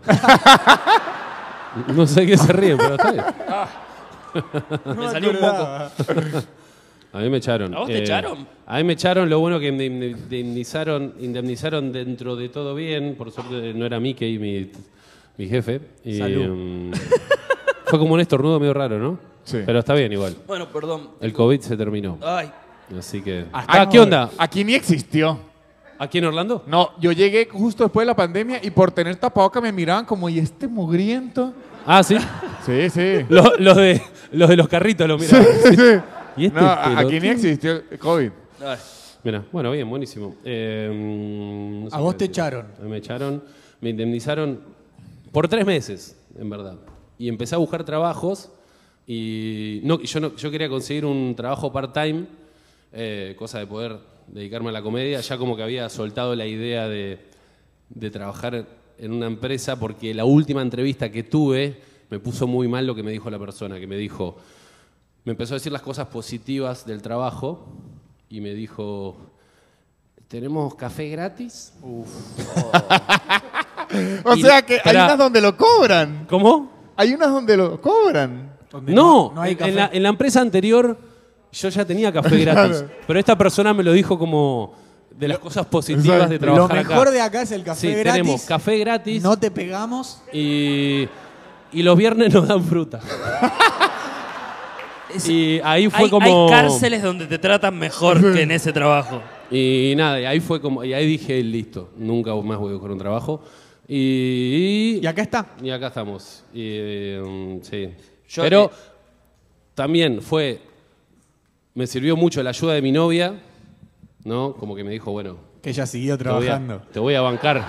[SPEAKER 1] no sé qué se ríen, pero está bien.
[SPEAKER 5] me salió un poco.
[SPEAKER 1] A mí me echaron. eh,
[SPEAKER 5] ¿A vos te echaron?
[SPEAKER 1] A mí me echaron, lo bueno que me indemni- indemnizaron, indemnizaron dentro de todo bien. Por suerte no era Mickey, mi, mi jefe. Y, mm, fue como un estornudo medio raro, ¿no?
[SPEAKER 3] Sí.
[SPEAKER 1] Pero está bien igual.
[SPEAKER 5] Bueno, perdón.
[SPEAKER 1] El COVID se terminó.
[SPEAKER 5] Ay.
[SPEAKER 1] Así que.
[SPEAKER 3] Aquí-
[SPEAKER 1] Ah, ¿qué onda?
[SPEAKER 3] Aquí ni existió.
[SPEAKER 1] ¿Aquí en Orlando?
[SPEAKER 3] No, yo llegué justo después de la pandemia y por tener tapabocas me miraban como, ¿y este mugriento?
[SPEAKER 1] Ah, sí.
[SPEAKER 3] Sí, sí.
[SPEAKER 1] Los, los de, los de los carritos, lo miraron.
[SPEAKER 3] Sí.
[SPEAKER 1] ¿Y este
[SPEAKER 3] no, a- aquí
[SPEAKER 1] pelotudo?
[SPEAKER 3] ni existió el COVID.
[SPEAKER 1] Mira, bueno, bien, buenísimo. Eh, mm, no sé
[SPEAKER 4] A
[SPEAKER 1] qué
[SPEAKER 4] vos te
[SPEAKER 1] decir.
[SPEAKER 4] echaron.
[SPEAKER 1] A mí Me echaron, me indemnizaron por tres meses, en verdad. Y empecé a buscar trabajos y no, yo, no, yo quería conseguir un trabajo part-time, eh, cosa de poder dedicarme a la comedia. Ya como que había soltado la idea de, de trabajar en una empresa porque la última entrevista que tuve me puso muy mal lo que me dijo la persona, que me dijo, me empezó a decir las cosas positivas del trabajo y me dijo, ¿tenemos café gratis?
[SPEAKER 3] O
[SPEAKER 1] Y-
[SPEAKER 3] sea que hay
[SPEAKER 1] Pará.
[SPEAKER 3] unas donde lo cobran.
[SPEAKER 1] ¿Cómo?
[SPEAKER 3] Hay unas donde lo cobran.
[SPEAKER 1] No,
[SPEAKER 4] no hay
[SPEAKER 1] en-
[SPEAKER 4] café.
[SPEAKER 1] En, la, en la empresa anterior yo ya tenía café gratis, pero esta persona me lo dijo como de las cosas positivas de
[SPEAKER 3] Exacto.
[SPEAKER 4] Lo
[SPEAKER 1] trabajar
[SPEAKER 4] mejor
[SPEAKER 1] acá.
[SPEAKER 4] de acá es el café
[SPEAKER 1] sí,
[SPEAKER 4] gratis.
[SPEAKER 1] tenemos café gratis
[SPEAKER 4] No te pegamos.
[SPEAKER 1] y, y los viernes nos dan fruta.
[SPEAKER 5] Es-
[SPEAKER 1] Y ahí fue
[SPEAKER 5] hay,
[SPEAKER 1] como...
[SPEAKER 5] hay cárceles donde te tratan mejor que en ese trabajo.
[SPEAKER 1] Y nada, y ahí fue como, y ahí dije, listo, nunca más voy a buscar un trabajo. Y,
[SPEAKER 4] Y acá está.
[SPEAKER 1] y acá estamos. Y, eh, sí.
[SPEAKER 6] Yo-
[SPEAKER 1] Pero
[SPEAKER 6] eh,
[SPEAKER 1] también fue, me sirvió mucho la ayuda de mi novia, ¿no? Como que me dijo, bueno,
[SPEAKER 4] Que ella siguió
[SPEAKER 1] te voy a-
[SPEAKER 4] trabajando.
[SPEAKER 1] te voy a bancar,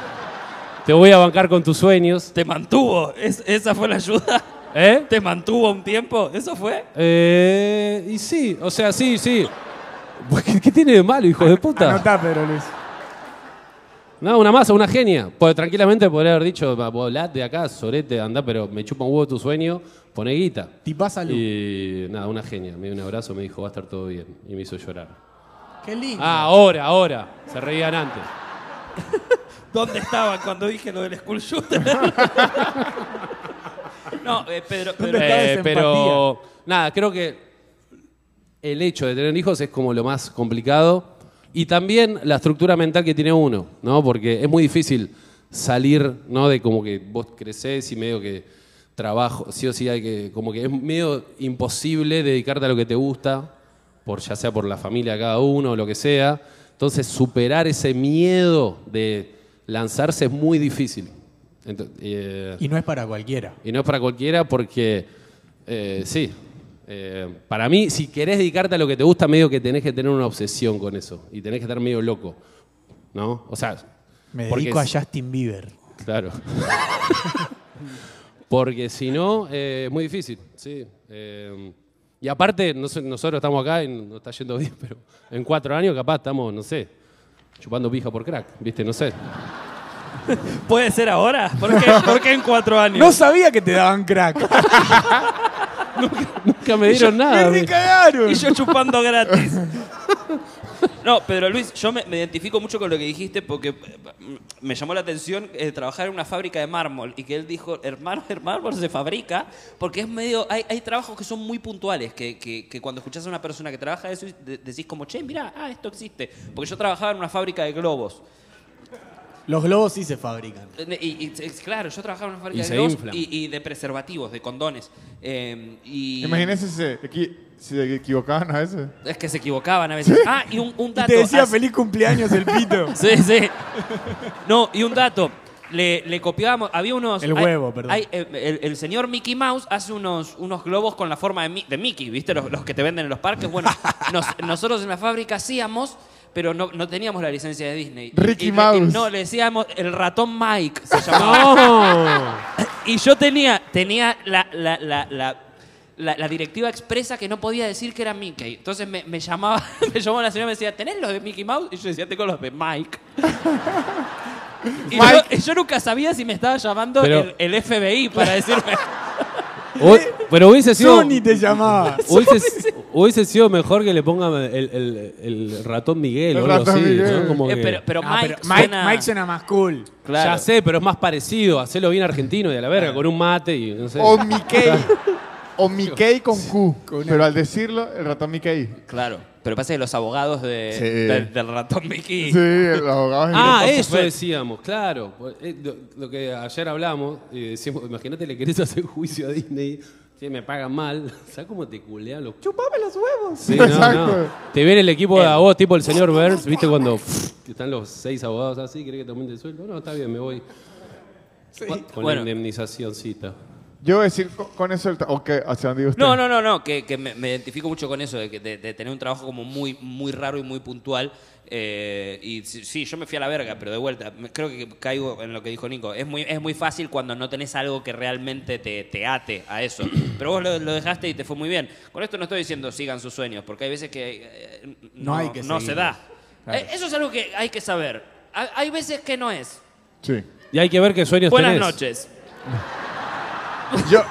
[SPEAKER 1] te voy a bancar con tus sueños.
[SPEAKER 5] Te mantuvo. Es- esa fue la ayuda.
[SPEAKER 1] ¿Eh?
[SPEAKER 5] Te mantuvo un tiempo. ¿Eso fue?
[SPEAKER 1] Eh, y sí, o sea, sí, sí. Pues, ¿Qué, qué tiene de malo, hijo de puta?
[SPEAKER 4] Anotá, Pedro Luis.
[SPEAKER 1] No, una masa, una genia. Pues tranquilamente podría haber dicho, "Va, vos volate de acá, sorete, andá, pero me chupa un huevo tu sueño, pone guita.
[SPEAKER 4] Tipá salud.
[SPEAKER 1] Y nada, una genia. Me dio un abrazo, me dijo, va a estar todo bien. Y me hizo llorar.
[SPEAKER 4] Qué lindo.
[SPEAKER 1] Ah, ahora, ahora. Se reían antes.
[SPEAKER 5] ¿Dónde estaban cuando dije lo del school shooter?
[SPEAKER 6] No, eh, Pedro,
[SPEAKER 4] ¿Dónde
[SPEAKER 6] Pedro,
[SPEAKER 4] está
[SPEAKER 1] Eh,
[SPEAKER 4] esa
[SPEAKER 1] pero nada, creo que el hecho de tener hijos es como lo más complicado. Y también la estructura mental que tiene uno, ¿no? Porque es muy difícil salir, ¿no? De como que vos creces y medio que trabajo, sí o sí hay que, como que es medio imposible dedicarte a lo que te gusta, por ya sea por la familia de cada uno o lo que sea. Entonces superar ese miedo de lanzarse es muy difícil. Ento- eh,
[SPEAKER 4] Y no es para cualquiera.
[SPEAKER 1] y no es para cualquiera porque, eh, sí, eh, para mí, si querés dedicarte a lo que te gusta, medio que tenés que tener una obsesión con eso y tenés que estar medio loco, ¿no? O sea,
[SPEAKER 4] Me
[SPEAKER 1] Porque
[SPEAKER 4] dedico a
[SPEAKER 1] es-
[SPEAKER 4] Justin Bieber.
[SPEAKER 1] claro. porque si no, eh, es muy difícil, sí. Eh, y aparte, no sé, nosotros estamos acá y nos está yendo bien, pero en cuatro años capaz estamos, no sé, chupando pija por crack, ¿viste? No sé.
[SPEAKER 5] ¿Puede ser ahora? ¿Por qué, por qué en cuatro años?
[SPEAKER 4] No sabía que te daban crack.
[SPEAKER 1] Nunca me dieron nada.
[SPEAKER 4] ¡Me
[SPEAKER 1] me-
[SPEAKER 4] cagaron!
[SPEAKER 5] Y yo chupando gratis.
[SPEAKER 6] no, Pedro Luis, yo me, me identifico mucho con lo que dijiste porque eh, me llamó la atención eh, trabajar en una fábrica de mármol y que él dijo, hermano, el mármol se fabrica porque es medio, hay, hay trabajos que son muy puntuales, que, que- que cuando escuchás a una persona que trabaja eso y de- decís como, che, mira, ah, esto existe. Porque yo trabajaba en una fábrica de globos Eh,
[SPEAKER 4] Los globos sí se fabrican.
[SPEAKER 6] Y, y- y- claro, yo trabajaba en una
[SPEAKER 1] Y
[SPEAKER 6] fábrica
[SPEAKER 1] se
[SPEAKER 6] de globos
[SPEAKER 1] inflan.
[SPEAKER 6] y, y de preservativos, de condones. Eh, y
[SPEAKER 3] Imagínense si se, equi- si se equivocaban a veces.
[SPEAKER 6] Es que se equivocaban a veces. Ah, y un, un
[SPEAKER 4] Y
[SPEAKER 6] dato.
[SPEAKER 4] te decía
[SPEAKER 6] hace-
[SPEAKER 4] feliz cumpleaños el pito.
[SPEAKER 6] Sí, sí. No, y un dato. Le, le copiábamos, había unos...
[SPEAKER 4] El
[SPEAKER 6] hay-
[SPEAKER 4] huevo, perdón.
[SPEAKER 6] hay, eh, el, el señor Mickey Mouse hace unos, unos globos con la forma de, Mi- de Mickey, ¿viste? Los, los que te venden en los parques. Bueno, nos- nosotros en la fábrica hacíamos, pero no, no teníamos la licencia de Disney. Y-
[SPEAKER 3] Ricky
[SPEAKER 6] y- y
[SPEAKER 3] Mouse.
[SPEAKER 6] no, le decíamos el ratón Mike, se llamaba.
[SPEAKER 1] No.
[SPEAKER 6] Y yo tenía, tenía la, la, la, la, la- la directiva expresa que no podía decir que era Mickey. Entonces me, me llamaba, me llamaba la señora y me decía, ¿tenés los de Mickey Mouse? Y yo decía, tengo los de Mike. Y yo,
[SPEAKER 3] Mike.
[SPEAKER 6] y yo nunca sabía si me estaba llamando
[SPEAKER 1] Pero-
[SPEAKER 6] el, el FBI para decirme.
[SPEAKER 1] O- pero hubiese sido...
[SPEAKER 4] Sony te llamaba.
[SPEAKER 1] Hubiese, hubiese sido mejor que le pongan el, el- el ratón
[SPEAKER 3] El
[SPEAKER 1] Miguel o algo
[SPEAKER 3] ratón
[SPEAKER 1] así.
[SPEAKER 3] Miguel.
[SPEAKER 1] ¿no? Como
[SPEAKER 6] Eh,
[SPEAKER 1] que-
[SPEAKER 6] pero pero
[SPEAKER 4] Ah,
[SPEAKER 6] Mike,
[SPEAKER 4] pero Mike,
[SPEAKER 6] suena-
[SPEAKER 4] Mike suena más cool.
[SPEAKER 6] Claro.
[SPEAKER 1] Ya sé, pero es más parecido. Hacelo bien argentino y a la verga, con un mate y no sé.
[SPEAKER 3] O Mickey. o Mickey con Q. Pero al decirlo, el ratón Mickey.
[SPEAKER 6] Claro. Pero pasa que los abogados de,
[SPEAKER 3] Sí.
[SPEAKER 6] del, del ratón Mickey.
[SPEAKER 3] Sí, el abogado es
[SPEAKER 1] Ah,
[SPEAKER 3] el-
[SPEAKER 1] eso decíamos, Pues, claro. Eh, Lo, lo que ayer hablamos, eh, decíamos, imagínate, le querés hacer juicio a Disney Sí, me pagan mal. ¿Sabes cómo te culean los
[SPEAKER 4] ¡Chupame los huevos! Eh.
[SPEAKER 1] Sí, no,
[SPEAKER 3] Exacto.
[SPEAKER 1] no. Te viene el equipo de abogados, tipo el señor Burns, ¿viste? Cuando pff, que están los seis abogados así, ¿querés que te aumente el sueldo? No, está bien, me voy. Con
[SPEAKER 6] Bueno.
[SPEAKER 1] la indemnizacioncita.
[SPEAKER 3] Yo voy a decir co- con eso el tra- Ok, hacia dónde iba usted.
[SPEAKER 6] No, no, no, no, que, que me, me identifico mucho con eso, de, que- de- de tener un trabajo como muy, muy raro y muy puntual. eh, y sí, sí, yo me fui a la verga, pero de vuelta, me- creo que caigo en lo que dijo Nico. Es muy, es muy fácil cuando no tenés algo que realmente te, te ate a eso. Pero vos lo, lo dejaste y te fue muy bien. Con esto no estoy diciendo sigan sus sueños, porque hay veces que eh, n-
[SPEAKER 4] No
[SPEAKER 6] no,
[SPEAKER 4] hay que
[SPEAKER 6] no se
[SPEAKER 4] seguirlos.
[SPEAKER 6] da. Eh, eso es algo que hay que saber. Ha- Hay veces que no es.
[SPEAKER 3] Sí.
[SPEAKER 1] Y hay que ver qué sueños
[SPEAKER 6] Buenas
[SPEAKER 1] tenés.
[SPEAKER 6] noches.
[SPEAKER 3] Yo.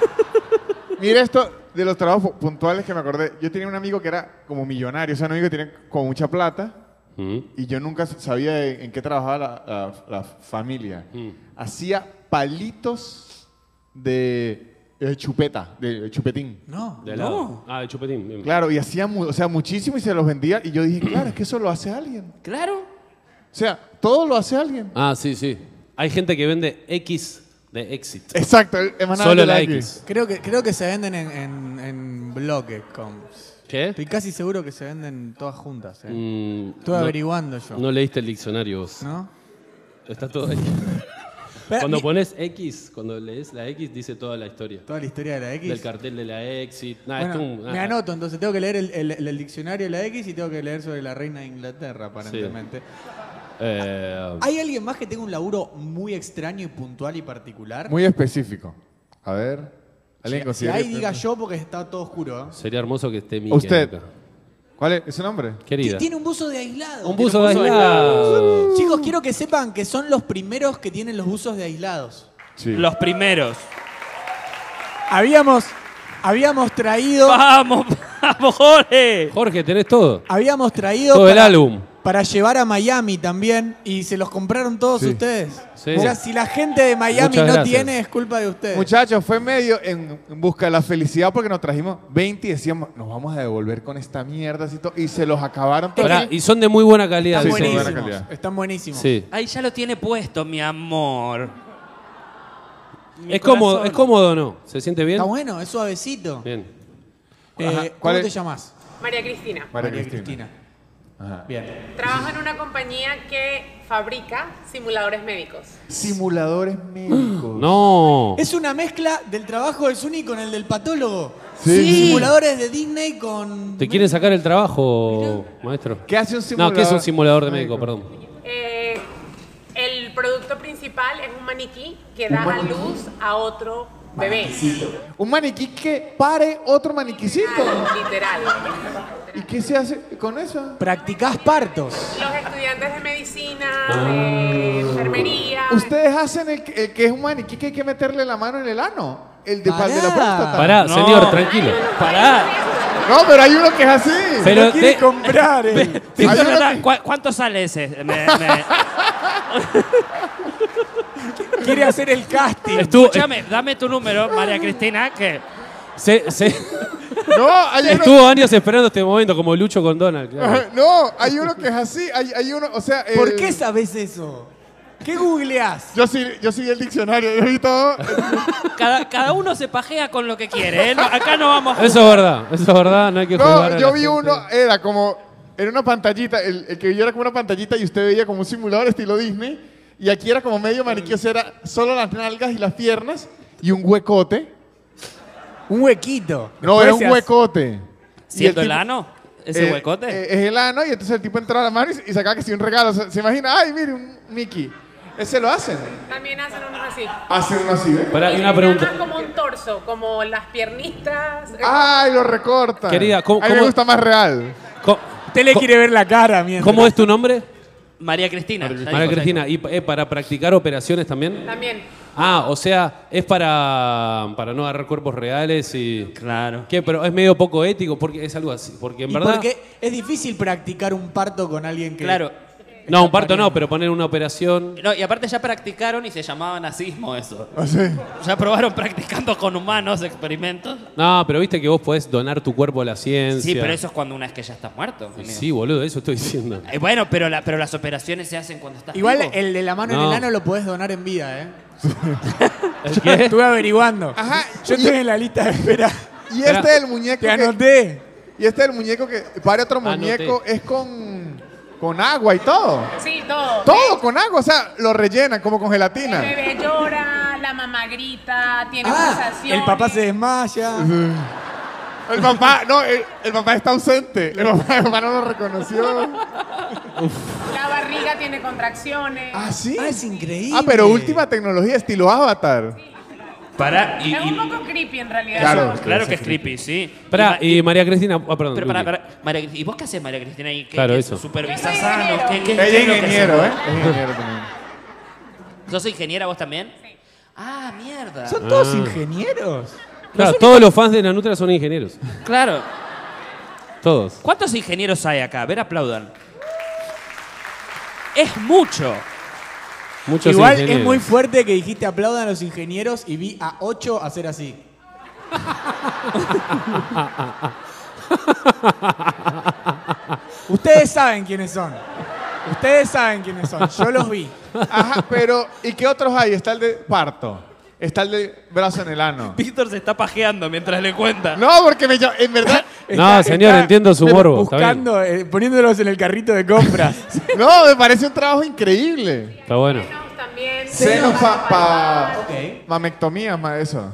[SPEAKER 3] Mira esto de los trabajos puntuales que me acordé. Yo tenía un amigo que era como millonario, o sea, un amigo que tenía como mucha plata
[SPEAKER 1] Mm.
[SPEAKER 3] y yo nunca sabía en, en qué trabajaba la, la- la familia.
[SPEAKER 1] Mm.
[SPEAKER 3] Hacía palitos de, eh, chupeta, de chupetín.
[SPEAKER 4] No.
[SPEAKER 1] De helado. Ah, de chupetín. bien.
[SPEAKER 3] Claro, y hacía mu- o sea, muchísimo y se los vendía y yo dije, claro, es que eso lo hace alguien.
[SPEAKER 6] Claro.
[SPEAKER 3] O sea, todo lo hace alguien.
[SPEAKER 1] Ah, sí, sí. Hay gente que vende X de exit.
[SPEAKER 3] Exacto, el- es más nada
[SPEAKER 1] Solo
[SPEAKER 3] que
[SPEAKER 1] la
[SPEAKER 3] aquí.
[SPEAKER 1] X.
[SPEAKER 4] Creo que, creo que se venden en, en, en bloque. Combs. Estoy
[SPEAKER 1] ¿Qué?
[SPEAKER 4] casi seguro que se venden todas juntas. eh.
[SPEAKER 1] ¿Eh? Mm,
[SPEAKER 4] Estuve averiguando yo.
[SPEAKER 1] no, no leíste el diccionario vos.
[SPEAKER 4] ¿No?
[SPEAKER 1] Está todo.
[SPEAKER 4] Pero
[SPEAKER 1] cuando
[SPEAKER 4] mi-
[SPEAKER 1] pones X, cuando lees la X, dice toda la historia.
[SPEAKER 4] Toda la historia de la X.
[SPEAKER 1] Del cartel de la exit. Nah,
[SPEAKER 4] Bueno,
[SPEAKER 1] esto es un-
[SPEAKER 4] me
[SPEAKER 1] ah,
[SPEAKER 4] anoto, entonces tengo que leer el, el- el diccionario de la X y tengo que leer sobre la reina de Inglaterra, aparentemente.
[SPEAKER 1] eh,
[SPEAKER 4] ¿Hay alguien más que tenga un laburo muy extraño y puntual y particular?
[SPEAKER 3] Muy específico. A ver.
[SPEAKER 4] si,
[SPEAKER 3] ¿Alguien
[SPEAKER 4] si
[SPEAKER 3] considera
[SPEAKER 4] hay,
[SPEAKER 3] que-
[SPEAKER 4] diga yo porque está todo oscuro. ¿eh?
[SPEAKER 1] sería hermoso que esté mi
[SPEAKER 3] Usted. ¿Cuál es, es su nombre?
[SPEAKER 1] Querida.
[SPEAKER 4] Tiene un buzo de aislado.
[SPEAKER 1] Un
[SPEAKER 4] tiene
[SPEAKER 1] buzo de aislado.
[SPEAKER 4] Chicos, quiero que sepan que son los primeros que tienen los buzos de aislados.
[SPEAKER 3] Sí.
[SPEAKER 6] Los primeros.
[SPEAKER 4] Habíamos, habíamos traído,
[SPEAKER 6] ¡Vamos, vamos, Jorge!
[SPEAKER 1] Jorge, tenés todo.
[SPEAKER 4] habíamos traído
[SPEAKER 1] Todo el
[SPEAKER 4] para-
[SPEAKER 1] álbum.
[SPEAKER 4] para llevar a Miami también y se los compraron todos
[SPEAKER 3] Sí.
[SPEAKER 4] ustedes.
[SPEAKER 1] Sí.
[SPEAKER 4] O sea, si la gente de Miami
[SPEAKER 1] Muchas
[SPEAKER 4] no
[SPEAKER 1] gracias.
[SPEAKER 4] tiene, es culpa de ustedes.
[SPEAKER 3] Muchachos, fue medio en, en busca de la felicidad porque nos trajimos 20 y decíamos, nos vamos a devolver con esta mierda así todo", y se los acabaron todos.
[SPEAKER 1] Pará, y son de muy buena calidad.
[SPEAKER 4] Están
[SPEAKER 3] Sí, sí,
[SPEAKER 1] dice.
[SPEAKER 3] buena
[SPEAKER 4] buenísimos.
[SPEAKER 3] calidad.
[SPEAKER 4] Están buenísimos.
[SPEAKER 1] Sí.
[SPEAKER 6] Ahí ya lo tiene puesto, mi amor. Mi
[SPEAKER 1] Es cómodo,
[SPEAKER 6] corazón.
[SPEAKER 1] es cómodo, ¿no? ¿Se siente bien?
[SPEAKER 4] Está bueno, es suavecito.
[SPEAKER 1] Bien.
[SPEAKER 4] Eh,
[SPEAKER 3] Ajá,
[SPEAKER 4] ¿Cómo
[SPEAKER 3] ¿cuál
[SPEAKER 4] te
[SPEAKER 3] es?
[SPEAKER 4] llamas?
[SPEAKER 10] María Cristina.
[SPEAKER 3] María Cristina. Ajá.
[SPEAKER 4] Bien.
[SPEAKER 10] Trabajo en una compañía que fabrica simuladores médicos.
[SPEAKER 3] Simuladores médicos.
[SPEAKER 1] No.
[SPEAKER 4] Es una mezcla del trabajo del Zuni con el del patólogo.
[SPEAKER 3] Sí. Sí.
[SPEAKER 4] Simuladores de Disney con.
[SPEAKER 1] ¿Te quieren sacar el trabajo, maestro?
[SPEAKER 3] ¿Qué hace un simulador?
[SPEAKER 1] No, ¿qué es un simulador de médico? Perdón.
[SPEAKER 10] Eh, el producto principal es un maniquí que da a luz a otro bebé.
[SPEAKER 3] Un maniquí que pare otro maniquicito.
[SPEAKER 10] Literal.
[SPEAKER 3] ¿Y qué se hace con eso?
[SPEAKER 4] Practicás partos.
[SPEAKER 10] Los estudiantes de medicina, de enfermería.
[SPEAKER 3] Ustedes hacen el, que- el que es un maniquí que hay que meterle la mano en el ano. El de,
[SPEAKER 4] Pará.
[SPEAKER 3] el de la próstata.
[SPEAKER 1] Pará,
[SPEAKER 6] No.
[SPEAKER 1] señor, tranquilo.
[SPEAKER 6] Pará.
[SPEAKER 3] No, pero hay uno que es así.
[SPEAKER 1] Pero te-
[SPEAKER 4] comprar
[SPEAKER 6] Te digo la
[SPEAKER 3] Hay uno
[SPEAKER 6] verdad,
[SPEAKER 3] que-
[SPEAKER 6] ¿cu- ¿Cuánto sale ese? Me- me-
[SPEAKER 4] Quiere hacer el casting.
[SPEAKER 1] estuvo-
[SPEAKER 6] Escúchame, dame tu número, María Cristina, que
[SPEAKER 1] se- se-
[SPEAKER 3] No, hay uno
[SPEAKER 1] estuvo años esperando este momento, como Lucho con Donald. claro.
[SPEAKER 3] No, hay uno que es así, hay, hay uno, o sea... el-
[SPEAKER 4] ¿Por qué sabes eso? ¿Qué googleás?
[SPEAKER 3] Yo sí, yo sí vi el diccionario, yo vi todo.
[SPEAKER 6] cada, cada uno se pajea con lo que quiere. ¿eh? No, acá no vamos a
[SPEAKER 1] Eso es verdad, eso es verdad, no hay que jugar.
[SPEAKER 3] No, yo vi uno, era como, era una pantallita, el, el que yo era como una pantallita y usted veía como un simulador estilo Disney, y aquí era como medio maniquí, o sea, era solo las nalgas y las piernas y un huecote.
[SPEAKER 4] Un huequito.
[SPEAKER 3] No,
[SPEAKER 4] Después
[SPEAKER 3] era un
[SPEAKER 4] se hace-
[SPEAKER 3] huecote. Y
[SPEAKER 6] ¿Siendo el,
[SPEAKER 3] tipo-
[SPEAKER 6] ano? ¿Ese
[SPEAKER 3] eh,
[SPEAKER 6] huecote?
[SPEAKER 3] eh, es el ano y entonces el tipo entraba la mano y, y sacaba que sí un regalo. Se, se imagina, ay, mire, un Mickey. Ese lo hacen.
[SPEAKER 10] También hacen unos así.
[SPEAKER 3] Hacen uno así, ¿eh? ¿ves?
[SPEAKER 1] Pará, y una
[SPEAKER 10] Nada más
[SPEAKER 1] pregunta.
[SPEAKER 10] como un torso, como las piernitas.
[SPEAKER 3] Ay, lo recortan.
[SPEAKER 1] Querida, ¿cómo-
[SPEAKER 3] A mí me
[SPEAKER 1] cómo-
[SPEAKER 3] gusta más real.
[SPEAKER 1] Co-
[SPEAKER 4] Usted le
[SPEAKER 1] co-
[SPEAKER 4] quiere ver la cara mientras.
[SPEAKER 1] ¿Cómo es tu nombre?
[SPEAKER 6] María Cristina. Ya
[SPEAKER 1] María
[SPEAKER 6] dijo, ya
[SPEAKER 1] Cristina, ¿y eh, para practicar operaciones también?
[SPEAKER 10] También.
[SPEAKER 1] Ah, o sea, es para, para no agarrar cuerpos reales y...
[SPEAKER 6] dijo. Claro.
[SPEAKER 1] ¿Qué? Pero es medio poco ético porque es algo así. Porque en
[SPEAKER 4] Y
[SPEAKER 1] verdad...
[SPEAKER 4] Porque es difícil practicar un parto con alguien que.
[SPEAKER 6] Claro.
[SPEAKER 1] No, un parto no, pero poner una operación.
[SPEAKER 5] No, y aparte ya practicaron y se llamaba nazismo eso.
[SPEAKER 3] ¿Ah, sí?
[SPEAKER 5] Ya probaron practicando con humanos experimentos.
[SPEAKER 1] No, pero viste que vos podés donar tu cuerpo a la ciencia.
[SPEAKER 5] Sí, pero eso es cuando una es que ya estás muerto.
[SPEAKER 1] Y
[SPEAKER 5] amigo.
[SPEAKER 1] Sí, boludo, eso estoy diciendo.
[SPEAKER 5] Eh, bueno, pero, la- pero las operaciones se hacen cuando estás
[SPEAKER 4] Igual
[SPEAKER 5] vivo.
[SPEAKER 4] el de la mano en
[SPEAKER 1] No.
[SPEAKER 4] el ano lo podés donar en vida, ¿eh?
[SPEAKER 1] ¿El qué?
[SPEAKER 4] Estuve averiguando.
[SPEAKER 3] Ajá,
[SPEAKER 4] Yo
[SPEAKER 3] y-
[SPEAKER 4] estoy en la lista de espera.
[SPEAKER 3] Y este es el muñeco
[SPEAKER 4] Te
[SPEAKER 3] que,
[SPEAKER 4] anoté.
[SPEAKER 3] y este es el muñeco que para otro
[SPEAKER 1] Anoté.
[SPEAKER 3] muñeco es con con agua y todo.
[SPEAKER 10] Sí, todo.
[SPEAKER 3] Todo con agua, o sea, lo rellenan como con
[SPEAKER 10] El
[SPEAKER 3] gelatina.
[SPEAKER 10] bebé llora, la mamá grita, tiene
[SPEAKER 4] Ah,
[SPEAKER 10] pulsaciones.
[SPEAKER 4] el papá se desmaya.
[SPEAKER 3] El papá, no, el, el papá está ausente. El papá, el papá no lo reconoció.
[SPEAKER 10] La barriga tiene contracciones.
[SPEAKER 3] Ah, sí.
[SPEAKER 4] Ah, es increíble.
[SPEAKER 3] Ah, pero última tecnología estilo Avatar.
[SPEAKER 5] Pará, y-
[SPEAKER 10] es un
[SPEAKER 5] y-
[SPEAKER 10] poco creepy en realidad.
[SPEAKER 3] Claro.
[SPEAKER 5] Claro que es creepy, sí.
[SPEAKER 1] Pará,
[SPEAKER 5] y,
[SPEAKER 1] y María Cristina. Ah, perdón.
[SPEAKER 5] pero pará,
[SPEAKER 1] Luqui.
[SPEAKER 5] pará, María Cristina, ¿y vos qué haces, María Cristina? ahí? ¿Qué,
[SPEAKER 1] Claro,
[SPEAKER 5] qué
[SPEAKER 1] eso.
[SPEAKER 5] ¿Supervisas
[SPEAKER 10] Yo soy ingeniero.
[SPEAKER 5] sanos? ¿Qué- qué- qué
[SPEAKER 3] Ella
[SPEAKER 5] es
[SPEAKER 3] es
[SPEAKER 5] lo que
[SPEAKER 3] ingeniero, ¿eh?
[SPEAKER 5] haces?
[SPEAKER 3] Es ingeniero también.
[SPEAKER 5] ¿Sos ingeniera vos también? Ah, mierda.
[SPEAKER 4] ¿Son todos
[SPEAKER 1] Ah.
[SPEAKER 4] ingenieros?
[SPEAKER 1] Claro, todos los fans de Nanutra son ingenieros.
[SPEAKER 5] Claro.
[SPEAKER 1] Todos.
[SPEAKER 5] ¿Cuántos ingenieros hay acá? A ver, aplaudan. Es mucho.
[SPEAKER 1] Muchos
[SPEAKER 4] Igual
[SPEAKER 1] ingenieros.
[SPEAKER 4] es muy fuerte que dijiste aplaudan a los ingenieros y vi a 8 hacer así. Ustedes saben quiénes son. Ustedes saben quiénes son. Yo los vi.
[SPEAKER 3] Ajá, pero ¿y qué otros hay? Está el de parto. Está el de brazo en el ano.
[SPEAKER 5] Víctor se está pajeando mientras le cuenta.
[SPEAKER 3] No, porque me llam- en verdad.
[SPEAKER 1] No, señor, entiendo su morbo, está bien.
[SPEAKER 4] Buscando, eh, poniéndolos en el carrito de compras.
[SPEAKER 3] No, me parece un trabajo increíble.
[SPEAKER 1] Está bueno.
[SPEAKER 10] Senos también.
[SPEAKER 3] Senos pa, pa
[SPEAKER 4] Ok.
[SPEAKER 3] mamectomías, más eso.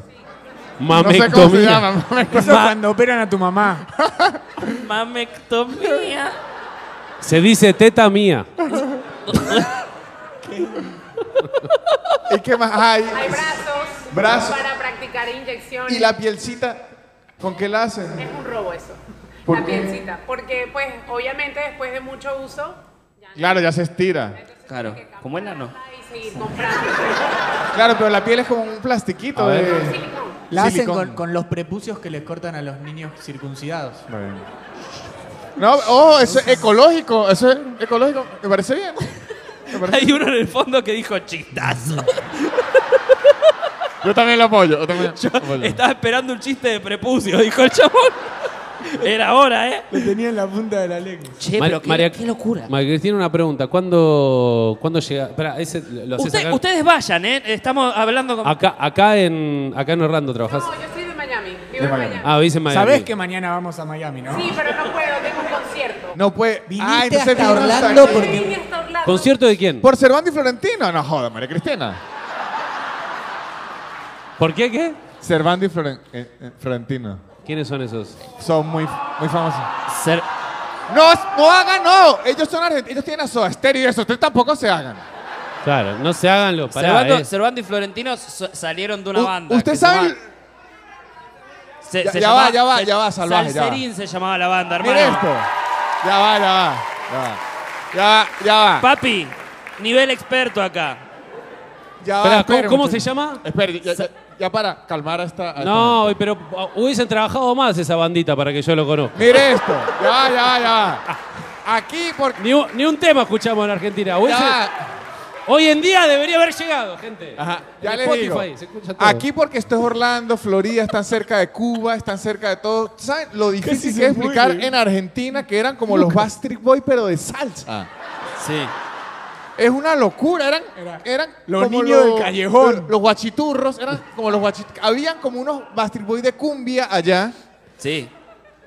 [SPEAKER 1] Mamectomía.
[SPEAKER 3] No sé cómo se llama. mamectomía.
[SPEAKER 4] Eso es cuando operan a tu mamá.
[SPEAKER 5] Mamectomía.
[SPEAKER 1] Se dice teta mía.
[SPEAKER 3] ¿Y qué más hay?
[SPEAKER 10] Hay brazos,
[SPEAKER 3] Brazos.
[SPEAKER 10] para practicar inyecciones.
[SPEAKER 3] Y la pielcita, ¿con qué la hacen?
[SPEAKER 10] Es un robo eso.
[SPEAKER 3] ¿Por
[SPEAKER 10] la
[SPEAKER 3] qué?
[SPEAKER 10] pielcita. Porque, pues, obviamente, después de mucho uso,
[SPEAKER 3] Claro, ya se estira.
[SPEAKER 5] Claro, como el ano.
[SPEAKER 10] y seguir comprando.
[SPEAKER 3] Claro, pero la piel es como un plastiquito
[SPEAKER 1] A ver.
[SPEAKER 3] de.
[SPEAKER 10] Silicón.
[SPEAKER 4] La hacen
[SPEAKER 3] Silicón.
[SPEAKER 4] con, con los prepucios que les cortan a los niños circuncidados.
[SPEAKER 3] Está bien. No, oh, eso es ecológico. Eso es ecológico. Me parece bien. Me parece-
[SPEAKER 5] Hay uno en el fondo que dijo chistazo.
[SPEAKER 3] Yo también lo apoyo. Yo también lo apoyo.
[SPEAKER 5] Estaba esperando un chiste de prepucio, dijo el chabón. Era hora, ¿eh?
[SPEAKER 4] Lo tenía en la punta de la lengua.
[SPEAKER 5] Che,
[SPEAKER 1] Mar-
[SPEAKER 5] pero qué,
[SPEAKER 1] María-
[SPEAKER 5] qué locura.
[SPEAKER 1] María Cristina, una pregunta. ¿Cuándo, cuándo llega? Espera, ese lo haces
[SPEAKER 5] Usted-
[SPEAKER 1] acá.
[SPEAKER 5] ustedes vayan, ¿eh? Estamos hablando con...
[SPEAKER 1] Acá, acá en, acá en Orlando trabajás.
[SPEAKER 10] No, yo soy de Miami. Vivo
[SPEAKER 3] De
[SPEAKER 10] en
[SPEAKER 3] Miami.
[SPEAKER 10] Miami.
[SPEAKER 1] Ah, vivís en Miami.
[SPEAKER 4] Sabés que mañana vamos a Miami, ¿no?
[SPEAKER 10] Sí, pero no puedo, tengo un concierto.
[SPEAKER 3] No puede.
[SPEAKER 4] Viniste
[SPEAKER 3] Ah, entonces
[SPEAKER 4] hasta
[SPEAKER 3] vino hasta
[SPEAKER 4] Orlando
[SPEAKER 3] aquí.
[SPEAKER 4] porque-
[SPEAKER 10] Vine hasta Orlando.
[SPEAKER 1] ¿Concierto de quién?
[SPEAKER 3] ¿Por Cervantes y Florentino? No joda, María Cristina.
[SPEAKER 1] ¿Por qué qué?
[SPEAKER 3] Cervantes y Floren- eh, eh, Florentino.
[SPEAKER 1] ¿Quiénes son esos?
[SPEAKER 3] Son muy, muy famosos.
[SPEAKER 5] Ser-
[SPEAKER 3] No, no hagan, no. Ellos son argentinos. Ellos tienen a Soda Stereo y eso. Ustedes tampoco se hagan.
[SPEAKER 1] Claro, no se hagan los
[SPEAKER 5] Servando,
[SPEAKER 1] parados.
[SPEAKER 5] Servando y Florentino so- salieron de una
[SPEAKER 3] U-
[SPEAKER 5] banda. que
[SPEAKER 3] Ustedes
[SPEAKER 5] se
[SPEAKER 3] saben.
[SPEAKER 5] llama- se-
[SPEAKER 3] Ya-
[SPEAKER 5] se
[SPEAKER 3] ya
[SPEAKER 5] llamaba-
[SPEAKER 3] va, ya va,
[SPEAKER 5] se-
[SPEAKER 3] ya va, salvaje, ya va.
[SPEAKER 5] Salserín se llamaba la banda,
[SPEAKER 3] Mira
[SPEAKER 5] hermano.
[SPEAKER 3] esto. Ya va, ya va. Ya va. Ya va, ya va.
[SPEAKER 5] Papi, nivel experto acá.
[SPEAKER 3] Ya va,
[SPEAKER 1] Esperá, ¿cómo,
[SPEAKER 3] esperen,
[SPEAKER 1] cómo se
[SPEAKER 3] muchachos.
[SPEAKER 1] llama?
[SPEAKER 3] Esperen, ya, ya- ya para calmar a esta. a
[SPEAKER 1] No, pero ah, hubiesen trabajado más esa bandita para que yo lo conozca.
[SPEAKER 3] esta gente. Mire esto. Ya va, ya va, ya va. Aquí porque.
[SPEAKER 1] Ni, un- ni un tema escuchamos en Argentina.
[SPEAKER 3] Ya
[SPEAKER 1] Hubiese-
[SPEAKER 3] va.
[SPEAKER 1] Hoy en día debería haber llegado, gente.
[SPEAKER 3] Ajá, ya
[SPEAKER 1] En
[SPEAKER 3] les
[SPEAKER 1] Spotify,
[SPEAKER 3] digo.
[SPEAKER 1] se escucha todo.
[SPEAKER 3] Aquí porque esto es Orlando, Florida, están cerca de Cuba, están cerca de todo. ¿Saben lo difícil que es explicar en Argentina que eran como los Backstreet Boys pero de salsa?
[SPEAKER 5] Sí.
[SPEAKER 3] Es una locura, eran, eran
[SPEAKER 4] los niños del callejón.
[SPEAKER 3] Los, los guachiturros, eran como los guachiturros. Habían como unos Backstreet Boys de cumbia allá.
[SPEAKER 5] Sí.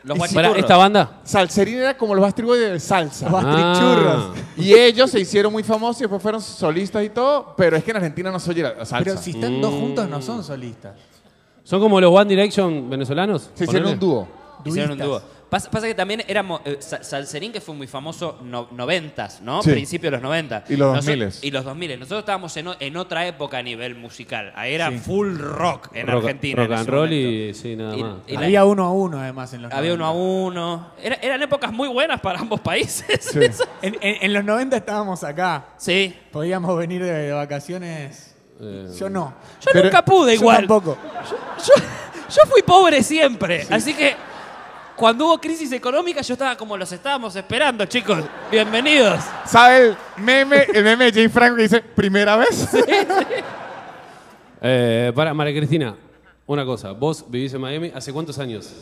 [SPEAKER 5] Los
[SPEAKER 1] Pará,
[SPEAKER 5] guachiturros.
[SPEAKER 1] ¿Esta banda?
[SPEAKER 3] Salserín era como los Backstreet Boys de salsa.
[SPEAKER 1] Ah.
[SPEAKER 4] Bastrichurros.
[SPEAKER 3] Y ellos se hicieron muy famosos y después fueron solistas y todo, pero es que en Argentina no se oye la salsa.
[SPEAKER 4] Pero si están dos juntos no son solistas.
[SPEAKER 1] ¿Son como los One Direction venezolanos?
[SPEAKER 3] se hicieron
[SPEAKER 1] Ponele.
[SPEAKER 3] un dúo.
[SPEAKER 5] Hicieron un dúo.
[SPEAKER 4] Duistas.
[SPEAKER 5] Pasa, pasa que también éramos. eh, Sa- Salserín, que fue muy famoso, no, noventas, ¿no?
[SPEAKER 3] Sí.
[SPEAKER 5] Principio de los noventas.
[SPEAKER 3] Y los
[SPEAKER 5] Noso-
[SPEAKER 3] 2000s.
[SPEAKER 5] Y los 2000. Nosotros estábamos en, o- en otra época a nivel musical. Ahí era full rock en
[SPEAKER 1] rock,
[SPEAKER 5] Argentina.
[SPEAKER 1] rock
[SPEAKER 5] en
[SPEAKER 1] and
[SPEAKER 5] ese
[SPEAKER 1] roll
[SPEAKER 5] momento.
[SPEAKER 1] y sí, nada
[SPEAKER 5] Y-
[SPEAKER 1] más.
[SPEAKER 5] y la-
[SPEAKER 4] Había uno a uno además en los
[SPEAKER 5] Había uno a
[SPEAKER 4] 90.
[SPEAKER 5] uno. Era- eran épocas muy buenas para ambos países.
[SPEAKER 3] Sí.
[SPEAKER 4] En, en- en los 90 estábamos acá.
[SPEAKER 5] Sí.
[SPEAKER 4] Podíamos venir de, de vacaciones. Yo no.
[SPEAKER 5] Eh, Yo
[SPEAKER 3] Pero-
[SPEAKER 5] nunca pude
[SPEAKER 4] Yo
[SPEAKER 5] igual.
[SPEAKER 4] tampoco.
[SPEAKER 5] Yo, yo fui pobre siempre. Así que cuando hubo crisis económica yo estaba como los estábamos esperando, chicos. Bienvenidos.
[SPEAKER 3] ¿Sabe el meme, el meme de Jane Franco que dice, primera vez?
[SPEAKER 1] Eh, para, María Cristina, una cosa. Vos vivís en Miami hace cuántos años?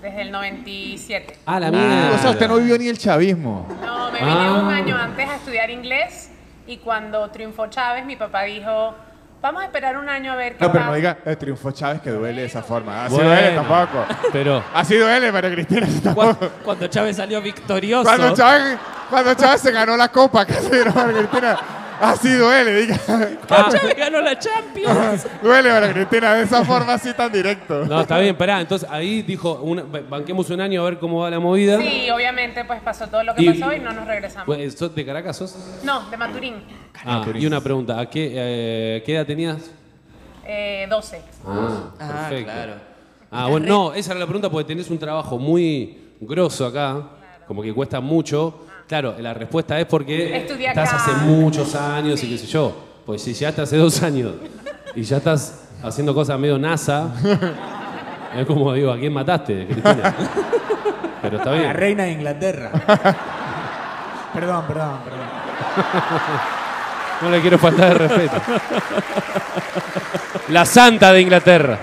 [SPEAKER 10] Desde el 97.
[SPEAKER 1] Ah, la
[SPEAKER 3] O sea, usted no vivió ni el chavismo.
[SPEAKER 10] No, me vine
[SPEAKER 1] Ah.
[SPEAKER 10] un año antes a estudiar inglés y cuando triunfó Chávez, mi papá dijo, vamos a esperar un año a ver qué
[SPEAKER 3] No, pero
[SPEAKER 10] pasa".
[SPEAKER 3] no diga, el triunfo Chávez que duele de esa forma. Así
[SPEAKER 1] Bueno.
[SPEAKER 3] duele tampoco.
[SPEAKER 1] Pero,
[SPEAKER 3] Así duele, María Cristina. así tampoco.
[SPEAKER 5] Cuando, cuando Chávez salió victorioso.
[SPEAKER 3] Cuando Chávez, cuando Chávez se ganó la copa, casi no, María Cristina. Así duele, diga.
[SPEAKER 5] Cuando Chávez ganó la Champions.
[SPEAKER 3] Duele, María Cristina, de esa forma así tan directo.
[SPEAKER 1] no, está bien, pará. Entonces ahí dijo, una- banquemos un año a ver cómo va la movida.
[SPEAKER 10] Sí, obviamente, pues pasó todo lo que
[SPEAKER 1] Y-
[SPEAKER 10] pasó y no nos regresamos.
[SPEAKER 1] Pues, ¿sos ¿De Caracas sos?
[SPEAKER 10] no, de Maturín,
[SPEAKER 1] Ah, y una pregunta, ¿a qué, eh, qué edad tenías?
[SPEAKER 10] eh, 12.
[SPEAKER 1] Ah, perfecto.
[SPEAKER 6] claro.
[SPEAKER 1] Ah, bueno, no, esa era la pregunta porque tenés un trabajo muy grosso acá, como que cuesta mucho. Claro, la respuesta es porque
[SPEAKER 10] Estudié
[SPEAKER 1] estás
[SPEAKER 10] acá.
[SPEAKER 1] hace muchos años y qué sé yo. Pues si llegaste hace dos años y ya estás haciendo cosas medio NASA, es como digo, ¿a quién mataste, Cristina? Pero está
[SPEAKER 4] La
[SPEAKER 1] bien.
[SPEAKER 4] reina de Inglaterra. perdón, perdón, perdón.
[SPEAKER 1] No le quiero faltar de respeto. La santa de Inglaterra.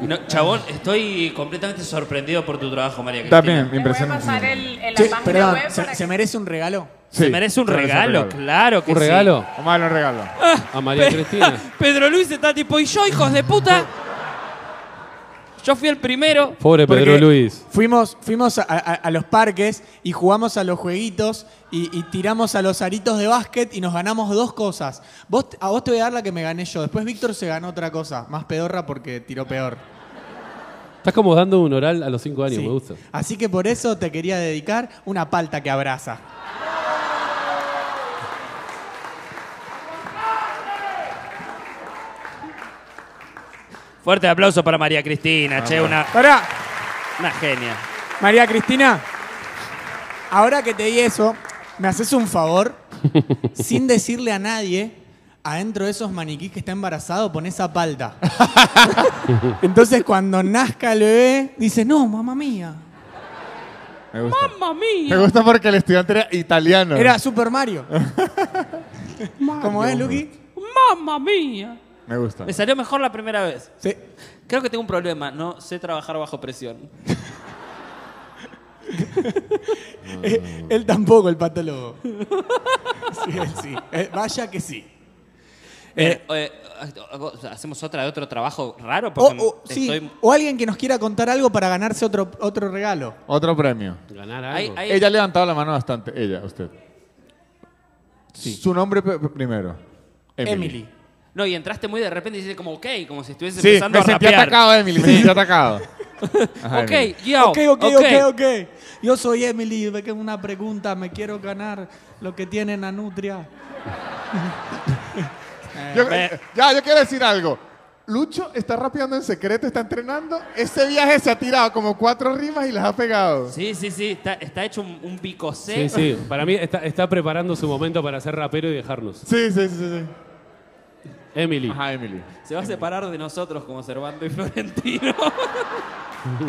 [SPEAKER 5] No, chabón, estoy completamente sorprendido por tu trabajo, María Cristina.
[SPEAKER 3] También,
[SPEAKER 10] Les voy a
[SPEAKER 3] impresionante.
[SPEAKER 10] pasar el, el- la
[SPEAKER 4] Che,
[SPEAKER 10] página
[SPEAKER 4] perdón,
[SPEAKER 10] web
[SPEAKER 4] ¿se,
[SPEAKER 10] para
[SPEAKER 4] se
[SPEAKER 10] que-
[SPEAKER 4] merece un regalo?
[SPEAKER 5] Se merece un regalo, claro que
[SPEAKER 1] ¿Un
[SPEAKER 5] sí.
[SPEAKER 1] regalo?
[SPEAKER 3] Vamos a darle un regalo.
[SPEAKER 1] A María
[SPEAKER 5] Pe-
[SPEAKER 1] Cristina.
[SPEAKER 5] Pedro Luis está tipo, ¿y yo, hijos de puta? Yo fui el primero.
[SPEAKER 1] Pobre Pedro
[SPEAKER 4] Porque
[SPEAKER 1] Luis.
[SPEAKER 4] Fuimos, fuimos a, a- a los parques y jugamos a los jueguitos y, y tiramos a los aritos de básquet y nos ganamos dos cosas. Vos, a vos te voy a dar la que me gané yo. Después Víctor se ganó otra cosa, más pedorra porque tiró peor.
[SPEAKER 1] Estás como dando un oral a los cinco años,
[SPEAKER 4] Sí.
[SPEAKER 1] me gusta.
[SPEAKER 4] Así que por eso te quería dedicar una palta que abraza.
[SPEAKER 5] Fuerte aplauso para María Cristina, che, una,
[SPEAKER 4] Pará,
[SPEAKER 5] una genia.
[SPEAKER 4] María Cristina, ahora que te di eso, ¿me haces un favor? Sin decirle a nadie, adentro de esos maniquís que está embarazado, pon esa palta. Entonces, cuando nazca el bebé, dice, no, mamá mía.
[SPEAKER 3] Me gusta. ¡Mamma mía! Me gusta porque el estudiante era italiano.
[SPEAKER 4] Era Super Mario. ¿Cómo es, Luqui?
[SPEAKER 5] ¡Mamma mía!
[SPEAKER 3] Me gusta.
[SPEAKER 5] Me salió mejor la primera vez.
[SPEAKER 4] Sí.
[SPEAKER 6] Creo que tengo un problema, no sé trabajar bajo presión.
[SPEAKER 4] Eh, él tampoco, el patólogo. Sí, él sí. Eh, vaya que sí.
[SPEAKER 6] Eh, eh, ¿Hacemos otra de otro trabajo raro?
[SPEAKER 4] O,
[SPEAKER 6] Porque
[SPEAKER 3] Oh,
[SPEAKER 4] o- sí,
[SPEAKER 6] estoy-
[SPEAKER 4] o alguien que nos quiera contar algo para ganarse otro, otro regalo.
[SPEAKER 3] Otro premio.
[SPEAKER 1] Ganar
[SPEAKER 6] Hay-
[SPEAKER 1] algo.
[SPEAKER 6] hay-
[SPEAKER 3] Ella ha levantado la mano bastante. Ella, usted. Su nombre pe- pe- primero.
[SPEAKER 4] Emily.
[SPEAKER 6] No, y entraste muy de repente y dices como, ok, como si estuviese
[SPEAKER 3] Sí,
[SPEAKER 6] empezando
[SPEAKER 3] me
[SPEAKER 6] a
[SPEAKER 3] sentí
[SPEAKER 6] rapear.
[SPEAKER 3] atacado, Emily. Me sentí atacado. Ajá,
[SPEAKER 6] Ok,
[SPEAKER 3] Emily.
[SPEAKER 6] yo,
[SPEAKER 4] Ok, ok, ok, ok. Yo soy Emily, ve que una pregunta, me quiero ganar lo que tiene Nanutria.
[SPEAKER 3] Yo- ya, yo quiero decir algo. Lucho está rapeando en secreto, está entrenando. Ese viaje se ha tirado como cuatro rimas y las ha pegado.
[SPEAKER 5] Sí, sí, sí, está, está hecho un, un bicocé.
[SPEAKER 1] Sí, sí. Para mí está, está preparando su momento para ser rapero y dejarnos.
[SPEAKER 3] Sí, sí, sí, sí. sí.
[SPEAKER 1] Emily.
[SPEAKER 3] Ajá, Emily.
[SPEAKER 6] Se va a separar de nosotros como Cervando y Florentino.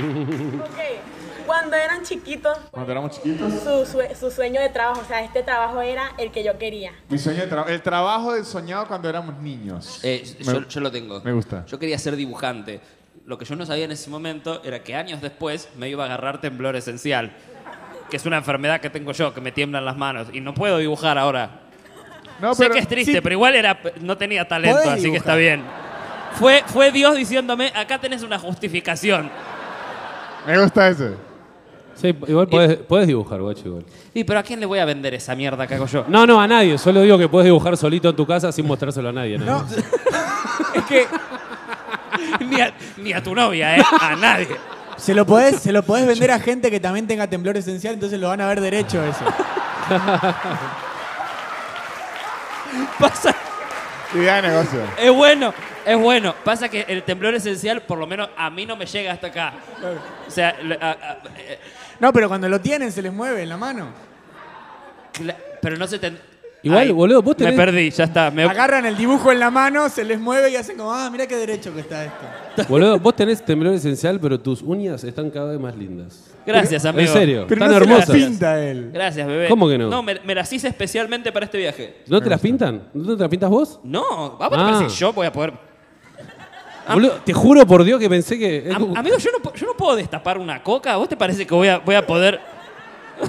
[SPEAKER 10] Ok, Cuando eran chiquitos,
[SPEAKER 3] Cuando éramos chiquitos.
[SPEAKER 10] su, sue- su sueño de trabajo, o sea, este trabajo era el que yo quería.
[SPEAKER 3] Mi sueño de trabajo. El trabajo del soñado cuando éramos niños.
[SPEAKER 6] Eh, yo, yo lo tengo.
[SPEAKER 3] me gusta.
[SPEAKER 6] Yo quería ser dibujante. Lo que yo no sabía en ese momento era que años después me iba a agarrar temblor esencial, que es una enfermedad que tengo yo, que me tiemblan las manos y no puedo dibujar ahora.
[SPEAKER 3] No,
[SPEAKER 6] sé
[SPEAKER 3] pero-
[SPEAKER 6] que es triste, pero igual era, no tenía talento,
[SPEAKER 4] Podés
[SPEAKER 6] así que
[SPEAKER 4] dibujar.
[SPEAKER 6] está bien.
[SPEAKER 5] Fue, fue Dios diciéndome, acá tenés una justificación.
[SPEAKER 3] Me gusta ese.
[SPEAKER 1] Sí, igual podés, podés dibujar, guacho, igual.
[SPEAKER 6] Y pero ¿a quién le voy a vender esa mierda que hago yo?
[SPEAKER 1] No, no, a nadie. Solo digo que podés dibujar solito en tu casa sin mostrárselo a nadie. nada más.
[SPEAKER 5] Es que... ni, a, ni a tu novia, ¿eh? A nadie.
[SPEAKER 4] Se lo podés, se lo podés vender a gente que también tenga temblor esencial, entonces lo van a ver derecho eso.
[SPEAKER 5] Pasa...
[SPEAKER 3] Idea de negocio.
[SPEAKER 5] Es bueno, es bueno. Pasa que el temblor esencial, por lo menos a mí no me llega hasta acá. O sea, le- a- a- eh,
[SPEAKER 4] No, pero cuando lo tienen se les mueve en la mano.
[SPEAKER 6] Cla- Pero no se te...
[SPEAKER 1] Igual, boludo, vos
[SPEAKER 11] Me
[SPEAKER 1] tenés...
[SPEAKER 11] perdí, ya está. me-
[SPEAKER 4] Agarran el dibujo en la mano, se les mueve y hacen como, ah, mira qué derecho que está esto.
[SPEAKER 1] Boludo, vos tenés temblor esencial, pero tus uñas están cada vez más lindas.
[SPEAKER 5] Gracias, amigo.
[SPEAKER 1] En serio,
[SPEAKER 4] Pero
[SPEAKER 1] tan
[SPEAKER 4] no se
[SPEAKER 1] hermosas.
[SPEAKER 4] las pinta él.
[SPEAKER 5] Gracias, bebé.
[SPEAKER 1] ¿Cómo que no?
[SPEAKER 5] No, me, me las hice especialmente para este viaje.
[SPEAKER 1] ¿No te las pintan? ¿No te las pintas vos?
[SPEAKER 5] No, vamos
[SPEAKER 1] Ah.
[SPEAKER 5] a ver si yo voy a poder.
[SPEAKER 1] Boludo, te juro por Dios que pensé que.
[SPEAKER 5] Am- amigo, yo no, po- yo no puedo destapar una coca. ¿Vos te parece que voy a, voy a poder.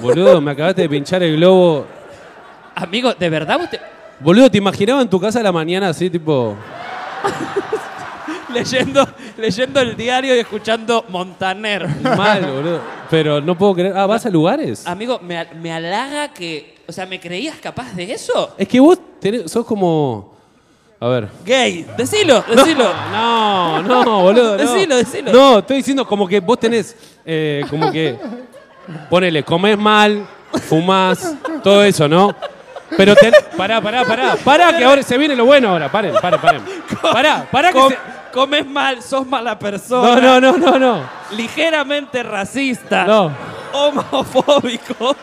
[SPEAKER 1] Boludo, me acabaste de pinchar el globo.
[SPEAKER 5] Amigo, ¿de verdad vos te.
[SPEAKER 1] Boludo, te imaginaba en tu casa a la mañana así, tipo.
[SPEAKER 5] leyendo, leyendo el diario y escuchando Montaner.
[SPEAKER 1] Mal, boludo. Pero no puedo creer. Ah, ¿vas a lugares?
[SPEAKER 5] Amigo, me, hal- me halaga que. O sea, ¿me creías capaz de eso?
[SPEAKER 1] Es que vos tenés- sos como. A ver.
[SPEAKER 5] Gay, decilo, decilo.
[SPEAKER 1] No, no, boludo. No.
[SPEAKER 5] Decilo, decilo.
[SPEAKER 1] No, estoy diciendo como que vos tenés. eh, como que. Ponele, comés mal, fumás, todo eso, ¿no? Pero ten, pará, pará, pará. Pará, que ahora se viene lo bueno ahora. Paren, paren, paren. Pará, pará que
[SPEAKER 5] Com-
[SPEAKER 1] se-
[SPEAKER 5] Comes mal, sos mala persona.
[SPEAKER 1] No, no, no, no, no.
[SPEAKER 5] Ligeramente racista.
[SPEAKER 1] No.
[SPEAKER 5] Homofóbico.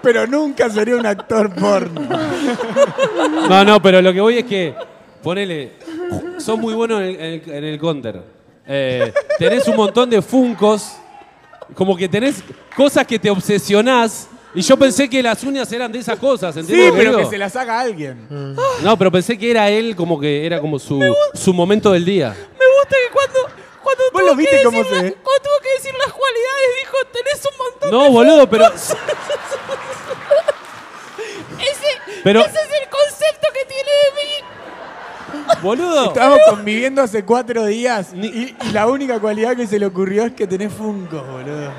[SPEAKER 4] Pero nunca sería un actor porno.
[SPEAKER 1] No, no, pero lo que voy es que, ponele, sos muy bueno en el, en el- en el counter. Eh, tenés un montón de funcos, como que tenés cosas que te obsesionás. Y yo pensé que las uñas eran de esas cosas, ¿entendés?
[SPEAKER 4] Sí,
[SPEAKER 1] lo que
[SPEAKER 4] pero
[SPEAKER 1] digo?
[SPEAKER 4] que se las haga alguien.
[SPEAKER 1] No, pero pensé que era él como que era como su, su momento del día.
[SPEAKER 5] Me gusta que cuando, cuando
[SPEAKER 4] ¿Vos lo viste cómo se ve?
[SPEAKER 5] cuando tuvo que decir las cualidades dijo, tenés un montón
[SPEAKER 1] No, boludo, pero,
[SPEAKER 5] Ese,
[SPEAKER 1] Pero-
[SPEAKER 5] ese es el concepto que tiene de mí.
[SPEAKER 1] boludo.
[SPEAKER 4] Estábamos conviviendo hace cuatro días y, y la única cualidad que se le ocurrió es que tenés funcos, boludo.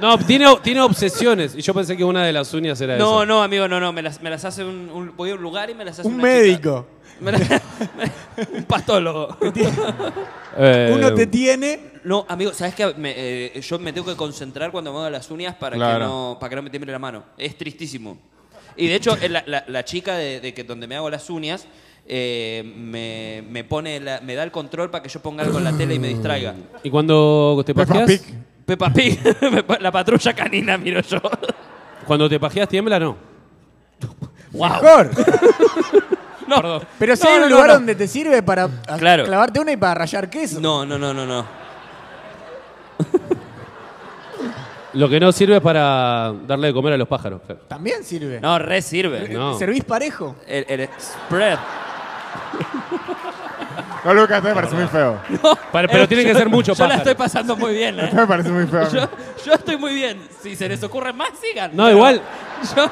[SPEAKER 1] No, tiene, tiene obsesiones. Y yo pensé que una de las uñas era esa.
[SPEAKER 5] No, no, amigo, no, no. Me las, me las hace un, un- Voy a un lugar y me las hace
[SPEAKER 4] Un
[SPEAKER 5] una chica.
[SPEAKER 4] médico.
[SPEAKER 5] Me la- me- un patólogo.
[SPEAKER 1] Eh,
[SPEAKER 4] Uno te tiene.
[SPEAKER 5] No, amigo, ¿sabes qué? Me, eh, yo me tengo que concentrar cuando me hago las uñas para, que
[SPEAKER 3] Claro.
[SPEAKER 5] no, para que no me tiemble la mano. Es tristísimo. Y de hecho, eh, la, la- la chica de, de que donde me hago las uñas eh, me, me pone la- me da el control para que yo ponga algo en la tele y me distraiga.
[SPEAKER 1] ¿Y cuando te
[SPEAKER 3] Peppa
[SPEAKER 1] pajeás?
[SPEAKER 3] Pig.
[SPEAKER 5] Peppa Pig, la patrulla canina, miro yo.
[SPEAKER 1] Cuando te pajeás tiembla, no.
[SPEAKER 5] Ah.
[SPEAKER 4] Mejor.
[SPEAKER 5] No, perdón.
[SPEAKER 4] Pero si
[SPEAKER 5] No,
[SPEAKER 4] hay un
[SPEAKER 5] no, no,
[SPEAKER 4] lugar
[SPEAKER 5] no.
[SPEAKER 4] donde te sirve para a-
[SPEAKER 5] Claro.
[SPEAKER 4] clavarte una y para rayar queso.
[SPEAKER 5] No, no, no, no, no.
[SPEAKER 1] Lo que no sirve es para darle de comer a los pájaros. claro.
[SPEAKER 4] También sirve. Eh,
[SPEAKER 5] No, re sirve.
[SPEAKER 1] No.
[SPEAKER 4] ¿Servís parejo?
[SPEAKER 5] El, el spread.
[SPEAKER 3] No, Lucas, te me parece muy feo.
[SPEAKER 1] Para- pero tiene que ser mucho
[SPEAKER 5] Yo la
[SPEAKER 1] pájaro.
[SPEAKER 5] estoy pasando muy bien, ¿eh?
[SPEAKER 3] Te me parece muy feo.
[SPEAKER 5] Yo, yo estoy muy bien. Si se les ocurre más, sigan.
[SPEAKER 1] No,
[SPEAKER 5] Pero
[SPEAKER 1] igual.
[SPEAKER 5] Yo,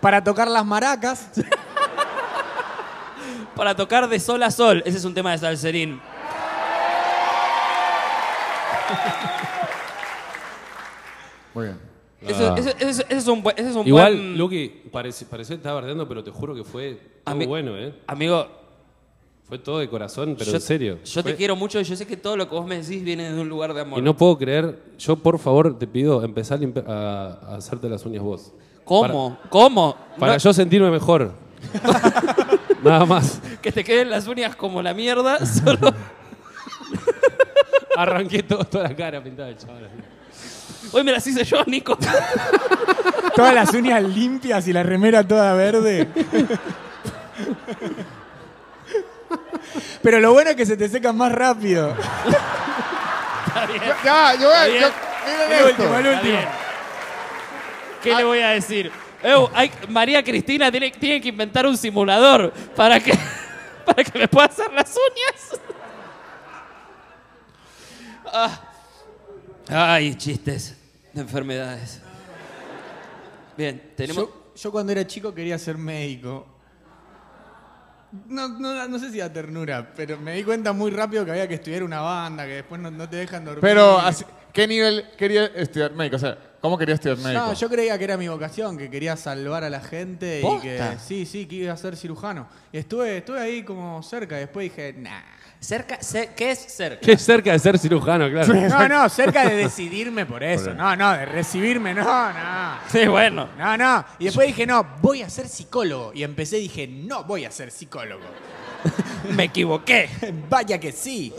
[SPEAKER 4] Para tocar las maracas.
[SPEAKER 5] para tocar de sol a sol, ese es un tema de Salserín.
[SPEAKER 3] Muy bien.
[SPEAKER 5] Eso- eso- eso- Ese es un buen. Ese es un
[SPEAKER 1] Ah. Igual,
[SPEAKER 5] buen-
[SPEAKER 1] Luqui, parece, parece que estaba bardeando, pero te juro que fue
[SPEAKER 5] A
[SPEAKER 1] todo
[SPEAKER 5] mí-
[SPEAKER 1] bueno, ¿eh?
[SPEAKER 5] Amigo,
[SPEAKER 1] Fue todo de corazón, pero
[SPEAKER 5] yo,
[SPEAKER 1] en serio.
[SPEAKER 5] Yo
[SPEAKER 1] Fue-
[SPEAKER 5] te quiero mucho y yo sé que todo lo que vos me decís viene de un lugar de amor.
[SPEAKER 1] Y no puedo creer. Yo, por favor, te pido empezar a, limpi- a- a hacerte las uñas vos.
[SPEAKER 5] ¿Cómo? ¿Cómo?
[SPEAKER 1] Para, para
[SPEAKER 5] No,
[SPEAKER 1] yo sentirme mejor. Nada más.
[SPEAKER 5] Que te queden las uñas como la mierda, solo.
[SPEAKER 1] Arranqué todo- toda la cara pintada de chaval.
[SPEAKER 5] Hoy me las hice yo, Nico.
[SPEAKER 4] Todas las uñas limpias y la remera toda verde. Pero lo bueno es que se te secan más rápido.
[SPEAKER 3] Ya, yo voy.
[SPEAKER 5] bien.
[SPEAKER 3] yo- Miren
[SPEAKER 4] El
[SPEAKER 3] esto.
[SPEAKER 4] último, el último.
[SPEAKER 5] bien. ¿Qué le voy a decir? Eu, hay- María Cristina tiene, tiene que inventar un simulador para que, para que me pueda hacer las uñas. Ah. Ay, chistes de enfermedades. Bien, tenemos...
[SPEAKER 4] Yo, yo cuando era chico quería ser médico. No, no, no sé si da ternura, pero me di cuenta muy rápido que había que estudiar una banda, que después no, no te dejan dormir.
[SPEAKER 3] Pero, así- ¿qué nivel quería estudiar médico? O sea, ¿cómo quería estudiar médico?
[SPEAKER 4] No, yo creía que era mi vocación, que quería salvar a la gente y que sí, sí, que iba a ser cirujano. Y estuve, estuve ahí como cerca, y después dije, nah.
[SPEAKER 5] Cerca, ce- ¿Qué es cerca?
[SPEAKER 1] Qué cerca de ser cirujano, claro.
[SPEAKER 4] No, no, cerca de decidirme por eso. No, no, de recibirme, no, no.
[SPEAKER 5] Sí, bueno.
[SPEAKER 4] No, no. Y después dije, no, voy a ser psicólogo. Y empecé y dije, no voy a ser psicólogo.
[SPEAKER 5] Me equivoqué.
[SPEAKER 4] Vaya que sí.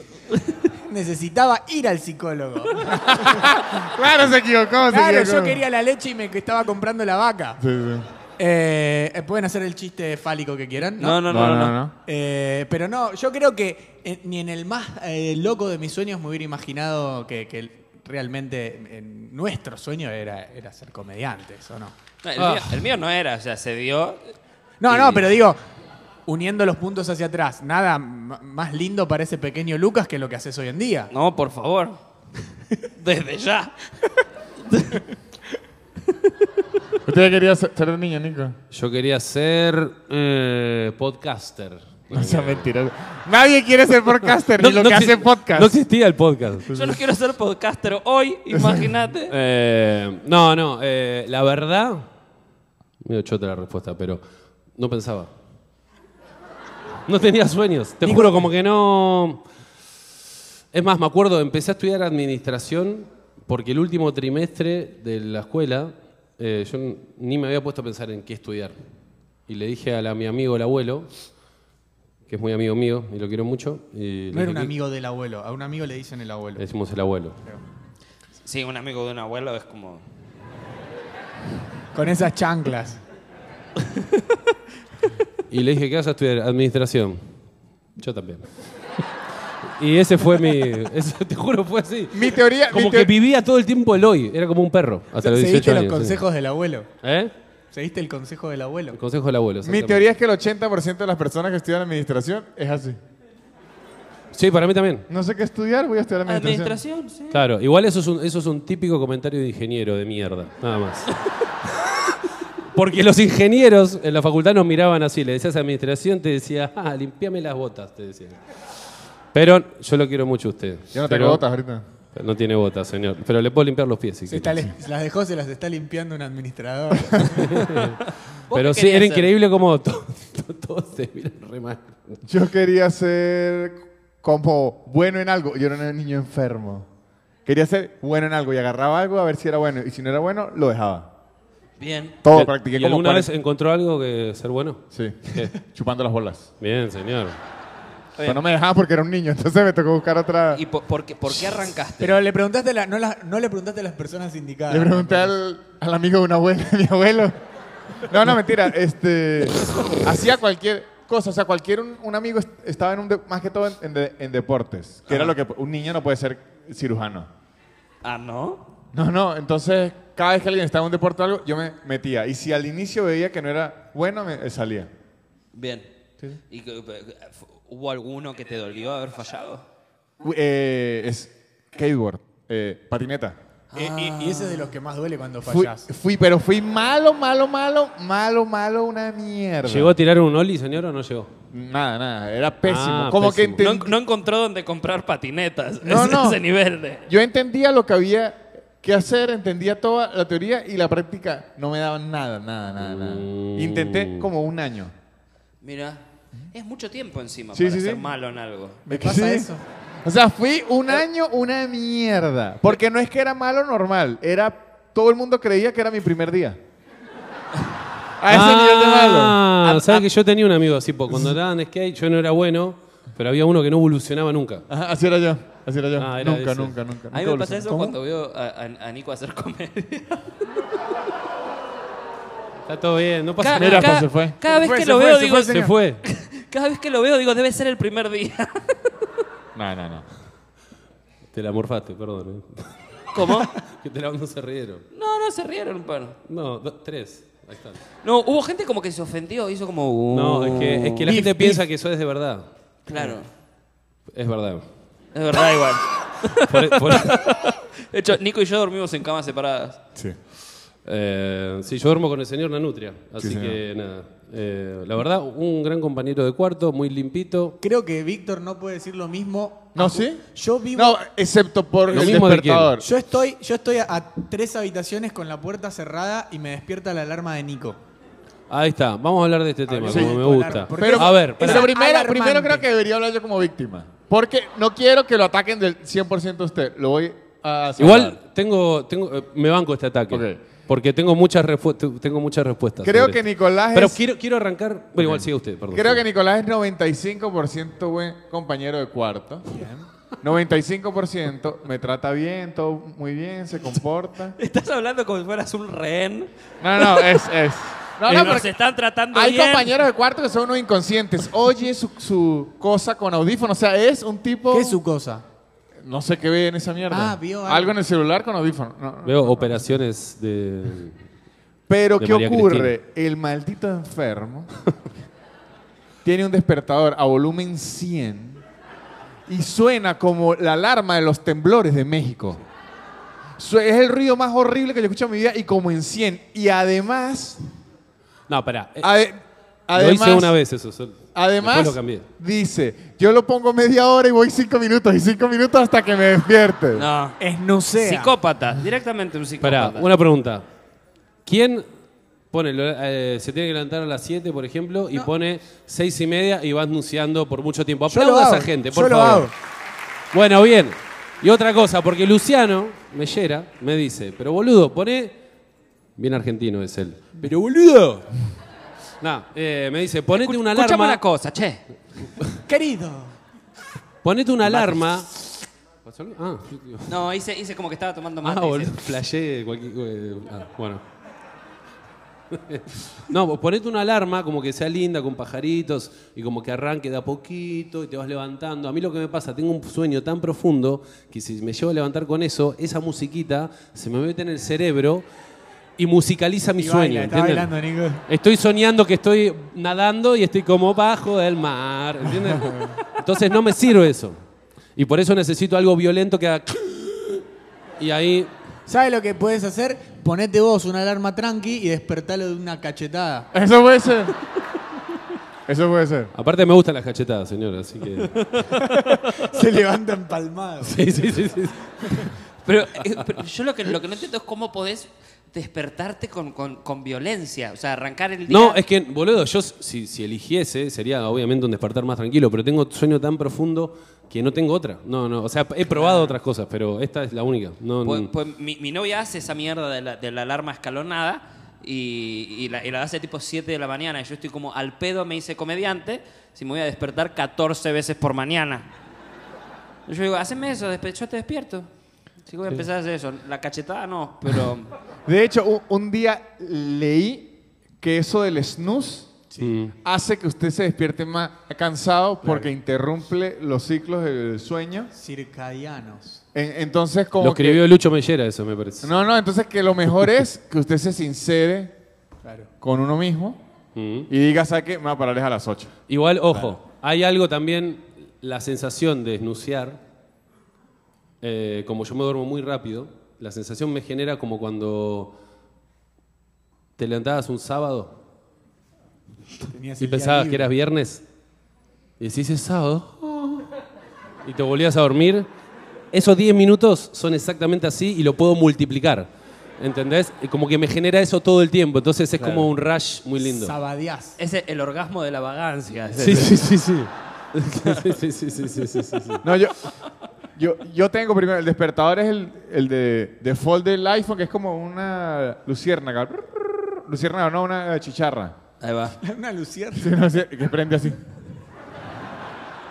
[SPEAKER 4] necesitaba ir al psicólogo.
[SPEAKER 3] Claro, se equivocó. se
[SPEAKER 4] claro, yo
[SPEAKER 3] equivocó.
[SPEAKER 4] quería la leche y me estaba comprando la vaca.
[SPEAKER 3] Sí, sí.
[SPEAKER 4] Eh, eh, Pueden hacer el chiste fálico que quieran.
[SPEAKER 6] No, no, no, no. no.
[SPEAKER 4] Eh, pero no, yo creo que eh, ni en el más eh, loco de mis sueños me hubiera imaginado que, que realmente eh, nuestro sueño era, era ser comediantes, ¿o no?
[SPEAKER 6] No, el,
[SPEAKER 5] Ah.
[SPEAKER 6] mío, el mío no era, o sea, se dio.
[SPEAKER 4] No,
[SPEAKER 6] Y-
[SPEAKER 4] no, pero digo, uniendo los puntos hacia atrás, nada m- más lindo para ese pequeño Lucas que lo que haces hoy en día.
[SPEAKER 6] No, por favor. Desde ya.
[SPEAKER 3] ¿Usted quería ser ser de niño, Nico?
[SPEAKER 1] Yo quería ser eh, podcaster.
[SPEAKER 3] No sea mentira. Nadie quiere ser podcaster ni lo que
[SPEAKER 1] exi-
[SPEAKER 3] hace podcast.
[SPEAKER 1] No existía el podcast.
[SPEAKER 6] Yo no quiero ser podcaster hoy, imagínate.
[SPEAKER 1] Eh, no, no. eh, la verdad. Medio chota la respuesta, pero no pensaba. No tenía sueños. Te juro, como que no. Es más, me acuerdo, empecé a estudiar administración porque el último trimestre de la escuela eh, yo n- ni me había puesto a pensar en qué estudiar. Y le dije a, la- a mi amigo el abuelo, que es muy amigo mío y lo quiero mucho. y le
[SPEAKER 4] No era
[SPEAKER 1] dije,
[SPEAKER 4] un
[SPEAKER 1] "¿Qué-?".
[SPEAKER 4] amigo del abuelo, a un amigo le dicen el abuelo.
[SPEAKER 1] Le decimos el abuelo.
[SPEAKER 6] Sí, un amigo de un abuelo es como.
[SPEAKER 4] Con esas chanclas.
[SPEAKER 1] Y le dije, ¿qué vas a estudiar? Administración. Yo también. Y ese fue mi. ese, te juro, fue así.
[SPEAKER 3] Mi teoría. mi
[SPEAKER 1] Como
[SPEAKER 3] teo-
[SPEAKER 1] que vivía todo el tiempo el hoy. Era como un perro. Hasta los 18
[SPEAKER 4] ¿Seguiste
[SPEAKER 1] años.
[SPEAKER 4] los
[SPEAKER 1] sí.
[SPEAKER 4] consejos del abuelo?
[SPEAKER 1] ¿Eh?
[SPEAKER 4] ¿Seguiste el consejo del abuelo?
[SPEAKER 1] El consejo del abuelo.
[SPEAKER 3] Mi
[SPEAKER 1] exactamente.
[SPEAKER 3] teoría es que el 80% de las personas que estudian administración es así.
[SPEAKER 1] Sí, para mí también.
[SPEAKER 3] No sé qué estudiar, voy a estudiar administración.
[SPEAKER 6] Administración, sí.
[SPEAKER 1] Claro. Igual eso es un, eso es un típico comentario de ingeniero de mierda. Nada más. Porque los ingenieros en la facultad nos miraban así. Le decías administración, te decía, ah, limpiame las botas, te decían. Pero yo lo quiero mucho a usted.
[SPEAKER 3] Yo no
[SPEAKER 1] Pero-
[SPEAKER 3] tengo botas ahorita.
[SPEAKER 1] No tiene botas, señor. Pero le puedo limpiar los pies si
[SPEAKER 4] Se
[SPEAKER 1] quiere.
[SPEAKER 4] está li- las dejó, se las está limpiando un administrador.
[SPEAKER 6] ¿Vos
[SPEAKER 1] Pero
[SPEAKER 6] qué
[SPEAKER 1] sí, era
[SPEAKER 6] querías ser?
[SPEAKER 1] increíble como to- to- todos se miran re mal.
[SPEAKER 3] Yo quería ser como bueno en algo. Yo era un niño enfermo. Quería ser bueno en algo y agarraba algo a ver si era bueno. Y si no era bueno, lo dejaba.
[SPEAKER 6] Bien.
[SPEAKER 3] Todo
[SPEAKER 1] ¿Y-
[SPEAKER 3] practiqué
[SPEAKER 1] ¿Y
[SPEAKER 3] como
[SPEAKER 1] alguna vez
[SPEAKER 3] 40.
[SPEAKER 1] encontró algo que ser bueno?
[SPEAKER 3] Sí,
[SPEAKER 1] ¿Qué?
[SPEAKER 3] chupando las bolas.
[SPEAKER 1] Bien, señor.
[SPEAKER 3] Pero no me dejaba porque era un niño, entonces me tocó buscar otra.
[SPEAKER 6] ¿Y por, por qué, por qué arrancaste?
[SPEAKER 4] Pero le preguntaste a la- no, la- no le preguntaste a las personas indicadas.
[SPEAKER 3] Le pregunté al, al amigo de una abuela, mi abuelo. No, no, mentira. Este, hacía cualquier cosa. O sea, cualquier un, un amigo est- estaba en un de- más que todo en, en de- en deportes, que era lo que un niño no puede ser cirujano.
[SPEAKER 6] Ah, ¿no?
[SPEAKER 3] No, no. Entonces, cada vez que alguien estaba en un deporte o algo, yo me metía. Y si al inicio veía que no era bueno, me eh, salía.
[SPEAKER 6] Bien. ¿Y que- eh, fu- hubo alguno que te dolió haber fallado?
[SPEAKER 3] U- eh, es skateboard, eh, patineta.
[SPEAKER 4] Eh, y, y ese es de los que más duele cuando
[SPEAKER 3] Fui,
[SPEAKER 4] fallas.
[SPEAKER 3] fui, pero fui malo, malo, malo, malo, malo, una mierda.
[SPEAKER 1] ¿Llegó a tirar un Oli, señor, o no llegó?
[SPEAKER 3] Nada, nada, era pésimo.
[SPEAKER 1] Ah,
[SPEAKER 3] como
[SPEAKER 1] pésimo.
[SPEAKER 3] que
[SPEAKER 6] No,
[SPEAKER 3] enten-
[SPEAKER 6] en- no encontró dónde comprar patinetas.
[SPEAKER 3] No,
[SPEAKER 6] es
[SPEAKER 3] no.
[SPEAKER 6] ese nivel de.
[SPEAKER 3] yo entendía lo que había que hacer, entendía toda la teoría y la práctica no me daban nada, nada, nada, nada.
[SPEAKER 1] Uh.
[SPEAKER 3] Intenté como un año.
[SPEAKER 6] Mira, es mucho tiempo encima
[SPEAKER 3] Sí,
[SPEAKER 6] para
[SPEAKER 3] sí,
[SPEAKER 6] ser
[SPEAKER 3] sí.
[SPEAKER 6] malo en algo.
[SPEAKER 4] ¿Me
[SPEAKER 3] Es que
[SPEAKER 4] pasa
[SPEAKER 3] sí.
[SPEAKER 4] eso?
[SPEAKER 3] O sea, fui un año una mierda. Porque no es que era malo normal, era todo el mundo creía que era mi primer día. A ese nivel de malo.
[SPEAKER 1] Ah, ¿sabes que yo tenía un amigo así? po, Cuando andaba en skate yo no era bueno, pero había uno que no evolucionaba nunca.
[SPEAKER 3] Ajá, así era yo, así era yo.
[SPEAKER 1] Ah, era
[SPEAKER 3] nunca,
[SPEAKER 1] ese.
[SPEAKER 3] nunca, nunca,
[SPEAKER 6] A mí
[SPEAKER 3] nunca
[SPEAKER 6] me pasa eso
[SPEAKER 3] evolucioné.
[SPEAKER 6] cuando veo a, a- a Nico hacer comedia.
[SPEAKER 1] Está todo bien, no pasa
[SPEAKER 6] Cada,
[SPEAKER 1] nada.
[SPEAKER 3] Mira, pues,
[SPEAKER 6] cada-
[SPEAKER 3] se fue.
[SPEAKER 6] cada vez
[SPEAKER 3] fue,
[SPEAKER 6] que
[SPEAKER 3] se
[SPEAKER 6] lo
[SPEAKER 3] fue,
[SPEAKER 6] veo,
[SPEAKER 3] se
[SPEAKER 6] digo,
[SPEAKER 3] fue,
[SPEAKER 1] Se fue.
[SPEAKER 6] cada vez que lo veo, digo, debe ser el primer día.
[SPEAKER 3] No, no, no.
[SPEAKER 1] Te la morfaste, perdón. eh.
[SPEAKER 6] ¿Cómo?
[SPEAKER 1] Que te la no se rieron.
[SPEAKER 6] No, no, se rieron un par.
[SPEAKER 1] No, do- tres. Ahí están.
[SPEAKER 6] No, hubo gente como que se ofendió, hizo como. "Uh".
[SPEAKER 1] No, es que, es que la
[SPEAKER 4] Bif,
[SPEAKER 1] gente
[SPEAKER 4] bif.
[SPEAKER 1] piensa que eso es de verdad.
[SPEAKER 6] Claro,
[SPEAKER 1] Es verdad.
[SPEAKER 6] es verdad, igual.
[SPEAKER 1] Por- e, por-
[SPEAKER 6] De hecho, Nico y yo dormimos en camas separadas.
[SPEAKER 3] Sí.
[SPEAKER 1] Eh, sí, yo duermo con el señor Nanutria, así
[SPEAKER 3] Sí, señor.
[SPEAKER 1] que nada. Eh, la verdad, un gran compañero de cuarto, muy limpito.
[SPEAKER 4] Creo que Víctor no puede decir lo mismo.
[SPEAKER 3] ¿No, sí?
[SPEAKER 4] Yo vivo.
[SPEAKER 3] No, excepto por
[SPEAKER 1] Lo
[SPEAKER 3] el
[SPEAKER 1] mismo de quién.
[SPEAKER 3] despertador.
[SPEAKER 4] Yo estoy, yo estoy a, a tres habitaciones con la puerta cerrada y me despierta la alarma de Nico.
[SPEAKER 1] Ahí está, vamos a hablar de este tema,
[SPEAKER 4] sí.
[SPEAKER 1] como me gusta.
[SPEAKER 4] Porque
[SPEAKER 3] Pero,
[SPEAKER 1] a ver,
[SPEAKER 3] pero
[SPEAKER 1] pará.
[SPEAKER 4] esa-
[SPEAKER 3] primero,
[SPEAKER 4] alarmante.
[SPEAKER 3] primero creo que debería hablar yo como víctima. Porque no quiero que lo ataquen del 100% a usted. Lo voy a salvar.
[SPEAKER 1] igual tengo, tengo, eh, me banco este ataque.
[SPEAKER 3] Ok.
[SPEAKER 1] Porque tengo muchas, refu- tu- tengo muchas respuestas.
[SPEAKER 3] Creo
[SPEAKER 1] sobre
[SPEAKER 3] que
[SPEAKER 1] esto.
[SPEAKER 3] Nicolás
[SPEAKER 1] Pero
[SPEAKER 3] es,
[SPEAKER 1] quiero, quiero arrancar. Bueno, igual sigue usted, perdón.
[SPEAKER 3] creo que Nicolás es 95% buen compañero de cuarto. 95% me trata bien, todo muy bien, se comporta.
[SPEAKER 6] Estás hablando como si fueras un rehén.
[SPEAKER 3] No, no, es, es. No,
[SPEAKER 6] y
[SPEAKER 3] no,
[SPEAKER 6] nos
[SPEAKER 3] porque
[SPEAKER 6] están tratando
[SPEAKER 3] hay
[SPEAKER 6] bien.
[SPEAKER 3] compañeros de cuarto que son unos inconscientes. Oye su, su cosa con audífonos. O sea, es un tipo.
[SPEAKER 4] ¿Qué es su cosa?
[SPEAKER 3] No sé qué ve en esa mierda.
[SPEAKER 4] Ah, vio algo.
[SPEAKER 3] algo. en el celular con audífonos. No, no.
[SPEAKER 1] Veo operaciones de.
[SPEAKER 3] Pero
[SPEAKER 1] De
[SPEAKER 3] ¿qué
[SPEAKER 1] María
[SPEAKER 3] ocurre? El maldito enfermo tiene un despertador a volumen 100 y suena como la alarma de los temblores de México. Su- Es el ruido más horrible que yo he escuchado en mi vida y como en 100. Y además,
[SPEAKER 1] No, pará. eh,
[SPEAKER 3] ade-
[SPEAKER 1] lo hice
[SPEAKER 3] además,
[SPEAKER 1] una vez eso. sol-
[SPEAKER 3] además
[SPEAKER 1] Después lo cambié.
[SPEAKER 3] dice, yo lo pongo media hora y voy cinco minutos y cinco minutos hasta que me despierte.
[SPEAKER 6] No.
[SPEAKER 4] Es no
[SPEAKER 6] Psicópata, directamente un
[SPEAKER 1] Pará,
[SPEAKER 6] psicópata.
[SPEAKER 1] una pregunta. ¿Quién pone, el hora- eh, se tiene que levantar a las 7, por ejemplo, y pone 6 y media y va anunciando por mucho tiempo?
[SPEAKER 4] Yo lo
[SPEAKER 1] Aplauda a esa
[SPEAKER 4] hago,
[SPEAKER 1] gente,
[SPEAKER 4] yo
[SPEAKER 1] por
[SPEAKER 4] lo
[SPEAKER 1] favor.
[SPEAKER 4] hago.
[SPEAKER 1] Bueno, bien. Y otra cosa, porque Luciano Mellera me dice, pero boludo, pone... Bien argentino es él. Pero boludo. Nah, eh, me dice, ponete una
[SPEAKER 6] Escuchame
[SPEAKER 1] alarma.
[SPEAKER 6] una cosa, che.
[SPEAKER 4] Querido.
[SPEAKER 1] Ponete una alarma. ¿Pasó algo? Ah, yo- yo-
[SPEAKER 6] No, hice, hice como que estaba tomando mate.
[SPEAKER 1] Ah,
[SPEAKER 6] hice-
[SPEAKER 1] boludo, flashé cualquier... eh, ah, bueno. no, vos ponete una alarma como que sea linda, con pajaritos, y como que arranque de a poquito, y te vas levantando. A mí lo que me pasa, tengo un sueño tan profundo que si me llevo a levantar con eso, esa musiquita se me mete en el cerebro y musicaliza mi
[SPEAKER 4] Y
[SPEAKER 1] sueño,
[SPEAKER 4] baila, está
[SPEAKER 1] ¿entienden?
[SPEAKER 4] bailando, Nico.
[SPEAKER 1] Estoy soñando que estoy nadando y estoy como bajo del mar, ¿entiendes? Entonces no me sirve eso. Y por eso necesito algo violento que haga... Y ahí
[SPEAKER 4] ¿Sabes lo que puedes hacer? Ponete vos una alarma tranqui y despertalo de una cachetada.
[SPEAKER 3] Eso puede ser. Eso puede ser.
[SPEAKER 1] Aparte me gustan las cachetadas, señora, así que...
[SPEAKER 4] Se levanta empalmado.
[SPEAKER 1] Sí, sí, sí, sí.
[SPEAKER 6] Pero, eh, pero yo lo que, lo que no entiendo es cómo podés despertarte con, con- con violencia. O sea, arrancar el día.
[SPEAKER 1] No, es que, boludo, yo si, si eligiese, sería obviamente un despertar más tranquilo, pero tengo sueño tan profundo que no tengo otra. No, no, o sea, he probado otras cosas, pero esta es la única. No,
[SPEAKER 6] Pues,
[SPEAKER 1] no.
[SPEAKER 6] pues mi, mi novia hace esa mierda de la, de la alarma escalonada y, y la, y la hace tipo 7 de la mañana. Y yo estoy como al pedo, me hice comediante, si me voy a despertar 14 veces por mañana. Y Yo digo, haceme eso, despe- yo te despierto. Así que voy a empezar a hacer eso. La cachetada no, pero.
[SPEAKER 3] De hecho, u- un, día leí que eso del snooze
[SPEAKER 1] Mm.
[SPEAKER 3] hace que usted se despierte más cansado porque interrumpe los ciclos del sueño.
[SPEAKER 4] Circadianos.
[SPEAKER 3] En- entonces, como
[SPEAKER 1] Lo
[SPEAKER 3] que-
[SPEAKER 1] escribió Lucho Mellera, eso me parece.
[SPEAKER 3] no, no, entonces que lo mejor es que usted se sincere
[SPEAKER 4] Claro.
[SPEAKER 3] con uno mismo
[SPEAKER 1] Mm.
[SPEAKER 3] y diga, ¿sabe qué? Me voy a parar es a las 8.
[SPEAKER 1] Igual, ojo, hay algo también, la sensación de esnuciar, eh, como yo me duermo muy rápido, la sensación me genera como cuando te levantabas un sábado
[SPEAKER 4] Tenías
[SPEAKER 1] Y
[SPEAKER 4] el día
[SPEAKER 1] pensabas que
[SPEAKER 4] libre.
[SPEAKER 1] eras viernes. Y decís, es sábado. Y te volvías a dormir. Esos 10 minutos son exactamente así y lo puedo multiplicar. ¿Entendés? Y Como que me genera eso todo el tiempo. Entonces es como un rush muy lindo.
[SPEAKER 4] Sabadeás.
[SPEAKER 6] Es el orgasmo de la vagancia. es
[SPEAKER 1] Sí,
[SPEAKER 6] ese.
[SPEAKER 1] sí, sí, sí. sí, sí, sí, sí, sí, sí, sí, sí.
[SPEAKER 3] No, yo, yo, yo tengo primero, el despertador es el, el de default del iPhone, que es como una luciérnaga. Luciérnaga, no, una chicharra.
[SPEAKER 6] Ahí va.
[SPEAKER 4] Una lucierna.
[SPEAKER 3] Sí, no, sí, que prende así.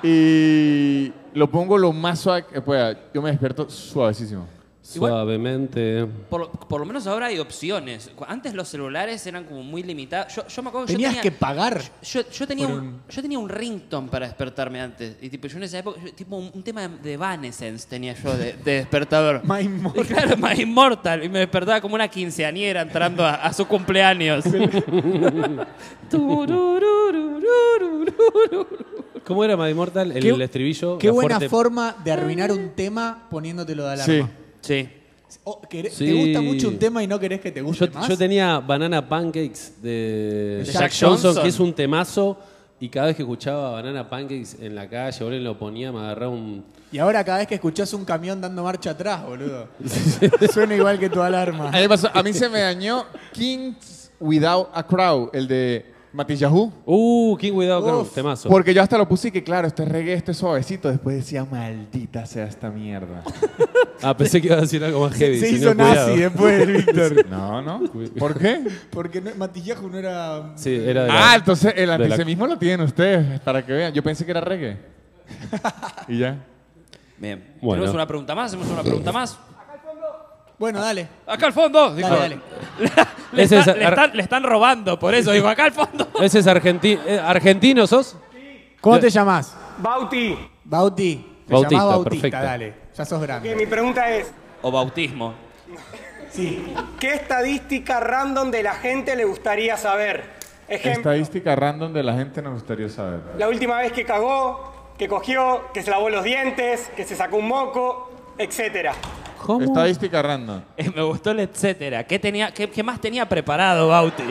[SPEAKER 3] Y lo pongo lo más suave que pueda. Yo me despierto suavecísimo.
[SPEAKER 1] Suavemente.
[SPEAKER 6] Por, lo- por lo menos ahora hay opciones. Cu- Antes los celulares eran como muy limitados. Yo, yo me acuerdo que yo
[SPEAKER 4] Tenías
[SPEAKER 6] tenía-
[SPEAKER 4] que pagar.
[SPEAKER 6] Yo, yo tenía
[SPEAKER 4] Por
[SPEAKER 6] un,
[SPEAKER 4] un-
[SPEAKER 6] yo tenía un ringtone para despertarme antes. Y tipo, yo en esa época, yo- tipo un, un tema de Evanescence tenía yo de, de despertador.
[SPEAKER 4] My
[SPEAKER 6] Y
[SPEAKER 4] Immortal.
[SPEAKER 6] Claro, My Immortal. Y me despertaba como una quinceañera entrando a, a su cumpleaños. Turururururururu.
[SPEAKER 1] ¿Cómo era My Mortal? El,
[SPEAKER 4] Qué-
[SPEAKER 1] el estribillo.
[SPEAKER 4] Qué
[SPEAKER 1] la
[SPEAKER 4] buena
[SPEAKER 1] fuerte-
[SPEAKER 4] forma de arruinar un tema poniéndotelo de
[SPEAKER 3] Sí.
[SPEAKER 4] alarma.
[SPEAKER 6] sí.
[SPEAKER 4] O querés-
[SPEAKER 1] Sí.
[SPEAKER 4] ¿Te gusta mucho un tema y no querés que te guste
[SPEAKER 1] Yo,
[SPEAKER 4] más?
[SPEAKER 1] yo tenía Banana Pancakes de
[SPEAKER 4] De Jack
[SPEAKER 1] Jack, Johnson,
[SPEAKER 6] Johnson.
[SPEAKER 1] que es un temazo. Y cada vez que escuchaba Banana Pancakes en la calle, boludo, lo ponía, me agarraba un.
[SPEAKER 4] Y ahora cada vez que escuchás un camión dando marcha atrás, boludo. Suena igual que tu alarma.
[SPEAKER 3] A mí, me pasó- a mí se me dañó Kings Without a Crowd, el de Matillahú.
[SPEAKER 1] Uh, qué cuidado con
[SPEAKER 4] Uf,
[SPEAKER 1] temazo.
[SPEAKER 3] Porque yo hasta lo puse y que, claro, este reggae, este suavecito. Después decía, maldita sea esta mierda.
[SPEAKER 1] Ah, pensé que iba a decir algo más heavy.
[SPEAKER 4] Se hizo
[SPEAKER 1] señor,
[SPEAKER 4] nazi eh.
[SPEAKER 1] cuidado.
[SPEAKER 4] después del Víctor.
[SPEAKER 3] No, no. ¿Por qué?
[SPEAKER 4] Porque no, Matillajo no era.
[SPEAKER 1] Sí, era de la-
[SPEAKER 3] Ah, entonces el
[SPEAKER 1] de la-
[SPEAKER 3] antisemismo lo tienen ustedes, para que vean. Yo pensé que era reggae. y ya.
[SPEAKER 6] Bien.
[SPEAKER 1] Bueno.
[SPEAKER 6] Tenemos una pregunta más, hacemos una pregunta más.
[SPEAKER 4] Bueno, dale.
[SPEAKER 6] Acá al fondo, dijo.
[SPEAKER 4] Dale, dale.
[SPEAKER 2] Le,
[SPEAKER 1] Ese
[SPEAKER 2] está-
[SPEAKER 1] es
[SPEAKER 2] le
[SPEAKER 1] ar-
[SPEAKER 2] están, le están robando, por eso digo, acá al fondo.
[SPEAKER 1] Ese es argenti- eh, argentino, ¿sos?
[SPEAKER 4] ¿Cómo te llamás?
[SPEAKER 8] Bauti,
[SPEAKER 4] Bauti. Te
[SPEAKER 1] Bautista,
[SPEAKER 4] llamás Bautista,
[SPEAKER 1] perfecto.
[SPEAKER 4] dale. Ya sos
[SPEAKER 8] que
[SPEAKER 4] grande.
[SPEAKER 8] mi pregunta es,
[SPEAKER 6] O bautismo.
[SPEAKER 8] sí, ¿qué estadística random de la gente le gustaría saber?
[SPEAKER 7] Em-
[SPEAKER 8] Ejemplo,
[SPEAKER 3] Estadística random de la gente nos gustaría saber.
[SPEAKER 8] la última vez que cagó, que cogió, que se lavó los dientes, que se sacó un moco, etcétera.
[SPEAKER 3] Estadística random.
[SPEAKER 2] Eh, me gustó el etcétera. ¿Qué, tenía, qué, qué más tenía preparado Bauti?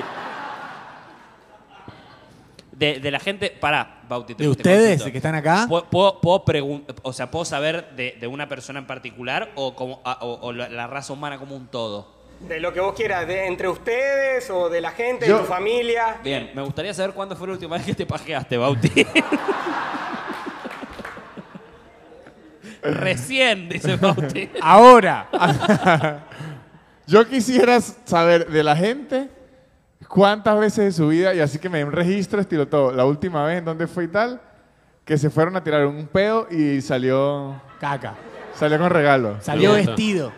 [SPEAKER 6] De, de la gente. Pará, Bauti. te-
[SPEAKER 4] ¿De
[SPEAKER 6] te
[SPEAKER 4] ustedes
[SPEAKER 6] consulto.
[SPEAKER 4] que están acá?
[SPEAKER 6] ¿Puedo, puedo, puedo pregun- o sea, ¿puedo saber de, de una persona en particular o, como, a- o- o la, la raza humana como un todo?
[SPEAKER 8] De lo que vos quieras, de entre ustedes o de la gente,
[SPEAKER 3] Yo-
[SPEAKER 8] de tu familia.
[SPEAKER 6] Bien, me gustaría saber cuándo fue la última vez que te pajeaste, Bauti.
[SPEAKER 2] Recién, dice Bauti.
[SPEAKER 4] Ahora.
[SPEAKER 3] Yo quisiera saber de la gente cuántas veces de su vida, y así que me den un registro, estilo todo, la última vez en dónde fue y tal, que se fueron a tirar un pedo y salió,
[SPEAKER 4] Caca.
[SPEAKER 3] salió con regalo.
[SPEAKER 4] Salió
[SPEAKER 1] Me gusta.
[SPEAKER 4] vestido.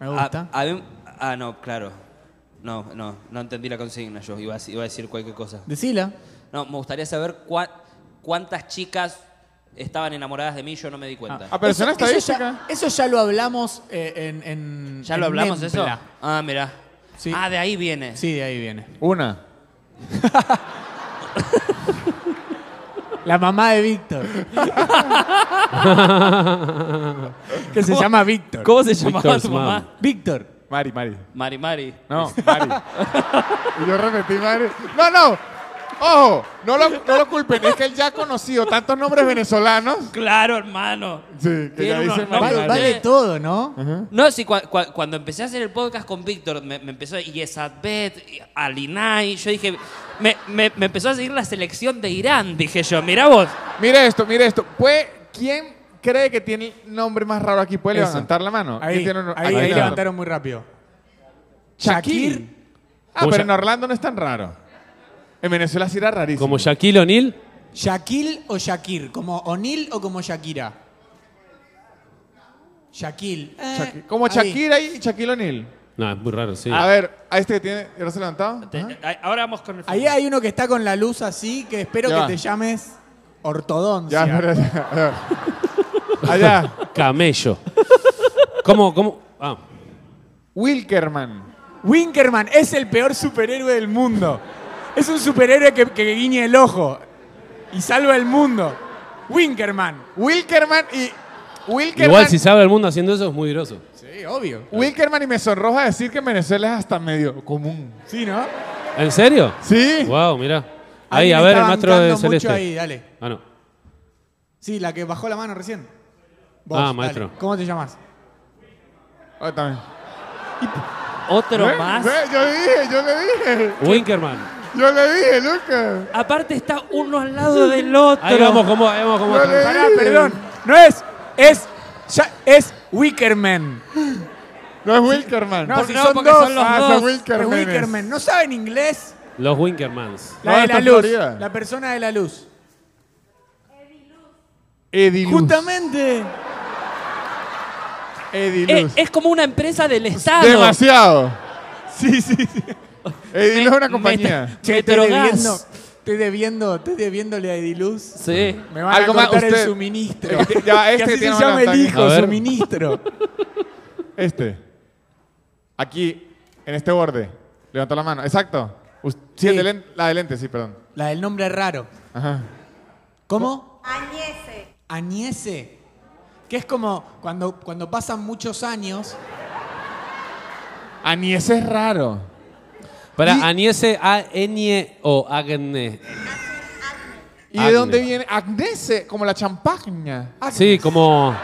[SPEAKER 4] Me gusta.
[SPEAKER 6] A- a mí- ah, no, claro. No, no, no entendí la consigna yo. Iba a, iba a decir cualquier cosa.
[SPEAKER 4] Decila.
[SPEAKER 6] No, me gustaría saber cua- cuántas chicas estaban enamoradas de mí, yo no me di cuenta.
[SPEAKER 3] Ah, pero es una
[SPEAKER 4] Eso- eso,
[SPEAKER 3] estadística.
[SPEAKER 4] ya, eso ya lo hablamos eh, en, en-
[SPEAKER 6] ¿Ya lo
[SPEAKER 4] en
[SPEAKER 6] hablamos eso?
[SPEAKER 4] Nempla.
[SPEAKER 6] Ah, mirá.
[SPEAKER 4] Sí.
[SPEAKER 6] Ah, de ahí viene.
[SPEAKER 4] Sí, de ahí viene.
[SPEAKER 3] Una.
[SPEAKER 4] La mamá de Víctor. que se llama Víctor.
[SPEAKER 6] ¿Cómo se llamaba
[SPEAKER 1] Víctor's
[SPEAKER 6] tu mamá?
[SPEAKER 1] mom.
[SPEAKER 4] Víctor.
[SPEAKER 3] Mari, Mari.
[SPEAKER 6] Mari Mari.
[SPEAKER 3] No, Mari. Y yo repetí Mari. No, no. Ojo, no lo, no lo culpen, es que él ya ha conocido tantos nombres venezolanos.
[SPEAKER 2] Claro, hermano.
[SPEAKER 3] Sí, que ya
[SPEAKER 2] Tiene unos
[SPEAKER 3] dicen Mari,
[SPEAKER 2] nombres.
[SPEAKER 4] Vale,
[SPEAKER 3] Mari.
[SPEAKER 4] vale todo, ¿no?
[SPEAKER 6] No, sí, cua- cua- cuando empecé a hacer el podcast con Víctor, me, me empezó Yesatbet, Alinay. Yo dije, me, me- me empezó a seguir la selección de Irán, dije yo. Mirá vos.
[SPEAKER 3] Mire esto, mire esto. ¿Puede- ¿Quién cree que tiene el nombre más raro aquí? ¿Puede
[SPEAKER 4] Eso.
[SPEAKER 3] levantar la mano?
[SPEAKER 4] Ahí,
[SPEAKER 3] ¿Quién
[SPEAKER 1] Este
[SPEAKER 3] tiene uno-
[SPEAKER 4] ahí-
[SPEAKER 3] Aquí
[SPEAKER 4] ahí
[SPEAKER 3] está.
[SPEAKER 4] levantaron muy rápido.
[SPEAKER 3] Shakir. Ah,
[SPEAKER 1] Como
[SPEAKER 3] pero
[SPEAKER 1] Sha-
[SPEAKER 3] en Orlando no es tan raro. En Venezuela sí era rarísimo.
[SPEAKER 1] Como Shaquille O'Neal.
[SPEAKER 4] ¿Shaquil o Shakir? ¿Como O'Neill o como Shakira? Shaquil. Eh,
[SPEAKER 3] Shaki- como
[SPEAKER 4] ahí.
[SPEAKER 3] Shakira y Shaquille O'Neal.
[SPEAKER 1] No, es muy raro, sí.
[SPEAKER 3] A ver, a este que tiene. ¿Ya no se ha levantado?
[SPEAKER 2] Te-
[SPEAKER 3] Ajá.
[SPEAKER 2] a- Ahora vamos con el
[SPEAKER 4] Ahí hay uno que está con la luz así, que espero
[SPEAKER 3] Ya va.
[SPEAKER 4] que te llames ortodoncia.
[SPEAKER 3] Ya, espera, ya. Allá.
[SPEAKER 1] Camello. ¿Cómo, cómo? Ah,
[SPEAKER 3] Wilkerman.
[SPEAKER 4] Winkerman es el peor superhéroe del mundo. Es un superhéroe que, que guiñe el ojo y salva el mundo. Winkerman.
[SPEAKER 3] Wilkerman y. Wilkerman.
[SPEAKER 1] igual si sabe el mundo haciendo eso es muy groso.
[SPEAKER 4] Sí, obvio.
[SPEAKER 3] Wilkerman y me sonroja decir que en Venezuela es hasta medio común.
[SPEAKER 4] Sí, ¿no?
[SPEAKER 1] ¿En serio?
[SPEAKER 3] Sí.
[SPEAKER 1] Wow, mirá. Ahí,
[SPEAKER 4] Alguien
[SPEAKER 1] a ver, el
[SPEAKER 4] está
[SPEAKER 1] maestro de
[SPEAKER 4] bancando mucho
[SPEAKER 1] Celeste.
[SPEAKER 4] ahí, dale.
[SPEAKER 1] Ah, no.
[SPEAKER 4] Sí, la que bajó la mano recién.
[SPEAKER 1] Ah,
[SPEAKER 4] dale.
[SPEAKER 1] maestro.
[SPEAKER 4] ¿Cómo te llamas?
[SPEAKER 3] Ah, también.
[SPEAKER 2] otro
[SPEAKER 3] ¿Ves?
[SPEAKER 2] más.
[SPEAKER 3] ¿Ves? Yo le dije, yo le dije.
[SPEAKER 1] Winkerman.
[SPEAKER 3] Yo le dije, Lucas.
[SPEAKER 2] Aparte está uno al lado del otro.
[SPEAKER 1] Ahí vamos como, ahí vamos como.
[SPEAKER 3] Dale.
[SPEAKER 4] Pará, perdón. No es. Es. ya- es Wickerman.
[SPEAKER 3] No es Wilkerman.
[SPEAKER 4] No,
[SPEAKER 3] Por-
[SPEAKER 4] si son
[SPEAKER 2] porque
[SPEAKER 4] dos.
[SPEAKER 2] son los
[SPEAKER 3] Ah,
[SPEAKER 2] dos.
[SPEAKER 3] son
[SPEAKER 4] Es
[SPEAKER 3] Wilkermanes.
[SPEAKER 4] Wickerman. ¿No saben inglés?
[SPEAKER 1] Los Winkermans.
[SPEAKER 4] La
[SPEAKER 3] No,
[SPEAKER 4] de
[SPEAKER 3] está
[SPEAKER 4] la
[SPEAKER 3] en
[SPEAKER 4] luz.
[SPEAKER 3] Florida.
[SPEAKER 4] La persona de la luz.
[SPEAKER 3] Ediluz.
[SPEAKER 4] Justamente.
[SPEAKER 3] Ediluz.
[SPEAKER 2] Eh, Es,
[SPEAKER 3] eh,
[SPEAKER 2] es como una empresa del Estado.
[SPEAKER 3] Demasiado. Sí, sí, sí. Ediluz es una compañía.
[SPEAKER 4] Che, estoy
[SPEAKER 2] Metrogas.
[SPEAKER 4] debiendo. Estoy debiendo. Estoy debiéndole a Ediluz.
[SPEAKER 2] Sí.
[SPEAKER 4] Me van
[SPEAKER 3] Algo
[SPEAKER 4] a
[SPEAKER 3] más,
[SPEAKER 4] cortar el
[SPEAKER 3] usted-
[SPEAKER 4] suministro.
[SPEAKER 3] Eh, que- ya, este
[SPEAKER 4] que así
[SPEAKER 3] tiene
[SPEAKER 4] se
[SPEAKER 3] más
[SPEAKER 4] llama el
[SPEAKER 3] levantado.
[SPEAKER 1] A
[SPEAKER 4] hijo,
[SPEAKER 1] ver.
[SPEAKER 4] suministro.
[SPEAKER 3] Este. Aquí, en este borde. Levantó la mano. Exacto. Us- sí, el de len- la de lente, sí, perdón.
[SPEAKER 4] La del nombre raro.
[SPEAKER 3] Ajá.
[SPEAKER 4] ¿Cómo?
[SPEAKER 9] Añese.
[SPEAKER 4] Añese. Que es como cuando, cuando pasan muchos años.
[SPEAKER 3] Anies es raro.
[SPEAKER 1] Para Agnese, A, N, E O, Agne.
[SPEAKER 3] ¿Y
[SPEAKER 1] Agne.
[SPEAKER 3] de dónde viene? Agnese, como la champaña.
[SPEAKER 1] Sí, como.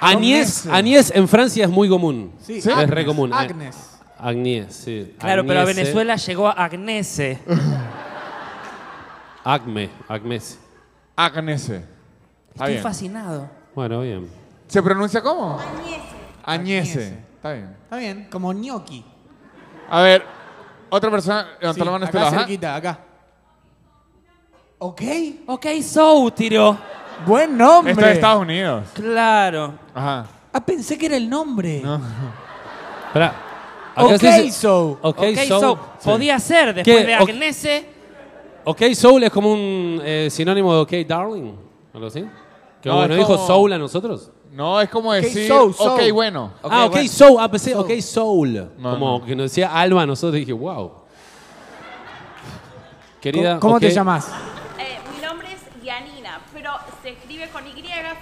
[SPEAKER 1] Agnés,
[SPEAKER 3] Agnese.
[SPEAKER 1] Agnés en Francia es muy común.
[SPEAKER 4] Sí,
[SPEAKER 1] es
[SPEAKER 4] Agnes,
[SPEAKER 1] re común. eh.
[SPEAKER 4] Agnes.
[SPEAKER 1] Agnés, sí.
[SPEAKER 2] Claro, pero a
[SPEAKER 1] Agnese,
[SPEAKER 2] Venezuela llegó Agnese.
[SPEAKER 1] Acme, Agnes.
[SPEAKER 3] Agnese. Está
[SPEAKER 2] Estoy
[SPEAKER 3] bien.
[SPEAKER 2] fascinado.
[SPEAKER 1] Bueno, bien.
[SPEAKER 3] ¿Se pronuncia cómo?
[SPEAKER 9] Añese.
[SPEAKER 3] Agnese.
[SPEAKER 4] Agnese.
[SPEAKER 3] Está bien.
[SPEAKER 4] Está bien, como gnocchi.
[SPEAKER 3] A ver, otra persona levantó
[SPEAKER 4] Sí,
[SPEAKER 1] ¿ah?
[SPEAKER 3] la mano. este
[SPEAKER 4] acá
[SPEAKER 3] lado, ajá.
[SPEAKER 4] cerquita, acá. Ok.
[SPEAKER 5] Ok, so tiró.
[SPEAKER 4] Buen nombre.
[SPEAKER 3] Esto es Estados Unidos.
[SPEAKER 5] Claro.
[SPEAKER 3] Ajá.
[SPEAKER 4] Ah, pensé que era el nombre.
[SPEAKER 1] Pará. Acá
[SPEAKER 4] Ok,
[SPEAKER 1] se dice-
[SPEAKER 4] so.
[SPEAKER 1] Ok,
[SPEAKER 5] Ok, so.
[SPEAKER 1] so.
[SPEAKER 5] Podía ser después
[SPEAKER 1] ¿Qué?
[SPEAKER 5] de
[SPEAKER 1] Ok.
[SPEAKER 5] Agnese.
[SPEAKER 1] Ok, soul es como un eh, sinónimo de ok, darling. ¿Algo así? ¿Que
[SPEAKER 3] No,
[SPEAKER 1] no,
[SPEAKER 3] es
[SPEAKER 1] dijo
[SPEAKER 3] como-
[SPEAKER 1] soul a nosotros?
[SPEAKER 3] No, es como decir,
[SPEAKER 4] so, so.
[SPEAKER 3] ok, bueno.
[SPEAKER 1] ah, ok,
[SPEAKER 5] bueno.
[SPEAKER 1] soul. Ah, pensé, ok, soul.
[SPEAKER 3] No,
[SPEAKER 1] como
[SPEAKER 3] no.
[SPEAKER 1] que nos decía Alba a nosotros. Dije, wow. Querida.
[SPEAKER 4] ¿Cómo cómo
[SPEAKER 1] ok.
[SPEAKER 4] te llamas?
[SPEAKER 12] Eh, mi nombre es Yanina, pero se escribe con Y,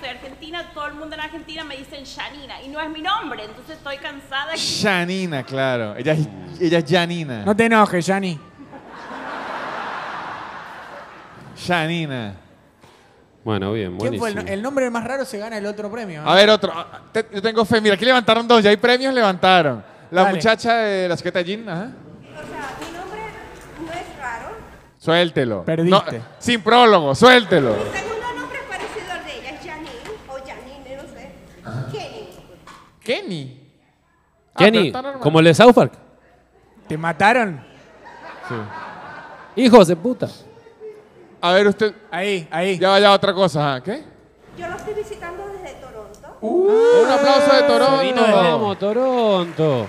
[SPEAKER 12] soy argentina, todo el mundo en Argentina me dicen Yanina y no es mi nombre, entonces estoy cansada.
[SPEAKER 3] Janina, claro. Ella es, ella es Janina.
[SPEAKER 4] No te enojes, Yanni.
[SPEAKER 3] Janina.
[SPEAKER 1] Bueno, bien,
[SPEAKER 4] ¿Quién
[SPEAKER 1] buenísimo.
[SPEAKER 4] fue el, no- el nombre más raro se gana el otro premio? ¿eh?
[SPEAKER 3] A ver, otro. Ah, te- yo tengo fe. Mira, aquí levantaron dos. Ya hay premios, levantaron. La
[SPEAKER 4] Dale.
[SPEAKER 3] muchacha de la chaqueta jean, ajá.
[SPEAKER 12] O sea, mi nombre no es raro,
[SPEAKER 3] Suéltelo.
[SPEAKER 4] Perdiste.
[SPEAKER 3] No, sin prólogo, suéltelo.
[SPEAKER 12] mi segundo nombre es parecido al de ella, es Janine o Janine, no sé. Kenny.
[SPEAKER 3] Kenny. Ah, pero
[SPEAKER 1] Kenny,
[SPEAKER 3] está normal.
[SPEAKER 1] como el de South Park.
[SPEAKER 4] ¿Te mataron?
[SPEAKER 1] Hijos de puta.
[SPEAKER 3] A ver, usted.
[SPEAKER 4] Ahí, ahí.
[SPEAKER 3] Ya vaya otra cosa, ajá. ¿Qué?
[SPEAKER 12] Yo lo estoy visitando desde Toronto.
[SPEAKER 3] Un aplauso de Toronto.
[SPEAKER 5] vino desde-
[SPEAKER 1] Vamos, Toronto.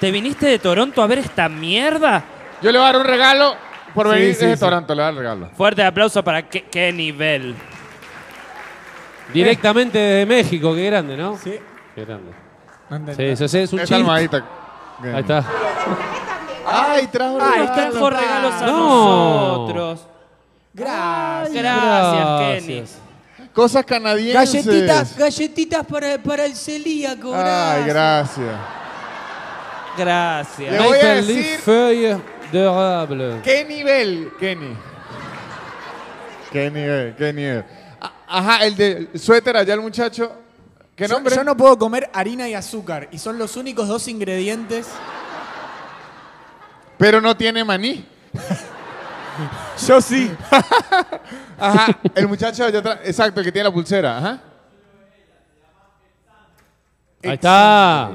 [SPEAKER 5] ¿Te viniste de Toronto a ver esta mierda?
[SPEAKER 3] Yo le voy a dar un regalo por
[SPEAKER 4] Sí,
[SPEAKER 3] venir
[SPEAKER 4] sí,
[SPEAKER 3] desde
[SPEAKER 4] sí.
[SPEAKER 3] Toronto. Le voy a dar un regalo.
[SPEAKER 5] Fuerte aplauso para qué, qué nivel.
[SPEAKER 1] Directamente de México, qué grande, ¿no?
[SPEAKER 4] Sí.
[SPEAKER 1] Qué grande.
[SPEAKER 4] No entendí.
[SPEAKER 1] Sí, eso sí, es un
[SPEAKER 3] Es
[SPEAKER 1] chiste.
[SPEAKER 3] almadita. Bien.
[SPEAKER 1] Ahí está.
[SPEAKER 3] Ay, trajo
[SPEAKER 4] Ay,
[SPEAKER 3] regalo.
[SPEAKER 5] Trajo regalos a
[SPEAKER 1] No.
[SPEAKER 5] nosotros.
[SPEAKER 4] Gracias.
[SPEAKER 5] Gracias, Kenny.
[SPEAKER 3] Cosas canadienses.
[SPEAKER 4] Galletitas, galletitas para, para el celíaco.
[SPEAKER 3] Ay,
[SPEAKER 4] gracias.
[SPEAKER 3] gracias.
[SPEAKER 5] Gracias.
[SPEAKER 3] Le voy a
[SPEAKER 1] Nathalie
[SPEAKER 3] decir-
[SPEAKER 1] Feuille de Rable.
[SPEAKER 3] ¿Qué nivel, Kenny? ¿Qué nivel? ¿Qué nivel? A- Ah, Ajá, el de suéter allá el muchacho. ¿Qué
[SPEAKER 4] Yo-
[SPEAKER 3] nombre?
[SPEAKER 4] Yo, no puedo comer harina y azúcar y son los únicos dos ingredientes.
[SPEAKER 3] Pero no tiene maní.
[SPEAKER 4] Yo sí.
[SPEAKER 3] Ajá, el muchacho allá atrás. Exacto, el que tiene la pulsera. Ajá.
[SPEAKER 1] Ahí está.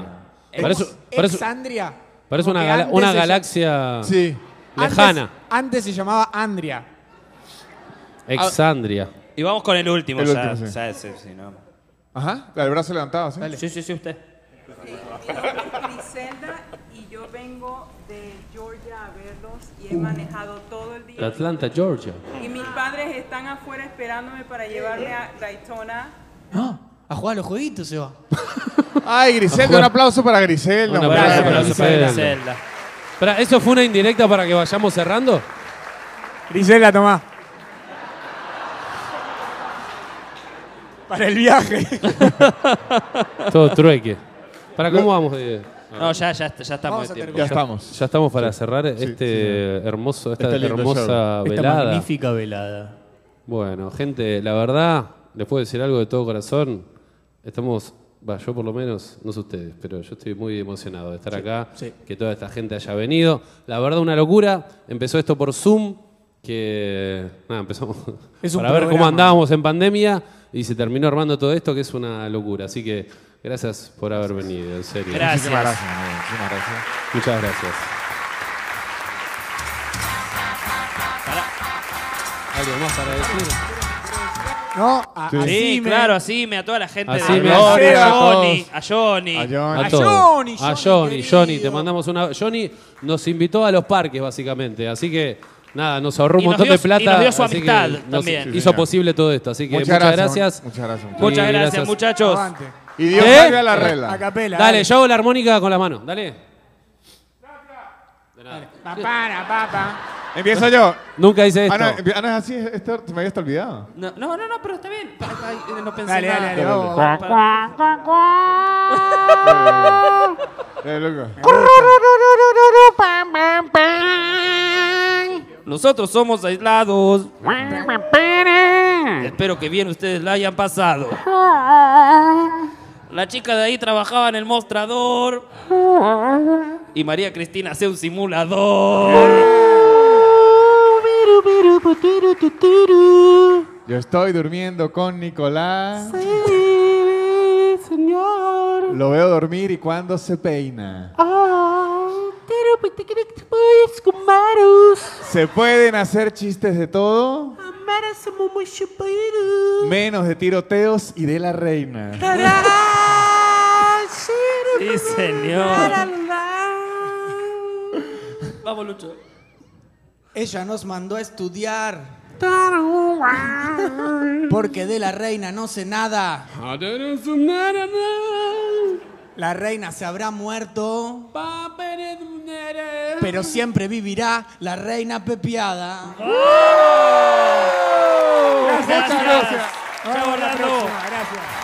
[SPEAKER 1] Parece, parece-
[SPEAKER 4] Exandria.
[SPEAKER 1] parece una,
[SPEAKER 4] Porque
[SPEAKER 1] gala-
[SPEAKER 4] antes
[SPEAKER 1] una
[SPEAKER 4] se ll-
[SPEAKER 1] galaxia
[SPEAKER 3] Sí.
[SPEAKER 4] antes-
[SPEAKER 1] lejana.
[SPEAKER 4] Antes se llamaba Andria.
[SPEAKER 1] Ah. Exandria.
[SPEAKER 5] Y vamos con el último,
[SPEAKER 3] El
[SPEAKER 5] ya.
[SPEAKER 3] último, sí.
[SPEAKER 5] ya, sí, sí, no.
[SPEAKER 3] Ajá, el brazo levantado, ¿sí?
[SPEAKER 5] sí, sí, sí, usted.
[SPEAKER 10] Griselda y yo vengo de Georgia a verlos y he manejado todo el día.
[SPEAKER 1] De Atlanta, Georgia.
[SPEAKER 10] Y mis padres están afuera esperándome para llevarme a Daytona.
[SPEAKER 4] No, a jugar a los jueguitos se va.
[SPEAKER 3] Ay, Griselda, un aplauso para Griselda.
[SPEAKER 1] Un
[SPEAKER 3] hombre.
[SPEAKER 1] aplauso para
[SPEAKER 5] Gracias,
[SPEAKER 1] Griselda.
[SPEAKER 5] Griselda.
[SPEAKER 1] Pará, ¿Eso fue una indirecta para que vayamos cerrando?
[SPEAKER 4] Grisela, tomá. Para el viaje.
[SPEAKER 1] Todo trueque. ¿Para cómo vamos? de-
[SPEAKER 5] No, ya, ya, ya estamos.
[SPEAKER 4] Vamos a
[SPEAKER 5] en tiempo.
[SPEAKER 3] Ya estamos.
[SPEAKER 1] Ya estamos para cerrar este hermoso, esta
[SPEAKER 3] Este lindo
[SPEAKER 1] hermosa velada.
[SPEAKER 4] velada.
[SPEAKER 1] Bueno, gente, la verdad, les puedo decir algo de todo corazón. Estamos, va, yo por lo menos, no sé ustedes, pero yo estoy muy emocionado de estar acá,
[SPEAKER 4] sí.
[SPEAKER 1] que toda esta gente haya venido. La verdad, una locura. Empezó esto por Zoom, que nada, empezamos
[SPEAKER 4] Es un
[SPEAKER 1] para ver cómo
[SPEAKER 4] programa.
[SPEAKER 1] andábamos en pandemia y se terminó armando todo esto, que es una locura. Así que gracias por haber venido, en serio.
[SPEAKER 5] Gracias.
[SPEAKER 3] Muchísimas gracias. amigo. Muchísimas gracias.
[SPEAKER 1] Muchas gracias. Algo más para decir.
[SPEAKER 4] No, a-
[SPEAKER 3] Sí.
[SPEAKER 5] Sí,
[SPEAKER 4] así me-
[SPEAKER 5] claro, así me a toda la gente
[SPEAKER 1] Así
[SPEAKER 5] de
[SPEAKER 1] me-
[SPEAKER 5] Gloria,
[SPEAKER 3] a
[SPEAKER 5] a
[SPEAKER 3] todos.
[SPEAKER 5] Johnny, a Johnny.
[SPEAKER 3] A John.
[SPEAKER 1] A,
[SPEAKER 4] A
[SPEAKER 1] todos.
[SPEAKER 4] Johnny,
[SPEAKER 1] a
[SPEAKER 4] Johnny,
[SPEAKER 1] Johnny,
[SPEAKER 4] querido.
[SPEAKER 1] Johnny, te mandamos una. Johnny nos invitó a los parques, básicamente. Así que, nada, nos ahorró
[SPEAKER 5] Y
[SPEAKER 1] un
[SPEAKER 5] nos
[SPEAKER 1] montón
[SPEAKER 5] dio-
[SPEAKER 1] de plata.
[SPEAKER 5] y nos dio su
[SPEAKER 1] así que
[SPEAKER 5] amistad
[SPEAKER 1] nos
[SPEAKER 5] también.
[SPEAKER 1] Hizo
[SPEAKER 3] Sí,
[SPEAKER 1] posible todo esto. Así que muchas, gracias.
[SPEAKER 3] Muchas gracias.
[SPEAKER 1] Mu-
[SPEAKER 5] Muchas
[SPEAKER 1] Sí,
[SPEAKER 5] gracias,
[SPEAKER 1] gracias.
[SPEAKER 5] muchachos.
[SPEAKER 4] Avante.
[SPEAKER 3] Y Dios
[SPEAKER 1] ¿Eh?
[SPEAKER 3] salve a la
[SPEAKER 4] A
[SPEAKER 3] regla.
[SPEAKER 4] capela.
[SPEAKER 1] Dale, yo hago la armónica con la mano. Dale.
[SPEAKER 4] Papá, papá.
[SPEAKER 3] Empiezo yo.
[SPEAKER 1] Nunca hice esto.
[SPEAKER 3] Ah, no, empie- ah, no, es así, esto me había hasta olvidado.
[SPEAKER 5] No, no, no, no, pero está bien. Ay, eh, No pensé
[SPEAKER 4] Dale, dale,
[SPEAKER 5] nada.
[SPEAKER 4] dale. vamos, vamos.
[SPEAKER 3] Eh, loco.
[SPEAKER 5] Nosotros somos aislados. Espero que bien ustedes la hayan pasado. La chica de ahí trabajaba en el mostrador. Y María Cristina hace un simulador.
[SPEAKER 3] Yo estoy durmiendo con Nicolás. Sí, señor. Lo veo dormir y cuando se peina. Se pueden hacer chistes de todo. Amigos.
[SPEAKER 13] Tarara, somos muy chupiru.
[SPEAKER 3] Menos de tiroteos y de la reina.
[SPEAKER 13] Tarara, shiru,
[SPEAKER 2] Sí, señor.
[SPEAKER 6] Vamos, Lucho.
[SPEAKER 4] Ella nos mandó a estudiar
[SPEAKER 13] tarara.
[SPEAKER 4] porque de la reina no sé nada. La reina se habrá muerto, pero siempre vivirá la reina pepiada.
[SPEAKER 13] Gracias,
[SPEAKER 4] Muchas
[SPEAKER 13] gracias.
[SPEAKER 4] gracias.
[SPEAKER 13] Chao,
[SPEAKER 4] Nos vemos la
[SPEAKER 13] Orlando.
[SPEAKER 4] próxima. Gracias.